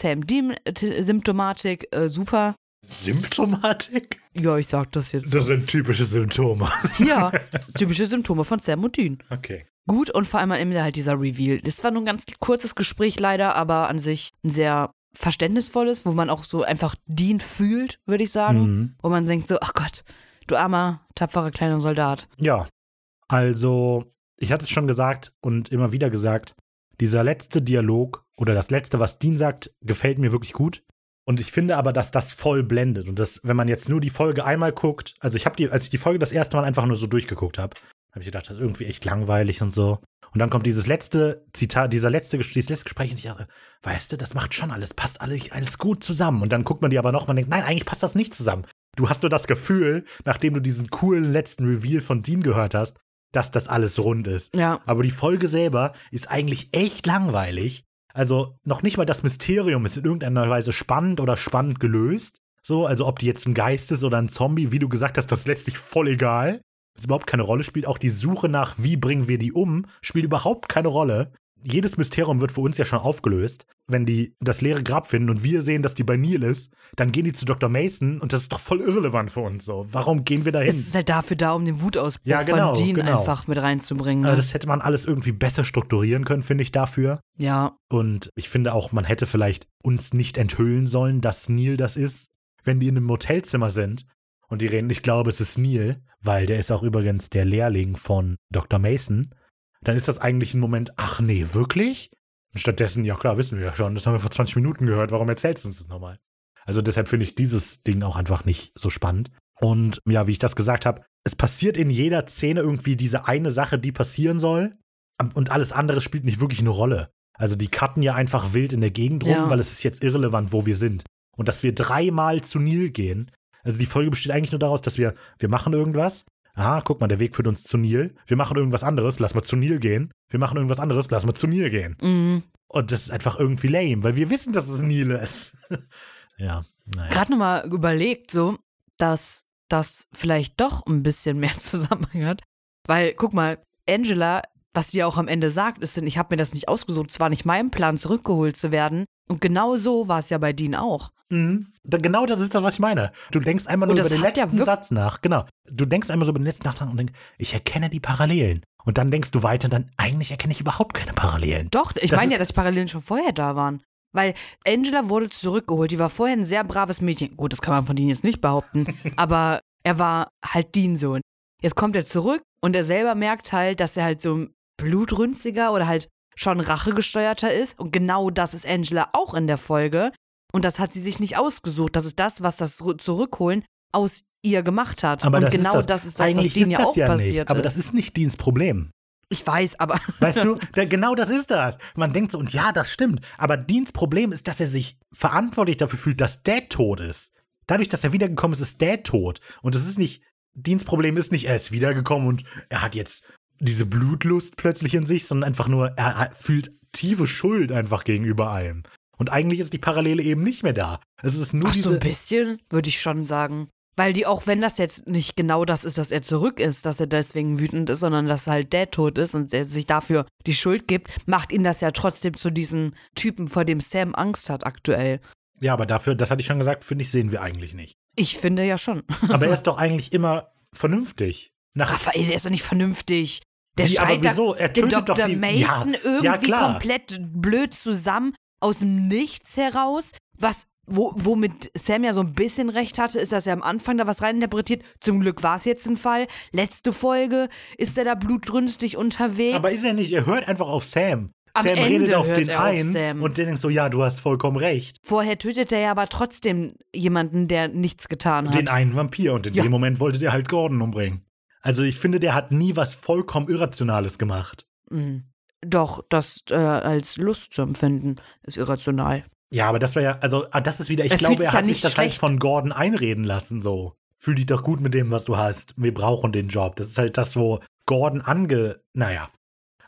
[SPEAKER 2] Sam-Dean-Symptomatik, äh, super.
[SPEAKER 1] Symptomatik?
[SPEAKER 2] Ja, ich sag das jetzt.
[SPEAKER 1] Das sind typische Symptome.
[SPEAKER 2] Ja, typische Symptome von Sam und Dean.
[SPEAKER 1] Okay.
[SPEAKER 2] Gut und vor allem am Ende halt dieser Reveal. Das war nur ein ganz kurzes Gespräch leider, aber an sich ein sehr verständnisvolles, wo man auch so einfach Dean fühlt, würde ich sagen.
[SPEAKER 1] Mhm.
[SPEAKER 2] Wo man denkt so, ach Gott, du armer, tapferer kleiner Soldat.
[SPEAKER 1] Ja. Also, ich hatte es schon gesagt und immer wieder gesagt, dieser letzte Dialog oder das letzte, was Dean sagt, gefällt mir wirklich gut. Und ich finde aber, dass das voll blendet. Und das, wenn man jetzt nur die Folge einmal guckt, also ich habe die, als ich die Folge das erste Mal einfach nur so durchgeguckt habe, habe ich gedacht, das ist irgendwie echt langweilig und so. Und dann kommt dieses letzte Zitat, dieser letzte, Ges- dieses letzte Gespräch und ich dachte, weißt du, das macht schon alles, passt alles, alles gut zusammen. Und dann guckt man die aber noch, man denkt, nein, eigentlich passt das nicht zusammen. Du hast nur das Gefühl, nachdem du diesen coolen letzten Reveal von Dean gehört hast, dass das alles rund ist.
[SPEAKER 2] Ja,
[SPEAKER 1] Aber die Folge selber ist eigentlich echt langweilig. Also noch nicht mal das Mysterium ist in irgendeiner Weise spannend oder spannend gelöst. So, also ob die jetzt ein Geist ist oder ein Zombie, wie du gesagt hast, das ist letztlich voll egal. Das überhaupt keine Rolle spielt. Auch die Suche nach, wie bringen wir die um, spielt überhaupt keine Rolle. Jedes Mysterium wird für uns ja schon aufgelöst. Wenn die das leere Grab finden und wir sehen, dass die bei Neil ist, dann gehen die zu Dr. Mason und das ist doch voll irrelevant für uns. So, warum gehen wir da hin?
[SPEAKER 2] es ist halt dafür da, um den Wutausbruch
[SPEAKER 1] Ja, genau,
[SPEAKER 2] von Dean
[SPEAKER 1] genau.
[SPEAKER 2] einfach mit reinzubringen.
[SPEAKER 1] Also
[SPEAKER 2] Ne?
[SPEAKER 1] das hätte man alles irgendwie besser strukturieren können, finde ich dafür.
[SPEAKER 2] ja,
[SPEAKER 1] Und ich finde auch, man hätte vielleicht uns nicht enthüllen sollen, dass Neil das ist, wenn die in einem Motelzimmer sind und die reden, ich glaube, es ist Neil, weil der ist auch übrigens der Lehrling von Dr. Mason. Dann ist das eigentlich ein Moment, ach nee, wirklich? Und stattdessen, ja klar, wissen wir ja schon, das haben wir vor 20 Minuten gehört, warum erzählst du uns das nochmal? Also deshalb finde ich dieses Ding auch einfach nicht so spannend. Und ja, wie ich das gesagt habe, es passiert in jeder Szene irgendwie diese eine Sache, die passieren soll. Am- Und alles andere spielt nicht wirklich eine Rolle. Also die cutten ja einfach wild in der Gegend rum,
[SPEAKER 2] Ja.
[SPEAKER 1] weil es ist jetzt irrelevant, wo wir sind. Und dass wir dreimal zu Nil gehen. Also die Folge besteht eigentlich nur daraus, dass wir, wir machen irgendwas. Ah, guck mal, der Weg führt uns zu Nil. Wir machen irgendwas anderes, lass mal zu Nil gehen. Wir machen irgendwas anderes, lass mal zu Nil gehen.
[SPEAKER 2] mhm.
[SPEAKER 1] Und das ist einfach irgendwie lame, weil wir wissen, dass es Neil ist. ja, naja.
[SPEAKER 2] gerade nochmal überlegt, so, dass das vielleicht doch ein bisschen mehr Zusammenhang hat. Weil, guck mal, Angela, was sie ja auch am Ende sagt, ist, denn ich habe mir das nicht ausgesucht, es war nicht mein Plan, zurückgeholt zu werden. Und genau so war es ja bei Dean auch.
[SPEAKER 1] Mhm. Da- Genau das ist das, was ich meine. Du denkst einmal nur
[SPEAKER 2] Hm. Und
[SPEAKER 1] über
[SPEAKER 2] das
[SPEAKER 1] den
[SPEAKER 2] hat ja
[SPEAKER 1] letzten
[SPEAKER 2] wirk-
[SPEAKER 1] Satz nach. Genau. Du denkst einmal so über den letzten Satz nach und denkst, ich erkenne die Parallelen. Und dann denkst du weiter und dann, eigentlich erkenne ich überhaupt keine Parallelen.
[SPEAKER 2] Doch, ich
[SPEAKER 1] Das ist-
[SPEAKER 2] meine ja, dass Parallelen schon vorher da waren. Weil Angela wurde zurückgeholt, die war vorher ein sehr braves Mädchen. Gut, das kann man von Dean jetzt nicht behaupten, aber er war halt Dean-Sohn. Jetzt kommt er zurück und er selber merkt halt, dass er halt so ein blutrünstiger oder halt schon rachegesteuerter ist. Und genau das ist Angela auch in der Folge. Und das hat sie sich nicht ausgesucht. Das ist das, was das Ru- Zurückholen aus ihr gemacht hat.
[SPEAKER 1] Aber
[SPEAKER 2] und
[SPEAKER 1] das
[SPEAKER 2] genau
[SPEAKER 1] ist das,
[SPEAKER 2] das ist das, was
[SPEAKER 1] eigentlich
[SPEAKER 2] Dean
[SPEAKER 1] ist
[SPEAKER 2] ja
[SPEAKER 1] das
[SPEAKER 2] auch
[SPEAKER 1] ja
[SPEAKER 2] passiert
[SPEAKER 1] nicht. Aber
[SPEAKER 2] ist.
[SPEAKER 1] das ist nicht Deans Problem.
[SPEAKER 2] Ich weiß, aber
[SPEAKER 1] Weißt du, da, genau das ist das. Man denkt so, und ja, das stimmt. Aber Deans Problem ist, dass er sich verantwortlich dafür fühlt, dass Dad tot ist. Dadurch, dass er wiedergekommen ist, ist Dad tot. Und es ist nicht, Deans Problem ist nicht, er ist wiedergekommen und er hat jetzt diese Blutlust plötzlich in sich, sondern einfach nur, er hat- fühlt tiefe Schuld einfach gegenüber allem. Und eigentlich ist die Parallele eben nicht mehr da. Es ist nur
[SPEAKER 2] Ach, so
[SPEAKER 1] diese.
[SPEAKER 2] ein bisschen, würde ich schon sagen. Weil die, auch wenn das jetzt nicht genau das ist, dass er zurück ist, dass er deswegen wütend ist, sondern dass halt Dad tot ist und er sich dafür die Schuld gibt, macht ihn das ja trotzdem zu diesem Typen, vor dem Sam Angst hat aktuell.
[SPEAKER 1] ja, aber dafür, das hatte ich schon gesagt, finde ich, sehen wir eigentlich nicht.
[SPEAKER 2] Ich finde ja schon.
[SPEAKER 1] Aber er ist doch eigentlich immer vernünftig. Nach
[SPEAKER 2] Raphael, der ist doch nicht vernünftig. Der
[SPEAKER 1] Wie, aber
[SPEAKER 2] schreit da
[SPEAKER 1] wieso? Er
[SPEAKER 2] den
[SPEAKER 1] tötet
[SPEAKER 2] Dr.
[SPEAKER 1] doch die-
[SPEAKER 2] Mason
[SPEAKER 1] Ja, ja,
[SPEAKER 2] irgendwie
[SPEAKER 1] klar.
[SPEAKER 2] komplett blöd zusammen aus dem Nichts heraus. Was, wo, womit Sam ja so ein bisschen recht hatte, ist, dass er am Anfang da was reininterpretiert. Zum Glück war es jetzt ein Fall. Letzte Folge ist er da blutrünstig unterwegs.
[SPEAKER 1] Aber ist er nicht, er hört einfach auf Sam.
[SPEAKER 2] Am
[SPEAKER 1] Sam
[SPEAKER 2] Ende
[SPEAKER 1] redet auf
[SPEAKER 2] hört
[SPEAKER 1] den
[SPEAKER 2] er auf
[SPEAKER 1] ein
[SPEAKER 2] Sam.
[SPEAKER 1] und der denkt so, ja, du hast vollkommen recht.
[SPEAKER 2] Vorher tötet er ja aber trotzdem jemanden, der nichts getan hat.
[SPEAKER 1] Den einen Vampir und in
[SPEAKER 2] Ja.
[SPEAKER 1] dem Moment wollte der halt Gordon umbringen. Also ich finde, der hat nie was vollkommen Irrationales gemacht.
[SPEAKER 2] Mhm. Doch, das äh, als Lust zu empfinden, ist irrational.
[SPEAKER 1] Ja, aber das war ja, also ah, das ist wieder, ich
[SPEAKER 2] Er
[SPEAKER 1] glaube,
[SPEAKER 2] fühlt sich
[SPEAKER 1] er
[SPEAKER 2] ja
[SPEAKER 1] hat sich
[SPEAKER 2] nicht
[SPEAKER 1] das
[SPEAKER 2] schlecht.
[SPEAKER 1] halt von Gordon einreden lassen, so. Fühl dich doch gut mit dem, was du hast. Wir brauchen den Job. Das ist halt das, wo Gordon ange. Naja.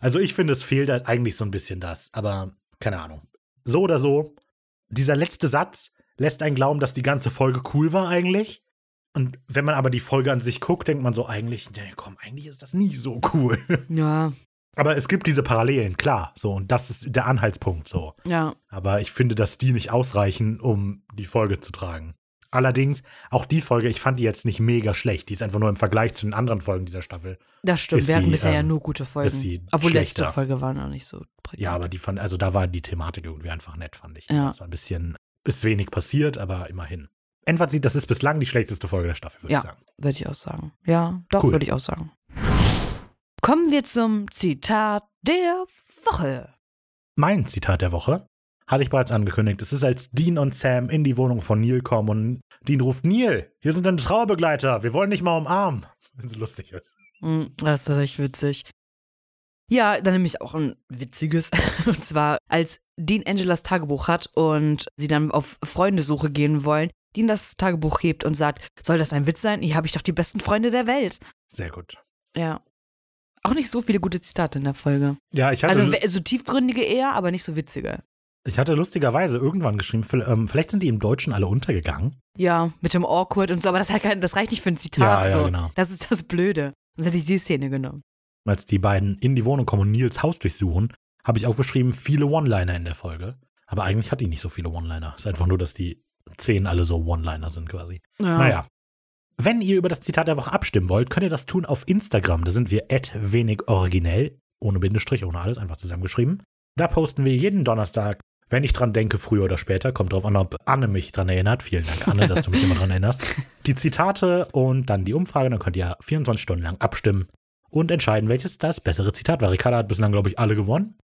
[SPEAKER 1] Also ich finde, es fehlt halt eigentlich so ein bisschen das. Aber keine Ahnung. So oder so, dieser letzte Satz, lässt einen glauben, dass die ganze Folge cool war eigentlich. Und wenn man aber die Folge an sich guckt, denkt man so eigentlich, nee, komm, eigentlich ist das nie so cool.
[SPEAKER 2] Ja,
[SPEAKER 1] Aber es gibt diese Parallelen, klar, so und das ist der Anhaltspunkt so.
[SPEAKER 2] ja.
[SPEAKER 1] Aber ich finde, dass die nicht ausreichen, um die Folge zu tragen. Allerdings, auch die Folge, ich fand die jetzt nicht mega schlecht. Die ist einfach nur im Vergleich zu den anderen Folgen dieser Staffel.
[SPEAKER 2] Das stimmt.
[SPEAKER 1] Ist
[SPEAKER 2] Wir hatten
[SPEAKER 1] sie,
[SPEAKER 2] bisher ja
[SPEAKER 1] ähm,
[SPEAKER 2] nur gute Folgen.
[SPEAKER 1] ist sie
[SPEAKER 2] Obwohl letzte
[SPEAKER 1] schlechter?
[SPEAKER 2] Folge war noch nicht so prägnant.
[SPEAKER 1] Ja, aber die fand, also da war die Thematik irgendwie einfach nett, fand ich.
[SPEAKER 2] Ja.
[SPEAKER 1] Es war ein bisschen, ist wenig passiert, aber immerhin. Einfach sieht, das ist bislang die schlechteste Folge der Staffel, würde
[SPEAKER 2] Ja.
[SPEAKER 1] ich sagen.
[SPEAKER 2] Würde ich auch sagen. Ja, doch,
[SPEAKER 1] Cool.
[SPEAKER 2] würde ich auch sagen. Kommen wir zum Zitat der Woche.
[SPEAKER 1] Mein Zitat der Woche hatte ich bereits angekündigt. Es ist, als Dean und Sam in die Wohnung von Neil kommen und Dean ruft: Neil, hier sind deine Trauerbegleiter, wir wollen dich mal umarmen. Wenn es lustig ist.
[SPEAKER 2] Hm, Das ist tatsächlich witzig. Ja, dann nämlich auch ein witziges. Und zwar, als Dean Angelas Tagebuch hat und sie dann auf Freundesuche gehen wollen, Dean das Tagebuch hebt und sagt, soll das ein Witz sein? Hier habe ich doch die besten Freunde der Welt.
[SPEAKER 1] Sehr gut.
[SPEAKER 2] Ja. Auch nicht so viele gute Zitate in der Folge.
[SPEAKER 1] Ja, ich hatte,
[SPEAKER 2] Also we- so tiefgründige eher, aber nicht so witzige.
[SPEAKER 1] ich hatte lustigerweise irgendwann geschrieben, vi- ähm, vielleicht sind die im Deutschen alle untergegangen.
[SPEAKER 2] Ja, mit dem Awkward und so, aber das, hat kein, das reicht nicht für ein Zitat.
[SPEAKER 1] Ja, ja,
[SPEAKER 2] so.
[SPEAKER 1] genau.
[SPEAKER 2] Das ist das Blöde. Sonst hätte ich die Szene genommen.
[SPEAKER 1] Als die beiden in die Wohnung kommen und Nils Haus durchsuchen, habe ich aufgeschrieben, viele One-Liner in der Folge. Aber eigentlich hat die nicht so viele One-Liner. Es ist einfach nur, dass die zehn alle so One-Liner sind quasi.
[SPEAKER 2] Ja.
[SPEAKER 1] Naja. Wenn ihr über das Zitat der Woche abstimmen wollt, könnt ihr das tun auf Instagram. Da sind wir wenig originell, ohne Bindestrich, ohne alles, einfach zusammengeschrieben. Da posten wir jeden Donnerstag, wenn ich dran denke, früher oder später. Kommt drauf an, ob Anne mich dran erinnert. Vielen Dank, Anne, dass du mich immer dran erinnerst. Die Zitate und dann die Umfrage. Dann könnt ihr 24 Stunden lang abstimmen und entscheiden, welches das bessere Zitat war. Ricarda hat bislang, glaube ich, alle gewonnen.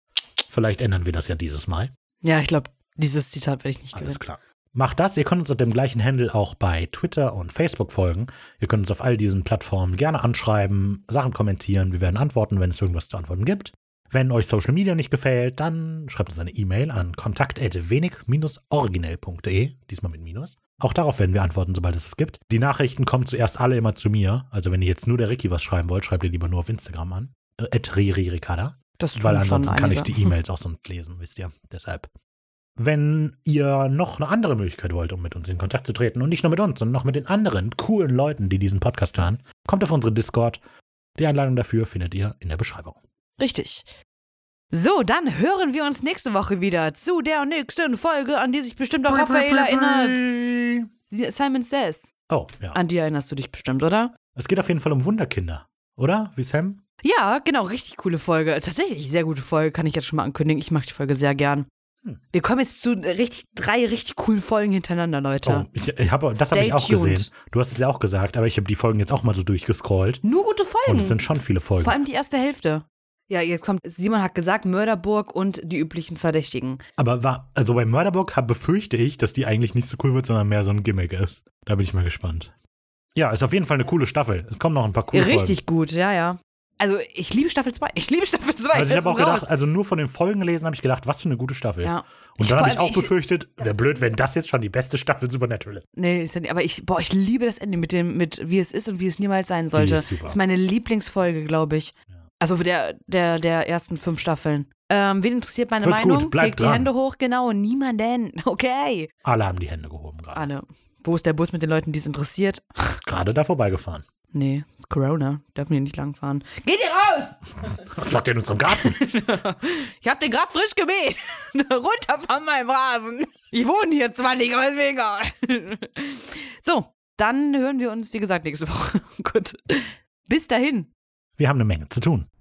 [SPEAKER 1] Vielleicht ändern wir das ja dieses Mal.
[SPEAKER 2] ja, ich glaube, dieses Zitat werde ich nicht gewinnen.
[SPEAKER 1] Alles klar. Macht das. Ihr könnt uns unter dem gleichen Handle auch bei Twitter und Facebook folgen. Ihr könnt uns auf all diesen Plattformen gerne anschreiben, Sachen kommentieren. Wir werden antworten, wenn es irgendwas zu antworten gibt. Wenn euch Social Media nicht gefällt, dann schreibt uns eine E-Mail an kontakt.wenig-originell.de. Diesmal mit Minus. Auch darauf werden wir antworten, sobald es es gibt. Die Nachrichten kommen zuerst alle immer zu mir. Also wenn ihr jetzt nur der Ricky was schreiben wollt, schreibt ihr lieber nur auf Instagram an. Äh, @riririkada.
[SPEAKER 2] Das tun
[SPEAKER 1] Weil
[SPEAKER 2] schon
[SPEAKER 1] ansonsten kann ich
[SPEAKER 2] einige.
[SPEAKER 1] die E-Mails auch sonst lesen, wisst ihr. Deshalb. Wenn ihr noch eine andere Möglichkeit wollt, um mit uns in Kontakt zu treten und nicht nur mit uns, sondern noch mit den anderen coolen Leuten, die diesen Podcast hören, kommt auf unsere Discord. Die Einladung dafür findet ihr in der Beschreibung.
[SPEAKER 2] Richtig. So, dann hören wir uns nächste Woche wieder zu der nächsten Folge, an die sich bestimmt auch Raphael erinnert. Simon Says.
[SPEAKER 1] Oh, ja.
[SPEAKER 2] An die erinnerst du dich bestimmt, oder?
[SPEAKER 1] Es geht auf jeden Fall um Wunderkinder, oder? Wie Sam?
[SPEAKER 2] Ja, genau, richtig coole Folge. Tatsächlich sehr gute Folge, kann ich jetzt schon mal ankündigen. Ich mag die Folge sehr gern.
[SPEAKER 1] Hm.
[SPEAKER 2] Wir kommen jetzt zu richtig drei richtig coolen Folgen hintereinander, Leute.
[SPEAKER 1] Oh, ich, ich hab, das habe
[SPEAKER 2] Stay
[SPEAKER 1] ich auch
[SPEAKER 2] tuned.
[SPEAKER 1] gesehen. Du hast es ja auch gesagt, aber ich habe die Folgen jetzt auch mal so durchgescrollt.
[SPEAKER 2] Nur gute Folgen.
[SPEAKER 1] Oh. Und es sind schon viele Folgen.
[SPEAKER 2] Vor allem die erste Hälfte. Ja, jetzt kommt, Simon hat gesagt, Mörderburg und die üblichen Verdächtigen.
[SPEAKER 1] Aber war, also bei Murderbock hab- befürchte ich, dass die eigentlich nicht so cool wird, sondern mehr so ein Gimmick ist. Da bin ich mal gespannt. Ja, ist auf jeden Fall eine coole Staffel. Es kommen noch ein paar coole
[SPEAKER 2] Richtig
[SPEAKER 1] Folgen.
[SPEAKER 2] gut, ja, ja. Also, ich liebe Staffel 2. Ich liebe Staffel 2.
[SPEAKER 1] Also ich habe auch gedacht, also nur von den Folgen gelesen habe ich gedacht, was für eine gute Staffel.
[SPEAKER 2] Ja. Ich-
[SPEAKER 1] Und dann habe
[SPEAKER 2] vor
[SPEAKER 1] ich
[SPEAKER 2] allem,
[SPEAKER 1] auch
[SPEAKER 2] ich-
[SPEAKER 1] befürchtet, wäre blöd, wenn das jetzt schon die beste Staffel Supernatural ist.
[SPEAKER 2] Nee, ist ja nicht- aber ich, boah, ich liebe das Ende mit dem, mit wie es ist und wie es niemals sein sollte.
[SPEAKER 1] ist super.
[SPEAKER 2] Das ist meine Lieblingsfolge, glaube ich. Also der, der, der ersten fünf Staffeln. Ähm, wen interessiert meine
[SPEAKER 1] Wird gut,
[SPEAKER 2] Meinung?
[SPEAKER 1] bleibt
[SPEAKER 2] Legt die
[SPEAKER 1] dran.
[SPEAKER 2] Hände hoch, genau. Niemanden. Okay.
[SPEAKER 1] Alle haben die Hände gehoben gerade.
[SPEAKER 2] Alle. Wo ist der Bus mit den Leuten, die es interessiert?
[SPEAKER 1] Gerade da vorbeigefahren.
[SPEAKER 2] Nee, ist Corona. Dürfen wir nicht langfahren. Geht ihr raus!
[SPEAKER 1] Was macht ihr in unserem Garten?
[SPEAKER 2] Ich hab den grad frisch gemäht. Runter von meinem Rasen. Ich wohne hier zwar nicht, aber ist mir egal. So, dann hören wir uns, wie gesagt, nächste Woche. Gut. Bis dahin.
[SPEAKER 1] Wir haben eine Menge zu tun.